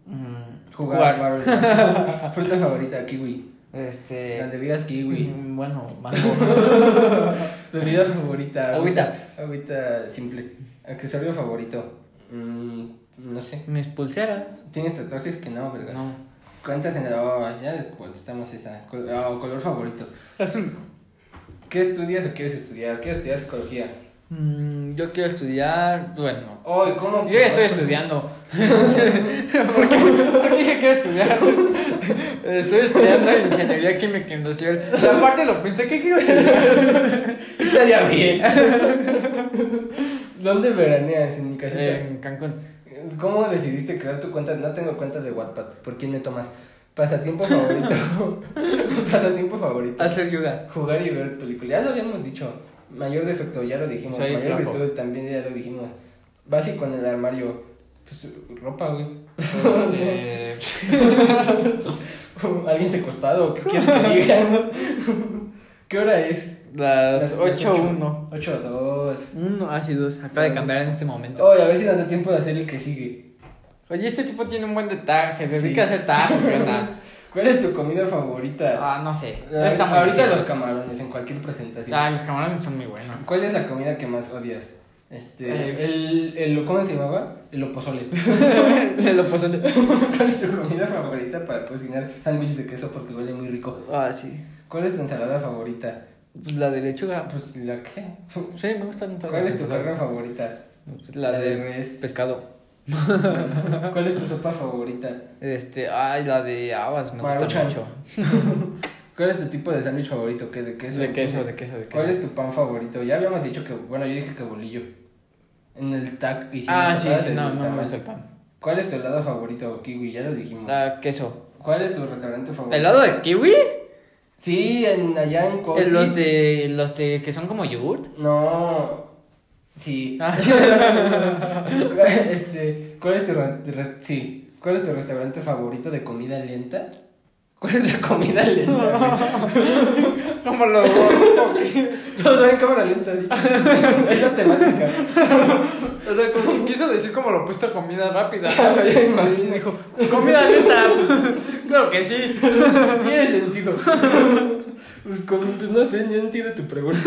Speaker 2: Mm,
Speaker 1: Jugar. Marvel. Fruta favorita, kiwi. La
Speaker 2: Este.
Speaker 1: de vidas kiwi.
Speaker 2: mm, Bueno, mango.
Speaker 1: Bebida favorita.
Speaker 2: Agüita.
Speaker 1: Agüita simple. Accesorio favorito. Mm, no sé.
Speaker 2: Mis pulseras.
Speaker 1: ¿Tienes tatuajes que no, verdad?
Speaker 2: No.
Speaker 1: ¿Cuántas en la... oh, ya después estamos esa. Col- ah, color favorito.
Speaker 2: Azul.
Speaker 1: ¿Qué estudias o quieres estudiar? Quiero estudiar psicología.
Speaker 2: Mm, yo quiero estudiar. Bueno.
Speaker 1: Hoy, ¿cómo?
Speaker 2: Yo ya estoy estudiando. ¿Por qué, por qué dije que estudiar? Estoy estudiando ingeniería química industrial. Y aparte lo pensé, ¿qué quiero estudiar?
Speaker 1: Estaría bien. ¿Dónde veraneas en mi casita?
Speaker 2: En Cancún.
Speaker 1: ¿Cómo decidiste crear tu cuenta? No tengo cuenta de Wattpad. ¿Por quién me tomas? Pasatiempo favorito. Pasatiempo favorito.
Speaker 2: Hacer yoga.
Speaker 1: Jugar y ver películas. Ya lo habíamos dicho. Mayor defecto, ya lo dijimos.
Speaker 2: Soy
Speaker 1: Mayor
Speaker 2: flaco.
Speaker 1: virtud, también ya lo dijimos. Básico en el armario. Pues ropa, güey.
Speaker 2: Este,
Speaker 1: Alguien secuestrado, ¿qué quieres que diga? ¿Qué hora es?
Speaker 2: las
Speaker 1: Las- las
Speaker 2: 8-1.
Speaker 1: 8 a 2.
Speaker 2: 1 así 2. Acaba de cambiar en este momento.
Speaker 1: Oye, a ver si nos da tiempo de hacer el que sigue.
Speaker 2: Oye, este tipo tiene un buen de tag. Se dedica
Speaker 1: Sí.
Speaker 2: a hacer tag, ¿verdad?
Speaker 1: ¿Cuál es tu comida favorita?
Speaker 2: Ah, no sé. No
Speaker 1: Ah,
Speaker 2: está muy
Speaker 1: Ahorita
Speaker 2: difícil.
Speaker 1: los camarones, en cualquier presentación.
Speaker 2: Ah, los camarones son muy buenos.
Speaker 1: ¿Cuál es la comida que más odias? Este,
Speaker 2: Eh,
Speaker 1: el, el, ¿cómo se llamaba? El opozole.
Speaker 2: Se lo puso en-
Speaker 1: ¿Cuál es tu comida favorita para cocinar sándwiches de queso porque huele muy rico?
Speaker 2: Ah, sí.
Speaker 1: ¿Cuál es tu ensalada favorita?
Speaker 2: Pues la de lechuga.
Speaker 1: Pues la que sea.
Speaker 2: Sí, me gustan todas
Speaker 1: ¿Cuál
Speaker 2: las
Speaker 1: es tu
Speaker 2: ensaladas.
Speaker 1: carne favorita?
Speaker 2: Pues La de
Speaker 1: res.
Speaker 2: pescado.
Speaker 1: ¿Cuál es tu sopa favorita?
Speaker 2: Este, ay, la de habas me gusta
Speaker 1: Maruchan.
Speaker 2: mucho.
Speaker 1: ¿Cuál es tu tipo de sándwich favorito? ¿Qué de queso?
Speaker 2: De queso, de queso, de queso.
Speaker 1: ¿Cuál es tu pan favorito? Ya habíamos dicho que, bueno, yo dije que bolillo. En el tag que hicimos,
Speaker 2: Ah, sí,
Speaker 1: ¿verdad?
Speaker 2: sí,
Speaker 1: Del
Speaker 2: no, no me
Speaker 1: tamal.
Speaker 2: gusta el pan.
Speaker 1: ¿Cuál es tu helado favorito? Kiwi, ya lo dijimos.
Speaker 2: Ah, queso.
Speaker 1: ¿Cuál es tu restaurante favorito?
Speaker 2: ¿Helado de kiwi?
Speaker 1: Sí, en allá en Coti.
Speaker 2: Eh, Los de, los de que son como yogurt.
Speaker 1: No. Sí.
Speaker 2: Ah.
Speaker 1: este, ¿cuál es tu ra- res- sí, ¿cuál es tu restaurante favorito de comida lenta? ¿Cuál es la comida lenta? güey?
Speaker 2: Como los
Speaker 1: Todos ven cámara lenta así. es la temática.
Speaker 2: O sea, como que quiso decir como lo puesto a comida rápida.
Speaker 1: Ya me imagino.
Speaker 2: Dijo, comida lenta. claro que sí.
Speaker 1: Tiene sentido. Pues, como- pues no sé, no entiendo tu pregunta.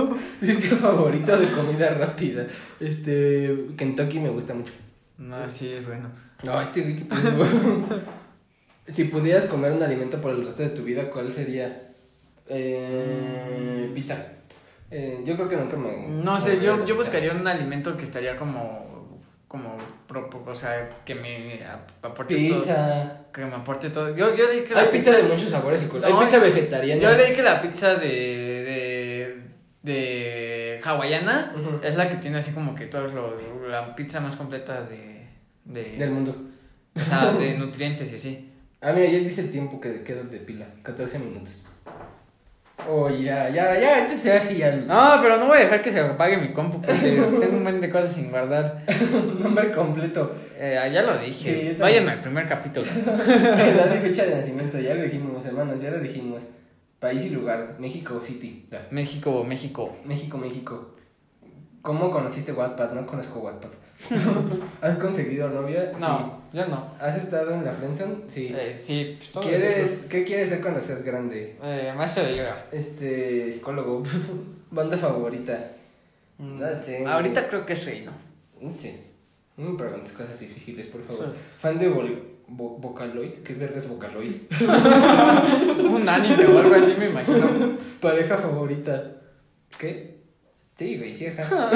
Speaker 1: Sitio favorito de comida rápida. Este, Kentucky me gusta mucho.
Speaker 2: No, sí, es bueno.
Speaker 1: No, este güey que pedo. Si pudieras comer un alimento por el resto de tu vida, ¿cuál sería? Eh, pizza. Eh, yo creo que nunca me.
Speaker 2: Mm. No sé,
Speaker 1: me-
Speaker 2: yo, yo buscaría un alimento que estaría como, como, pro- pro- o sea, que me ap- aporte todo.
Speaker 1: Pizza.
Speaker 2: Que me aporte todo. Yo, yo leí que la
Speaker 1: Hay pizza de muchos sabores y colores.
Speaker 2: No,
Speaker 1: Hay pizza
Speaker 2: yo-
Speaker 1: vegetariana.
Speaker 2: Yo leí que la pizza de, de, de hawaiana
Speaker 1: Ujú.
Speaker 2: es la que tiene así como que todo lo, la pizza más completa de, de,
Speaker 1: Del mundo.
Speaker 2: o sea, de nutrientes y así.
Speaker 1: Ah, mira, ya dice el tiempo que queda de pila. 14 minutos. Oh, ya, ya, ya. Este se hace ya. No.
Speaker 2: No, pero no voy a dejar que se apague mi compu porque tengo un buen de cosas sin guardar.
Speaker 1: Nombre completo.
Speaker 2: Eh, ya lo
Speaker 1: Sí, yo
Speaker 2: dije.
Speaker 1: también.
Speaker 2: Vayan al primer capítulo.
Speaker 1: Edad y fecha de nacimiento. Ya lo dijimos, hermanos. Ya lo dijimos. País y lugar. México City. Ya.
Speaker 2: México, México.
Speaker 1: México, México. ¿Cómo conociste Wattpad? No conozco Wattpad. ¿Has conseguido novia?
Speaker 2: No, yo no.
Speaker 1: Sí. ¿Has estado en la friendzone? Sí.
Speaker 2: Eh, sí, pues todo
Speaker 1: ¿Quieres, ¿Qué quieres ser cuando seas grande?
Speaker 2: eso. Eh, maestro de yoga.
Speaker 1: Este, psicólogo. Banda favorita. No sé.
Speaker 2: Mm, Ahorita creo que es reino.
Speaker 1: No sé. No me preguntes cosas difíciles, por
Speaker 2: Sí.
Speaker 1: favor. ¿Fan de Vol- Vo- Vocaloid? ¿Qué verga es Vocaloid?
Speaker 2: Un anime o algo así, me imagino.
Speaker 1: Pareja favorita. ¿Qué? Sí, güey, sí, ajá.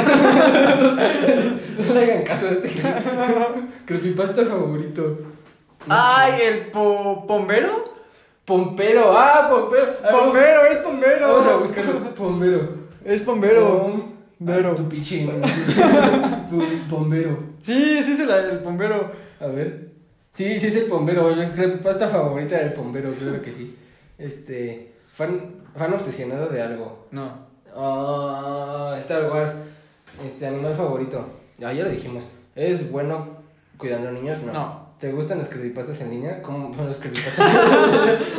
Speaker 1: no le hagan caso a este. Creepypasta favorito.
Speaker 2: Ay, el po- pombero.
Speaker 1: Pompero, ah, Pompero. A ver,
Speaker 2: Pombero, es pombero.
Speaker 1: Vamos a buscarlo. Pompero.
Speaker 2: Es pombero.
Speaker 1: Pom-
Speaker 2: Vero.
Speaker 1: Ah, Tu pinche. Pom- Pombero.
Speaker 2: Sí, sí es el, el pombero.
Speaker 1: A ver. Sí, sí es el Pombero. Yo creepypasta favorita del Pombero, creo que sí. Este. Fan, fan obsesionado de algo.
Speaker 2: No.
Speaker 1: Ah, Star Wars. Este animal favorito. Ah, ya lo dijimos. ¿Es bueno cuidando niños? No.
Speaker 2: No.
Speaker 1: ¿Te gustan los creepypastas en línea? ¿Cómo son los creepypastas?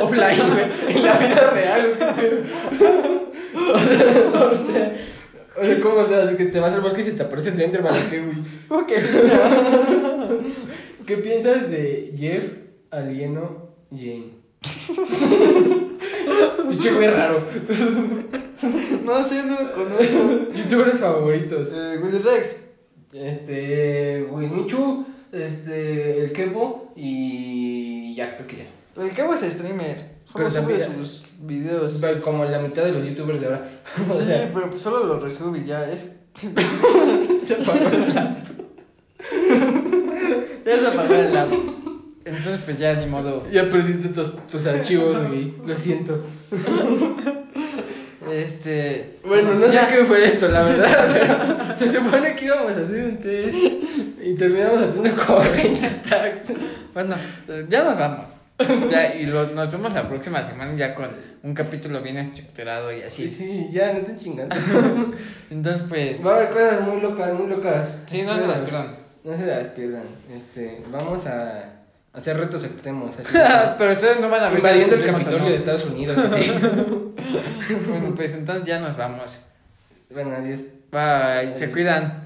Speaker 1: Offline, güey. En la vida real, güey. O sea, o sea, o sea, ¿cómo o sea, que te vas al bosque y se te aparece Slenderman? ¿o ¿Qué, güey?
Speaker 2: Ok.
Speaker 1: ¿Qué piensas de Jeff Alieno Jane? Pinche güey raro.
Speaker 2: No sé, no lo conozco.
Speaker 1: Youtubers favoritos.
Speaker 2: Eh, Willy Rex.
Speaker 1: Este, Wismichu, este, el Kepo y ya, creo que ya.
Speaker 2: El cabo es streamer. Solo
Speaker 1: Pero
Speaker 2: sube
Speaker 1: también-
Speaker 2: sus videos.
Speaker 1: Pero como la mitad de los youtubers de ahora. O
Speaker 2: Sí,
Speaker 1: sea,
Speaker 2: pero pues solo lo resube y ya. Es...
Speaker 1: se apagó la-
Speaker 2: Ya se apagó el app. Entonces pues ya ni modo.
Speaker 1: Ya perdiste tus, tus archivos, güey. Lo siento.
Speaker 2: Este...
Speaker 1: Bueno, no
Speaker 2: ya.
Speaker 1: sé qué fue esto, la verdad, pero se supone que íbamos a hacer un test y terminamos haciendo como 20 tags.
Speaker 2: Bueno, eh, ya nos vamos. Ya, y lo- nos vemos la próxima semana ya con un capítulo bien estructurado y así.
Speaker 1: Sí, sí, ya, no estén chingando.
Speaker 2: Entonces, pues,
Speaker 1: Va a haber cosas muy locas, muy locas.
Speaker 2: sí, no se las pierdan.
Speaker 1: No se las pierdan. Este, vamos a hacer retos extremos. Así,
Speaker 2: Pero ustedes no van a ver si
Speaker 1: invadiendo el
Speaker 2: cumplimos o
Speaker 1: Capitolio
Speaker 2: no.
Speaker 1: de Estados Unidos. así.
Speaker 2: Bueno, pues entonces ya nos vamos.
Speaker 1: bueno, adiós.
Speaker 2: Bye, se cuidan.